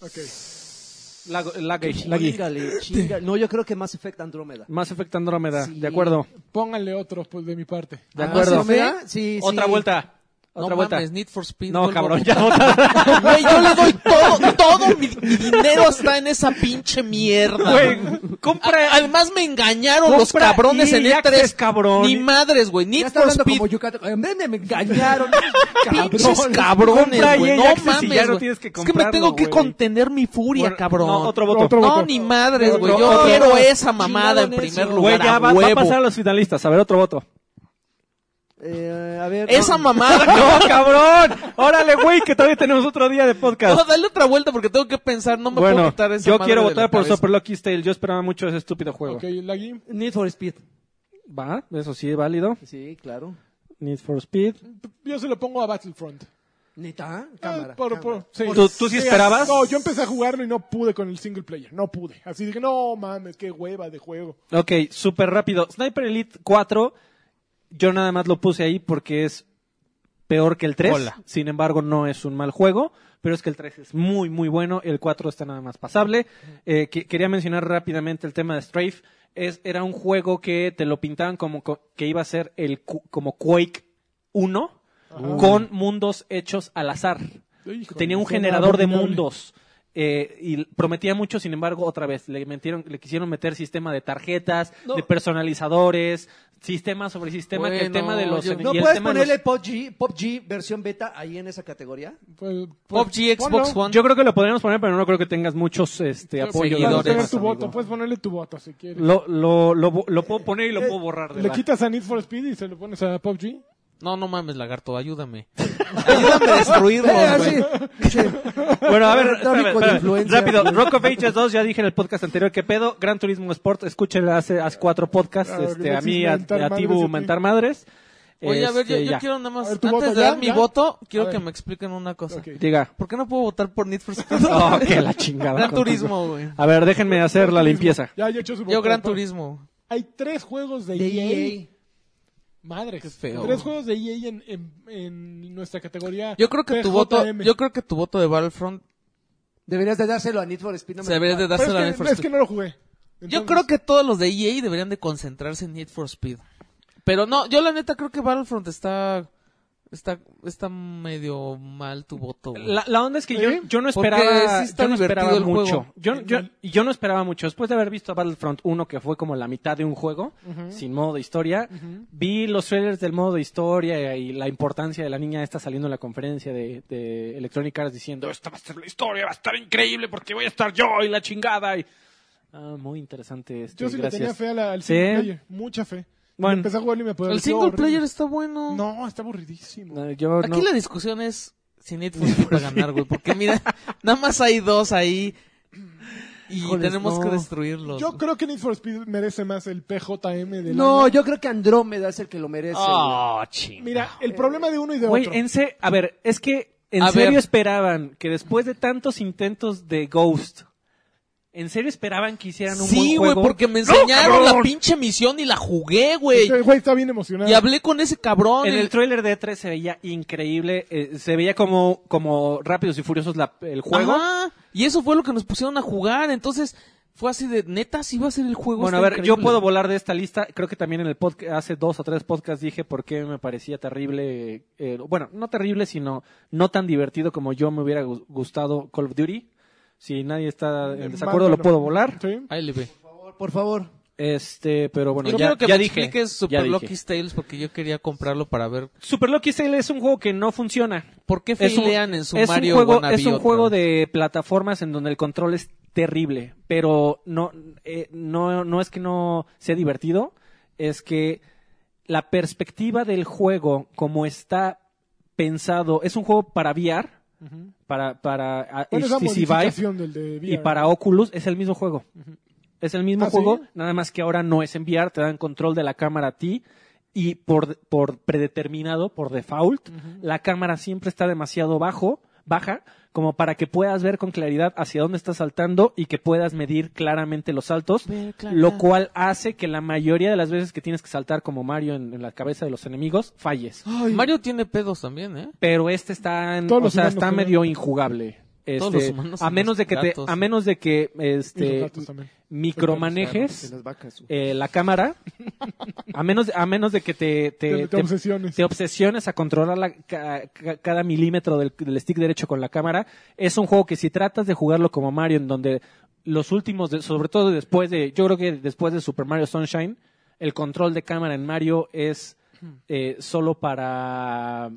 Ok. Lag- Laggy, laggy. Chíngale, chíngale. No, yo creo que Mass Effect Andrómeda. Mass Effect Andrómeda, Sí. de acuerdo, Pónganle otro pues, de mi parte. de Ah, acuerdo. ¿Mass Effect? Sí, Otra sí. vuelta, No otra vuelta. mames, Need for Speed. No, vuelvo a cabrón, votar. ya otra. Güey, yo le doy todo, todo mi, mi dinero está en esa pinche mierda. Güey, A- compra. además me engañaron los Compra cabrones en EA Access, E3. cabrón. Ni madres, güey. Need Ya está for hablando Speed. como Yucatán. Me, me engañaron. Pinches cabrón. Compra cabrones, güey. EA No Access y mames, ya no güey. tienes que Es que me tengo comprarlo, que güey. contener mi furia, Bueno, cabrón. no, otro voto. Otro No, voto. ni madres, Otro güey. Yo voto. quiero esa mamada en Chingones, primer güey. Güey, lugar. ya a va, va a huevo. pasar a los finalistas. A ver, otro voto. Eh, a ver. Esa no. mamada. ¡No, cabrón! ¡Órale, güey, que todavía tenemos otro día de No, podcast! dale otra vuelta porque tengo que pensar. No me puedo bueno, quitar esa yo madre quiero de la votar por cabeza. Super Lucky's Tale. Yo esperaba mucho ese estúpido juego. Ok, Lagui. Need for Speed. Va, eso sí, válido. Sí, claro. Need for Speed. Yo se lo pongo a Battlefront. Neta, Ah, cámara. por- cámara. por- sí. ¿Tú- tú sí esperabas? No, yo empecé a jugarlo y no pude con el single player. No pude. Así dije, no mames, qué hueva de juego. Ok, súper rápido. Sniper Elite 4, yo nada más lo puse ahí porque es peor que el 3. Hola. Sin embargo, no es un mal juego, pero es que el 3 es muy, muy bueno. El 4 está nada más pasable. Eh, que- quería mencionar rápidamente el tema de Strafe. Es, era un juego que te lo pintaban como co- que iba a ser el cu- como Quake 1 con mundos hechos al azar. Híjole, tenía un suena generador de abominable. mundos eh, y prometía mucho sin embargo otra vez le metieron le quisieron meter sistema de tarjetas de personalizadores sistema sobre sistema que el Bueno, tema de los yo- y ¿No el puedes tema de ponerle los- Pop G, Pop G versión beta ahí en esa categoría? Pues, pues, PUBG, Xbox ponlo. One. yo creo que lo podríamos poner pero no creo que tengas muchos este Yo- apoyos Puedes seguidores, poner tu amigo. voto, puedes ponerle tu voto si quieres. lo, lo, lo, lo puedo poner y lo puedo borrar de Le la- quitas a Need for Speed y se lo pones a PUBG. No, no mames, lagarto, ayúdame. ayúdame a destruirlos, güey. Bueno, a ver, Tráfico de espérame, espérame. influencia. rápido. Rock of Ages 2, ya dije en el podcast anterior que pedo. Gran Turismo Sport, escúchenla hace, hace cuatro podcasts. Ah, este, que a mí, decís a, mentar a madres Tibu, a ti. mentar madres. Oye, a ver, yo, Este, yo ya. quiero nada más, A ver, tu antes voto, de ¿ya? dar mi ¿Ya? voto, quiero A que ver. me expliquen una cosa. Ok. Diga. ¿Por qué no puedo votar por Need for Speed? Oh, que la chingada. Gran contigo. Turismo, güey. A ver, déjenme hacer la limpieza. Ya, ya he hecho su voto. Yo Gran Pa- Turismo. E Hay tres juegos de, De EA. EA. Madres. Qué feo. Tres juegos de EA en, en, en nuestra categoría. Yo creo que tu voto, PJM. yo creo que tu voto de Battlefront Deberías de dárselo a Need for Speed. no me- se debería de Pero dárselo a Need es, que, for es que Speed. no lo jugué. Yo Entonces, creo que todos los de EA deberían de concentrarse en Need for Speed. Pero no, yo la neta creo que Battlefront está está está medio mal tu voto. güey. La, la onda es que yo, yo no Porque esperaba, sí está yo no divertido esperaba el juego. mucho. Yo, yo, y yo no esperaba mucho. Después de haber visto Battlefront 1, que fue como la mitad de un juego, sin modo de historia, vi los trailers del modo de historia y la importancia de la niña esta saliendo en la conferencia de, de Electronic Arts diciendo, Esta va a ser la historia, va a estar increíble porque voy a estar yo y la chingada. Y... ah, muy interesante esto. Yo sí le gracias. tenía fe a la- al Sí. single player. Mucha fe. Bueno. Empecé a jugarlo y me apoderó. El single player está bueno. No, está aburridísimo. No, yo no- Aquí la discusión es si Need for Speed va a ganar, güey. Porque mira, nada más hay dos ahí. Y Híjoles, tenemos no. que destruirlos. Yo creo que Need for Speed merece más el PJM del No, año. yo creo que Andrómeda es el que lo merece. Ah. güey. Oh, ching. Mira, el problema de uno y de Güey, Este otro. en se- a ver, es que en A serio ver. esperaban que después de tantos intentos de Ghost, en serio esperaban que hicieran un sí, buen güey, juego. porque me enseñaron la cabrón! pinche misión y la jugué, güey. Este güey está bien emocionado. Y hablé con ese cabrón. En el- el tráiler de E3 se veía increíble, eh, se veía como, como rápidos y furiosos la- el juego. Ajá, y eso fue lo que nos pusieron a jugar. Entonces, fue así de neta, sí va a ser el juego. Bueno, a está ver, yo increíble. puedo volar de esta lista. Creo que también en el podcast, hace dos o tres podcasts dije por qué me parecía terrible. eh, bueno, no terrible, sino no tan divertido como yo me hubiera gu- gustado Call of Duty. Si nadie está en Eh, desacuerdo, lo mándalo. puedo volar. Sí. Ahí le ve. Por favor. Este, pero bueno, yo ya, quiero que ya me dije. expliques ya Super dije. Lucky's Tales porque yo quería comprarlo para ver Super Lucky's Tale es un juego que no funciona. por qué Es un- filean en su es Mario un juego, Wannabe es un otra juego vez? de plataformas en donde el control es terrible, pero no, eh, no, no es que no sea divertido, es que la perspectiva del juego como está pensado, es un juego para VR, Ujú. para, para ah, ¿Cuál es la HTC Vive modificación del de VR? y para Oculus es el mismo juego. Es el mismo ¿Ah, juego, sí? nada más que ahora no es enviar, te dan control de la cámara a ti y por, por predeterminado, por default, la cámara siempre está demasiado bajo, baja, como para que puedas ver con claridad hacia dónde estás saltando y que puedas medir claramente los saltos, lo cual hace que la mayoría de las veces que tienes que saltar como Mario en, en la cabeza de los enemigos, falles. Mario tiene pedos también, ¿eh? Pero este está, en- Todos o los sea, humanos está tienen- medio injugable. Todos Este, los humanos a son menos los de que te, gatos. a menos de que Y los este gatos también. micromanejes De las vacas. eh, la cámara a menos a menos de que te Te, te, te te- obsesiones. te obsesiones a controlar la- ca- ca- cada milímetro del, del stick derecho con la cámara es un juego que si tratas de jugarlo como Mario en donde los últimos de- sobre todo después de yo creo que después de Super Mario Sunshine el control de cámara en Mario es eh, solo para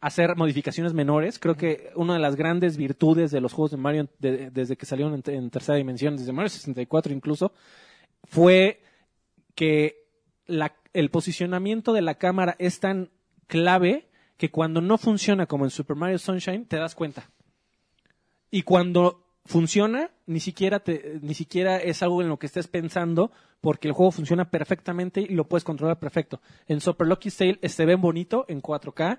hacer modificaciones menores. Creo que una de las grandes virtudes de los juegos de Mario de- desde que salieron en, te- en tercera dimensión, desde Mario 64 incluso, fue que la- el posicionamiento de la cámara es tan clave que cuando no funciona como en Super Mario Sunshine te das cuenta. Y cuando funciona, ni siquiera, te, ni siquiera es algo en lo que estés pensando, porque el juego funciona perfectamente y lo puedes controlar perfecto. En Super Lucky Sale se ven bonito en 4K.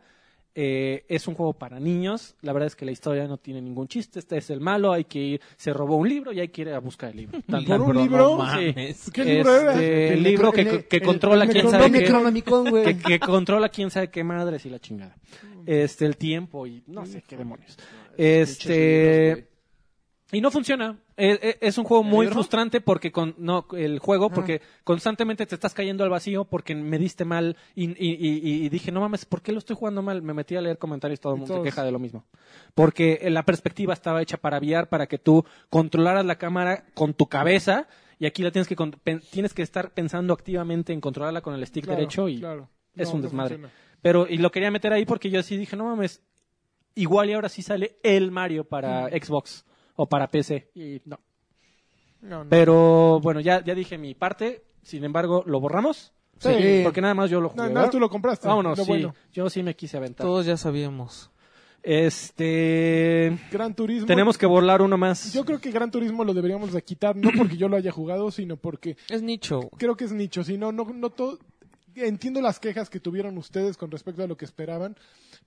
eh, es un juego para niños. La verdad es que la historia no tiene ningún chiste. Este es el malo. Hay que ir. Se robó un libro y hay que ir a buscar el libro. Tan, ¿Por tan. un Pero libro? no mames. ¿Qué libro era? Este, El el libro necro- que, el ne- que- que el- controla el quién necronomicon. sabe El qué. Necronomicon, Que, güey. que controla quién sabe qué madres y la chingada. Mm. Este, el tiempo y no sé qué demonios. Este. Y no funciona. Eh, eh, Es, un juego muy frustrante porque con, no, el juego, Ah. porque constantemente te estás cayendo al vacío porque me diste mal y, y- y- y dije, no mames, ¿por qué lo estoy jugando mal? Me metí a leer comentarios, todo el Y mundo se todos. queja de lo mismo. Porque eh, la perspectiva estaba hecha para VR, para que tú controlaras la cámara con tu cabeza y aquí la tienes que, con- pen- tienes que estar pensando activamente en controlarla con el stick Claro, derecho y claro. es No, un no desmadre. funciona. pero y lo quería meter ahí porque yo sí dije, no mames, igual y ahora sí sale el Mario Mm. para Xbox o para PC. Y no. No, no. Pero bueno, ya, ya dije mi parte, sin embargo, lo borramos. Sí. Porque nada más yo lo jugué. No, no, ¿verdad? tú lo compraste. Vámonos, lo sí. bueno. Yo sí me quise aventar. Todos ya sabíamos. Este. Gran Turismo. Tenemos que borrar uno más. Pues, Yo creo que Gran Turismo lo deberíamos de quitar, no porque yo lo haya jugado, sino porque Es nicho. creo que es nicho. Si no, no, no todo. Entiendo las quejas que tuvieron ustedes con respecto a lo que esperaban,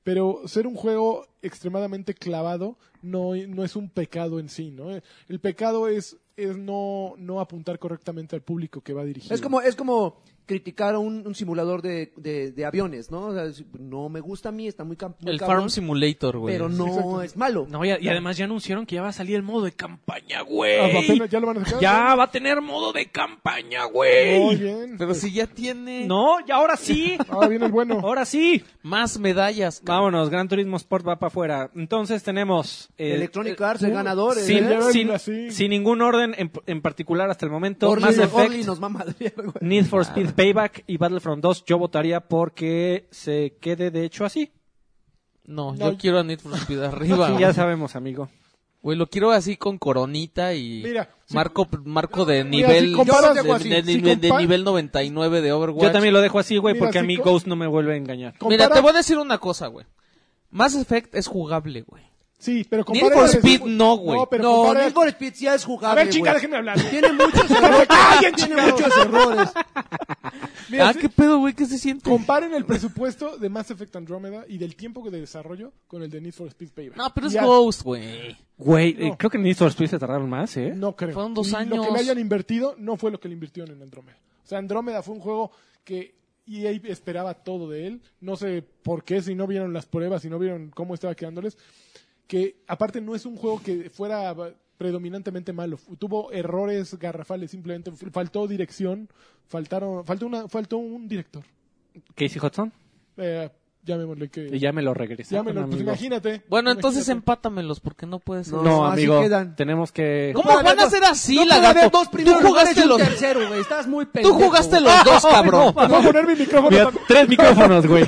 pero ser un juego extremadamente clavado no, no es un pecado en sí, ¿no? El pecado es, es no, no apuntar correctamente al público que va dirigido. Es como, es como criticar a un, un simulador de, de, de aviones, ¿no? O sea, es- no me gusta a mí, está muy, cam- muy El cabrón, Farm Simulator, güey. Pero no Exacto. es malo. No, y, a- y además ya anunciaron que ya va a salir el modo de campaña, güey. Ah, apenas ¿Ya lo van a sacar? Ya va a tener modo de campaña, Muy güey. bien. Pero si ya tiene No, y ahora sí. Ahora viene el bueno. Ahora sí. más medallas. cabrón. Vámonos, Gran Turismo Sport va para afuera. Entonces tenemos. eh, Electronic Arts, el ganador. eh, sin, ¿eh? Level, sin- así. sin ningún orden en, en particular hasta el momento. Orly, Mass nos- Effect, Orly nos va a madrear, güey. Need for Speed Payback y Battlefront 2. Yo votaría porque se quede de hecho así. No, No, yo quiero a Need for Speed arriba. Sí, ya sabemos, amigo. Güey, lo quiero así con coronita y Mira, si- marco marco de Mira, nivel si comparas- de, Yo así, de- si de- de compa- nivel 99 de Overwatch. Yo también lo dejo así, güey, Mira, porque a si mí co- Ghost no me vuelve a engañar. Compara- Mira, te voy a decir una cosa, güey. Mass Effect es jugable, güey. Sí, pero Need compara el- for Speed no, güey. pero No, compara- Need for Speed ya es A jugable, ver, chica, güey. déjenme hablar. Tiene muchos errores. tiene muchos errores. Mira, ah, sí, qué pedo, güey, ¿qué se siente? Comparen el presupuesto de Mass Effect Andromeda y del tiempo de desarrollo con el de Need for Speed Payback. No, pero es Ya, Ghost, güey. Güey, No. eh, creo que en Need for Speed se tardaron más, ¿eh? No creo. Fueron dos Y Lo que años. le hayan invertido no fue lo que le invirtieron en Andromeda. O sea, Andromeda fue un juego que EA esperaba todo de él. No sé por qué, si no vieron las pruebas, si no vieron cómo estaba quedándoles. Que aparte no es un juego que fuera eh, predominantemente malo. Fu- Tuvo errores garrafales, simplemente f- faltó dirección, faltaron, faltó, una, faltó un director. Casey Hudson. Eh, llamémosle que... Y ya me lo regresaron, llámenlo, pues amigo. imagínate. Bueno, entonces imagínate. empátamelos porque no puede ser. No, No, así amigo, quedan. tenemos que... ¿Cómo No puede van a haber ser dos- así, no puede lagarto? haber dos Tú primeros jugaste lugares y un los- tercero, güey. Estás muy Tú pendejo. jugaste los dos, cabrón. Voy a poner mi micrófono Mira, también. tres micrófonos, güey.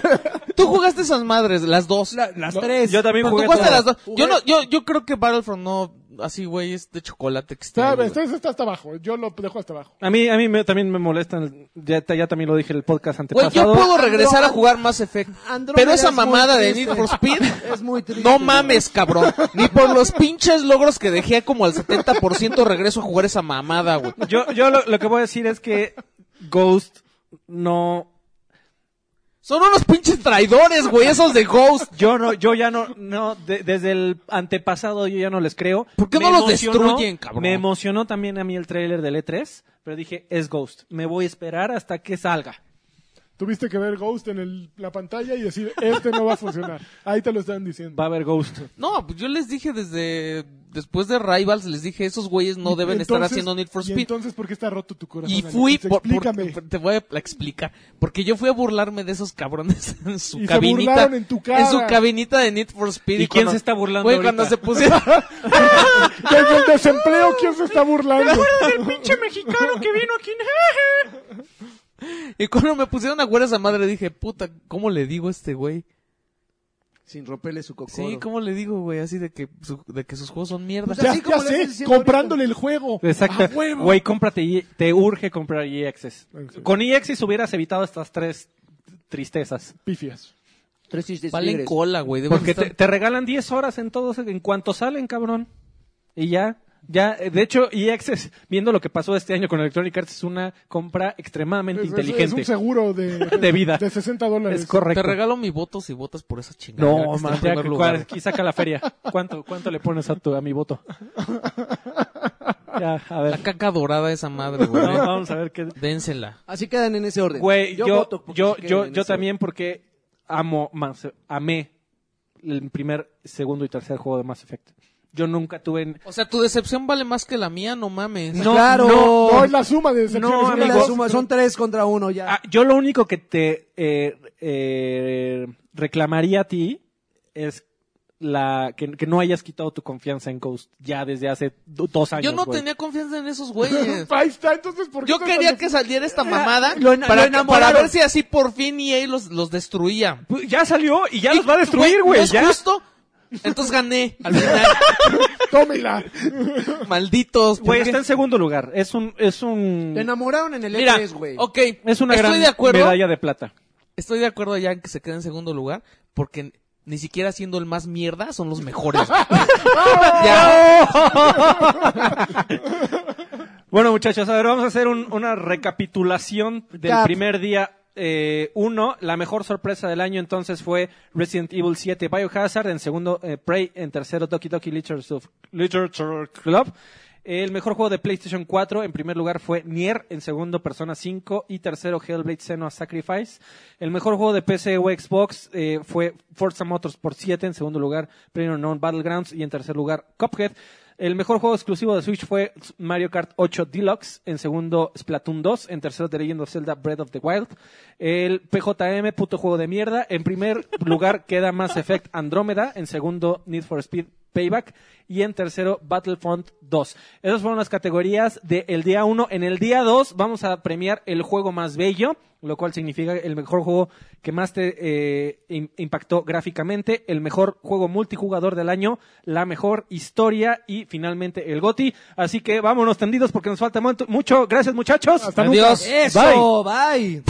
Tú jugaste esas madres, las dos. La- las No, tres. Yo también Tú jugué jugaste todo. las dos. Jugué. Yo no, yo, yo creo que Battlefront no, así güey, es de chocolate que está. Está, ahí, güey. está- está hasta abajo. Yo lo dejo hasta abajo. A mí, a mí me- también me molestan, ya, ya también lo dije en el podcast Güey, antepasado. yo puedo regresar a Andrómeda- jugar Mass Effect. Andrómeda Pero esa es muy mamada de triste. Need for Speed. Es muy triste. No mames, cabrón. Ni por los pinches logros que dejé como al 70% regreso a jugar esa mamada, güey. Yo, yo lo, lo que voy a decir es que Ghost no... Son unos pinches traidores, güey, esos de Ghost. Yo no, yo ya no, no, de- desde el antepasado yo ya no les creo. ¿Por qué no los destruyen, cabrón? Me emocionó también a mí el tráiler del E3, pero dije, es Ghost, me voy a esperar hasta que salga. Tuviste que ver Ghost en el- la pantalla y decir, este no va a funcionar. Ahí te lo están diciendo. Va a haber Ghost. No, pues yo les dije desde después de Rivals, les dije, esos güeyes no deben estar Entonces- haciendo Need for ¿Y Speed. entonces por qué está roto tu corazón? Y Alex? fui Pues por, por- Explícame. te voy a explicar, porque yo fui a burlarme de esos cabrones en su Y se cabinita, burlaron en tu cara. su cabinita de Need for Speed. ¿Y quién se está burlando Güey, cuando ahorita? se pusieron, Desde el desempleo, ¿quién se está burlando? pinche mexicano que vino aquí. y cuando me pusieron a jugar esa madre dije, puta, ¿cómo le digo a este güey? Sin romperle su cocoro. Sí, ¿cómo le digo, güey? Así de que, su- de que sus juegos son mierda. Pues ya así ya como le estás sé, diciendo comprándole el juego. Exacto. ¡A huevo! Güey, cómprate, EA te urge comprar EA Access. Exacto. Con EA Access hubieras evitado estas tres tristezas. Pifias. Tres chistes Valen negros. cola, güey. deben Porque estar- te, te regalan 10 horas en todos, en cuanto salen, cabrón. Y ya, ya, eh, de hecho, EA Access, viendo lo que pasó este año con Electronic Arts, es una compra extremadamente Es- es- Es inteligente. un seguro de, De vida. De 60 dólares. es correcto. Te regalo mi voto si votas por esa chingada. no, man, ya, primer cuál- lugar. aquí saca la feria. ¿Cuánto, cuánto le pones a, tu, a mi voto? Ya, a La ver. caca dorada esa madre, güey. No, vamos a ver qué, Dénsela. Así quedan en ese orden. Güey, yo, yo, voto porque yo, se queden yo, en ese también porque amo, más, amé el primer, segundo y tercer juego de Mass Effect. Yo nunca tuve... en- O sea, tu decepción vale más que la mía, no mames. No, Claro. no. No, es la suma de decepciones. No, orden. amigo. La suma- son tres contra uno ya. Ah, yo lo único que te eh, eh, reclamaría a ti es la que, que no hayas quitado tu confianza en Ghost ya desde hace do- dos años. Yo no güey. tenía confianza en esos güeyes. Ahí está, entonces, ¿por qué Yo no quería están- que saliera esta mamada lo ena- lo para, que- enamoraron. para ver si así por fin EA los, los destruía. Pues Ya salió y ya los va a destruir, ¿no güey. es ya. justo? Entonces gané al final. Tómela. Malditos. ¿por Güey, qué? está en segundo lugar. Es un, es un, Te enamoraron en el Mira, E3, güey. ok. es una estoy gran de acuerdo. medalla de plata. Estoy de acuerdo ya en que se quede en segundo lugar porque ni siquiera siendo el más mierda son los mejores. güey. ya. Bueno, muchachos, a ver, vamos a hacer un- una recapitulación del Cap. primer día. eh, uno, la mejor sorpresa del año entonces fue Resident Evil 7 Biohazard, en segundo eh, Prey, en tercero Doki Doki Literature, of- Literature Club. El mejor juego de PlayStation 4 en primer lugar fue Nier, en segundo Persona 5 y tercero Hellblade Senua Sacrifice. El mejor juego de PC o Xbox eh, fue Forza Motorsport 7, en segundo lugar PlayerUnknown Battlegrounds y en tercer lugar Cuphead. El mejor juego exclusivo de Switch fue Mario Kart 8 Deluxe, en segundo Splatoon 2, en tercero The Legend of Zelda Breath of the Wild, el PJM, puto juego de mierda, en primer lugar queda Mass Effect Andrómeda, en segundo Need for Speed Payback y en tercero Battlefront 2. Esas fueron las categorías del día 1. En el día 2 vamos a premiar el juego más bello, lo cual significa el mejor juego que más te eh, im- impactó gráficamente, el mejor juego multijugador del año, la mejor historia y finalmente el GOTI. Así que vámonos tendidos porque nos falta mon- mucho. Gracias muchachos. Hasta Adiós. Eso, bye.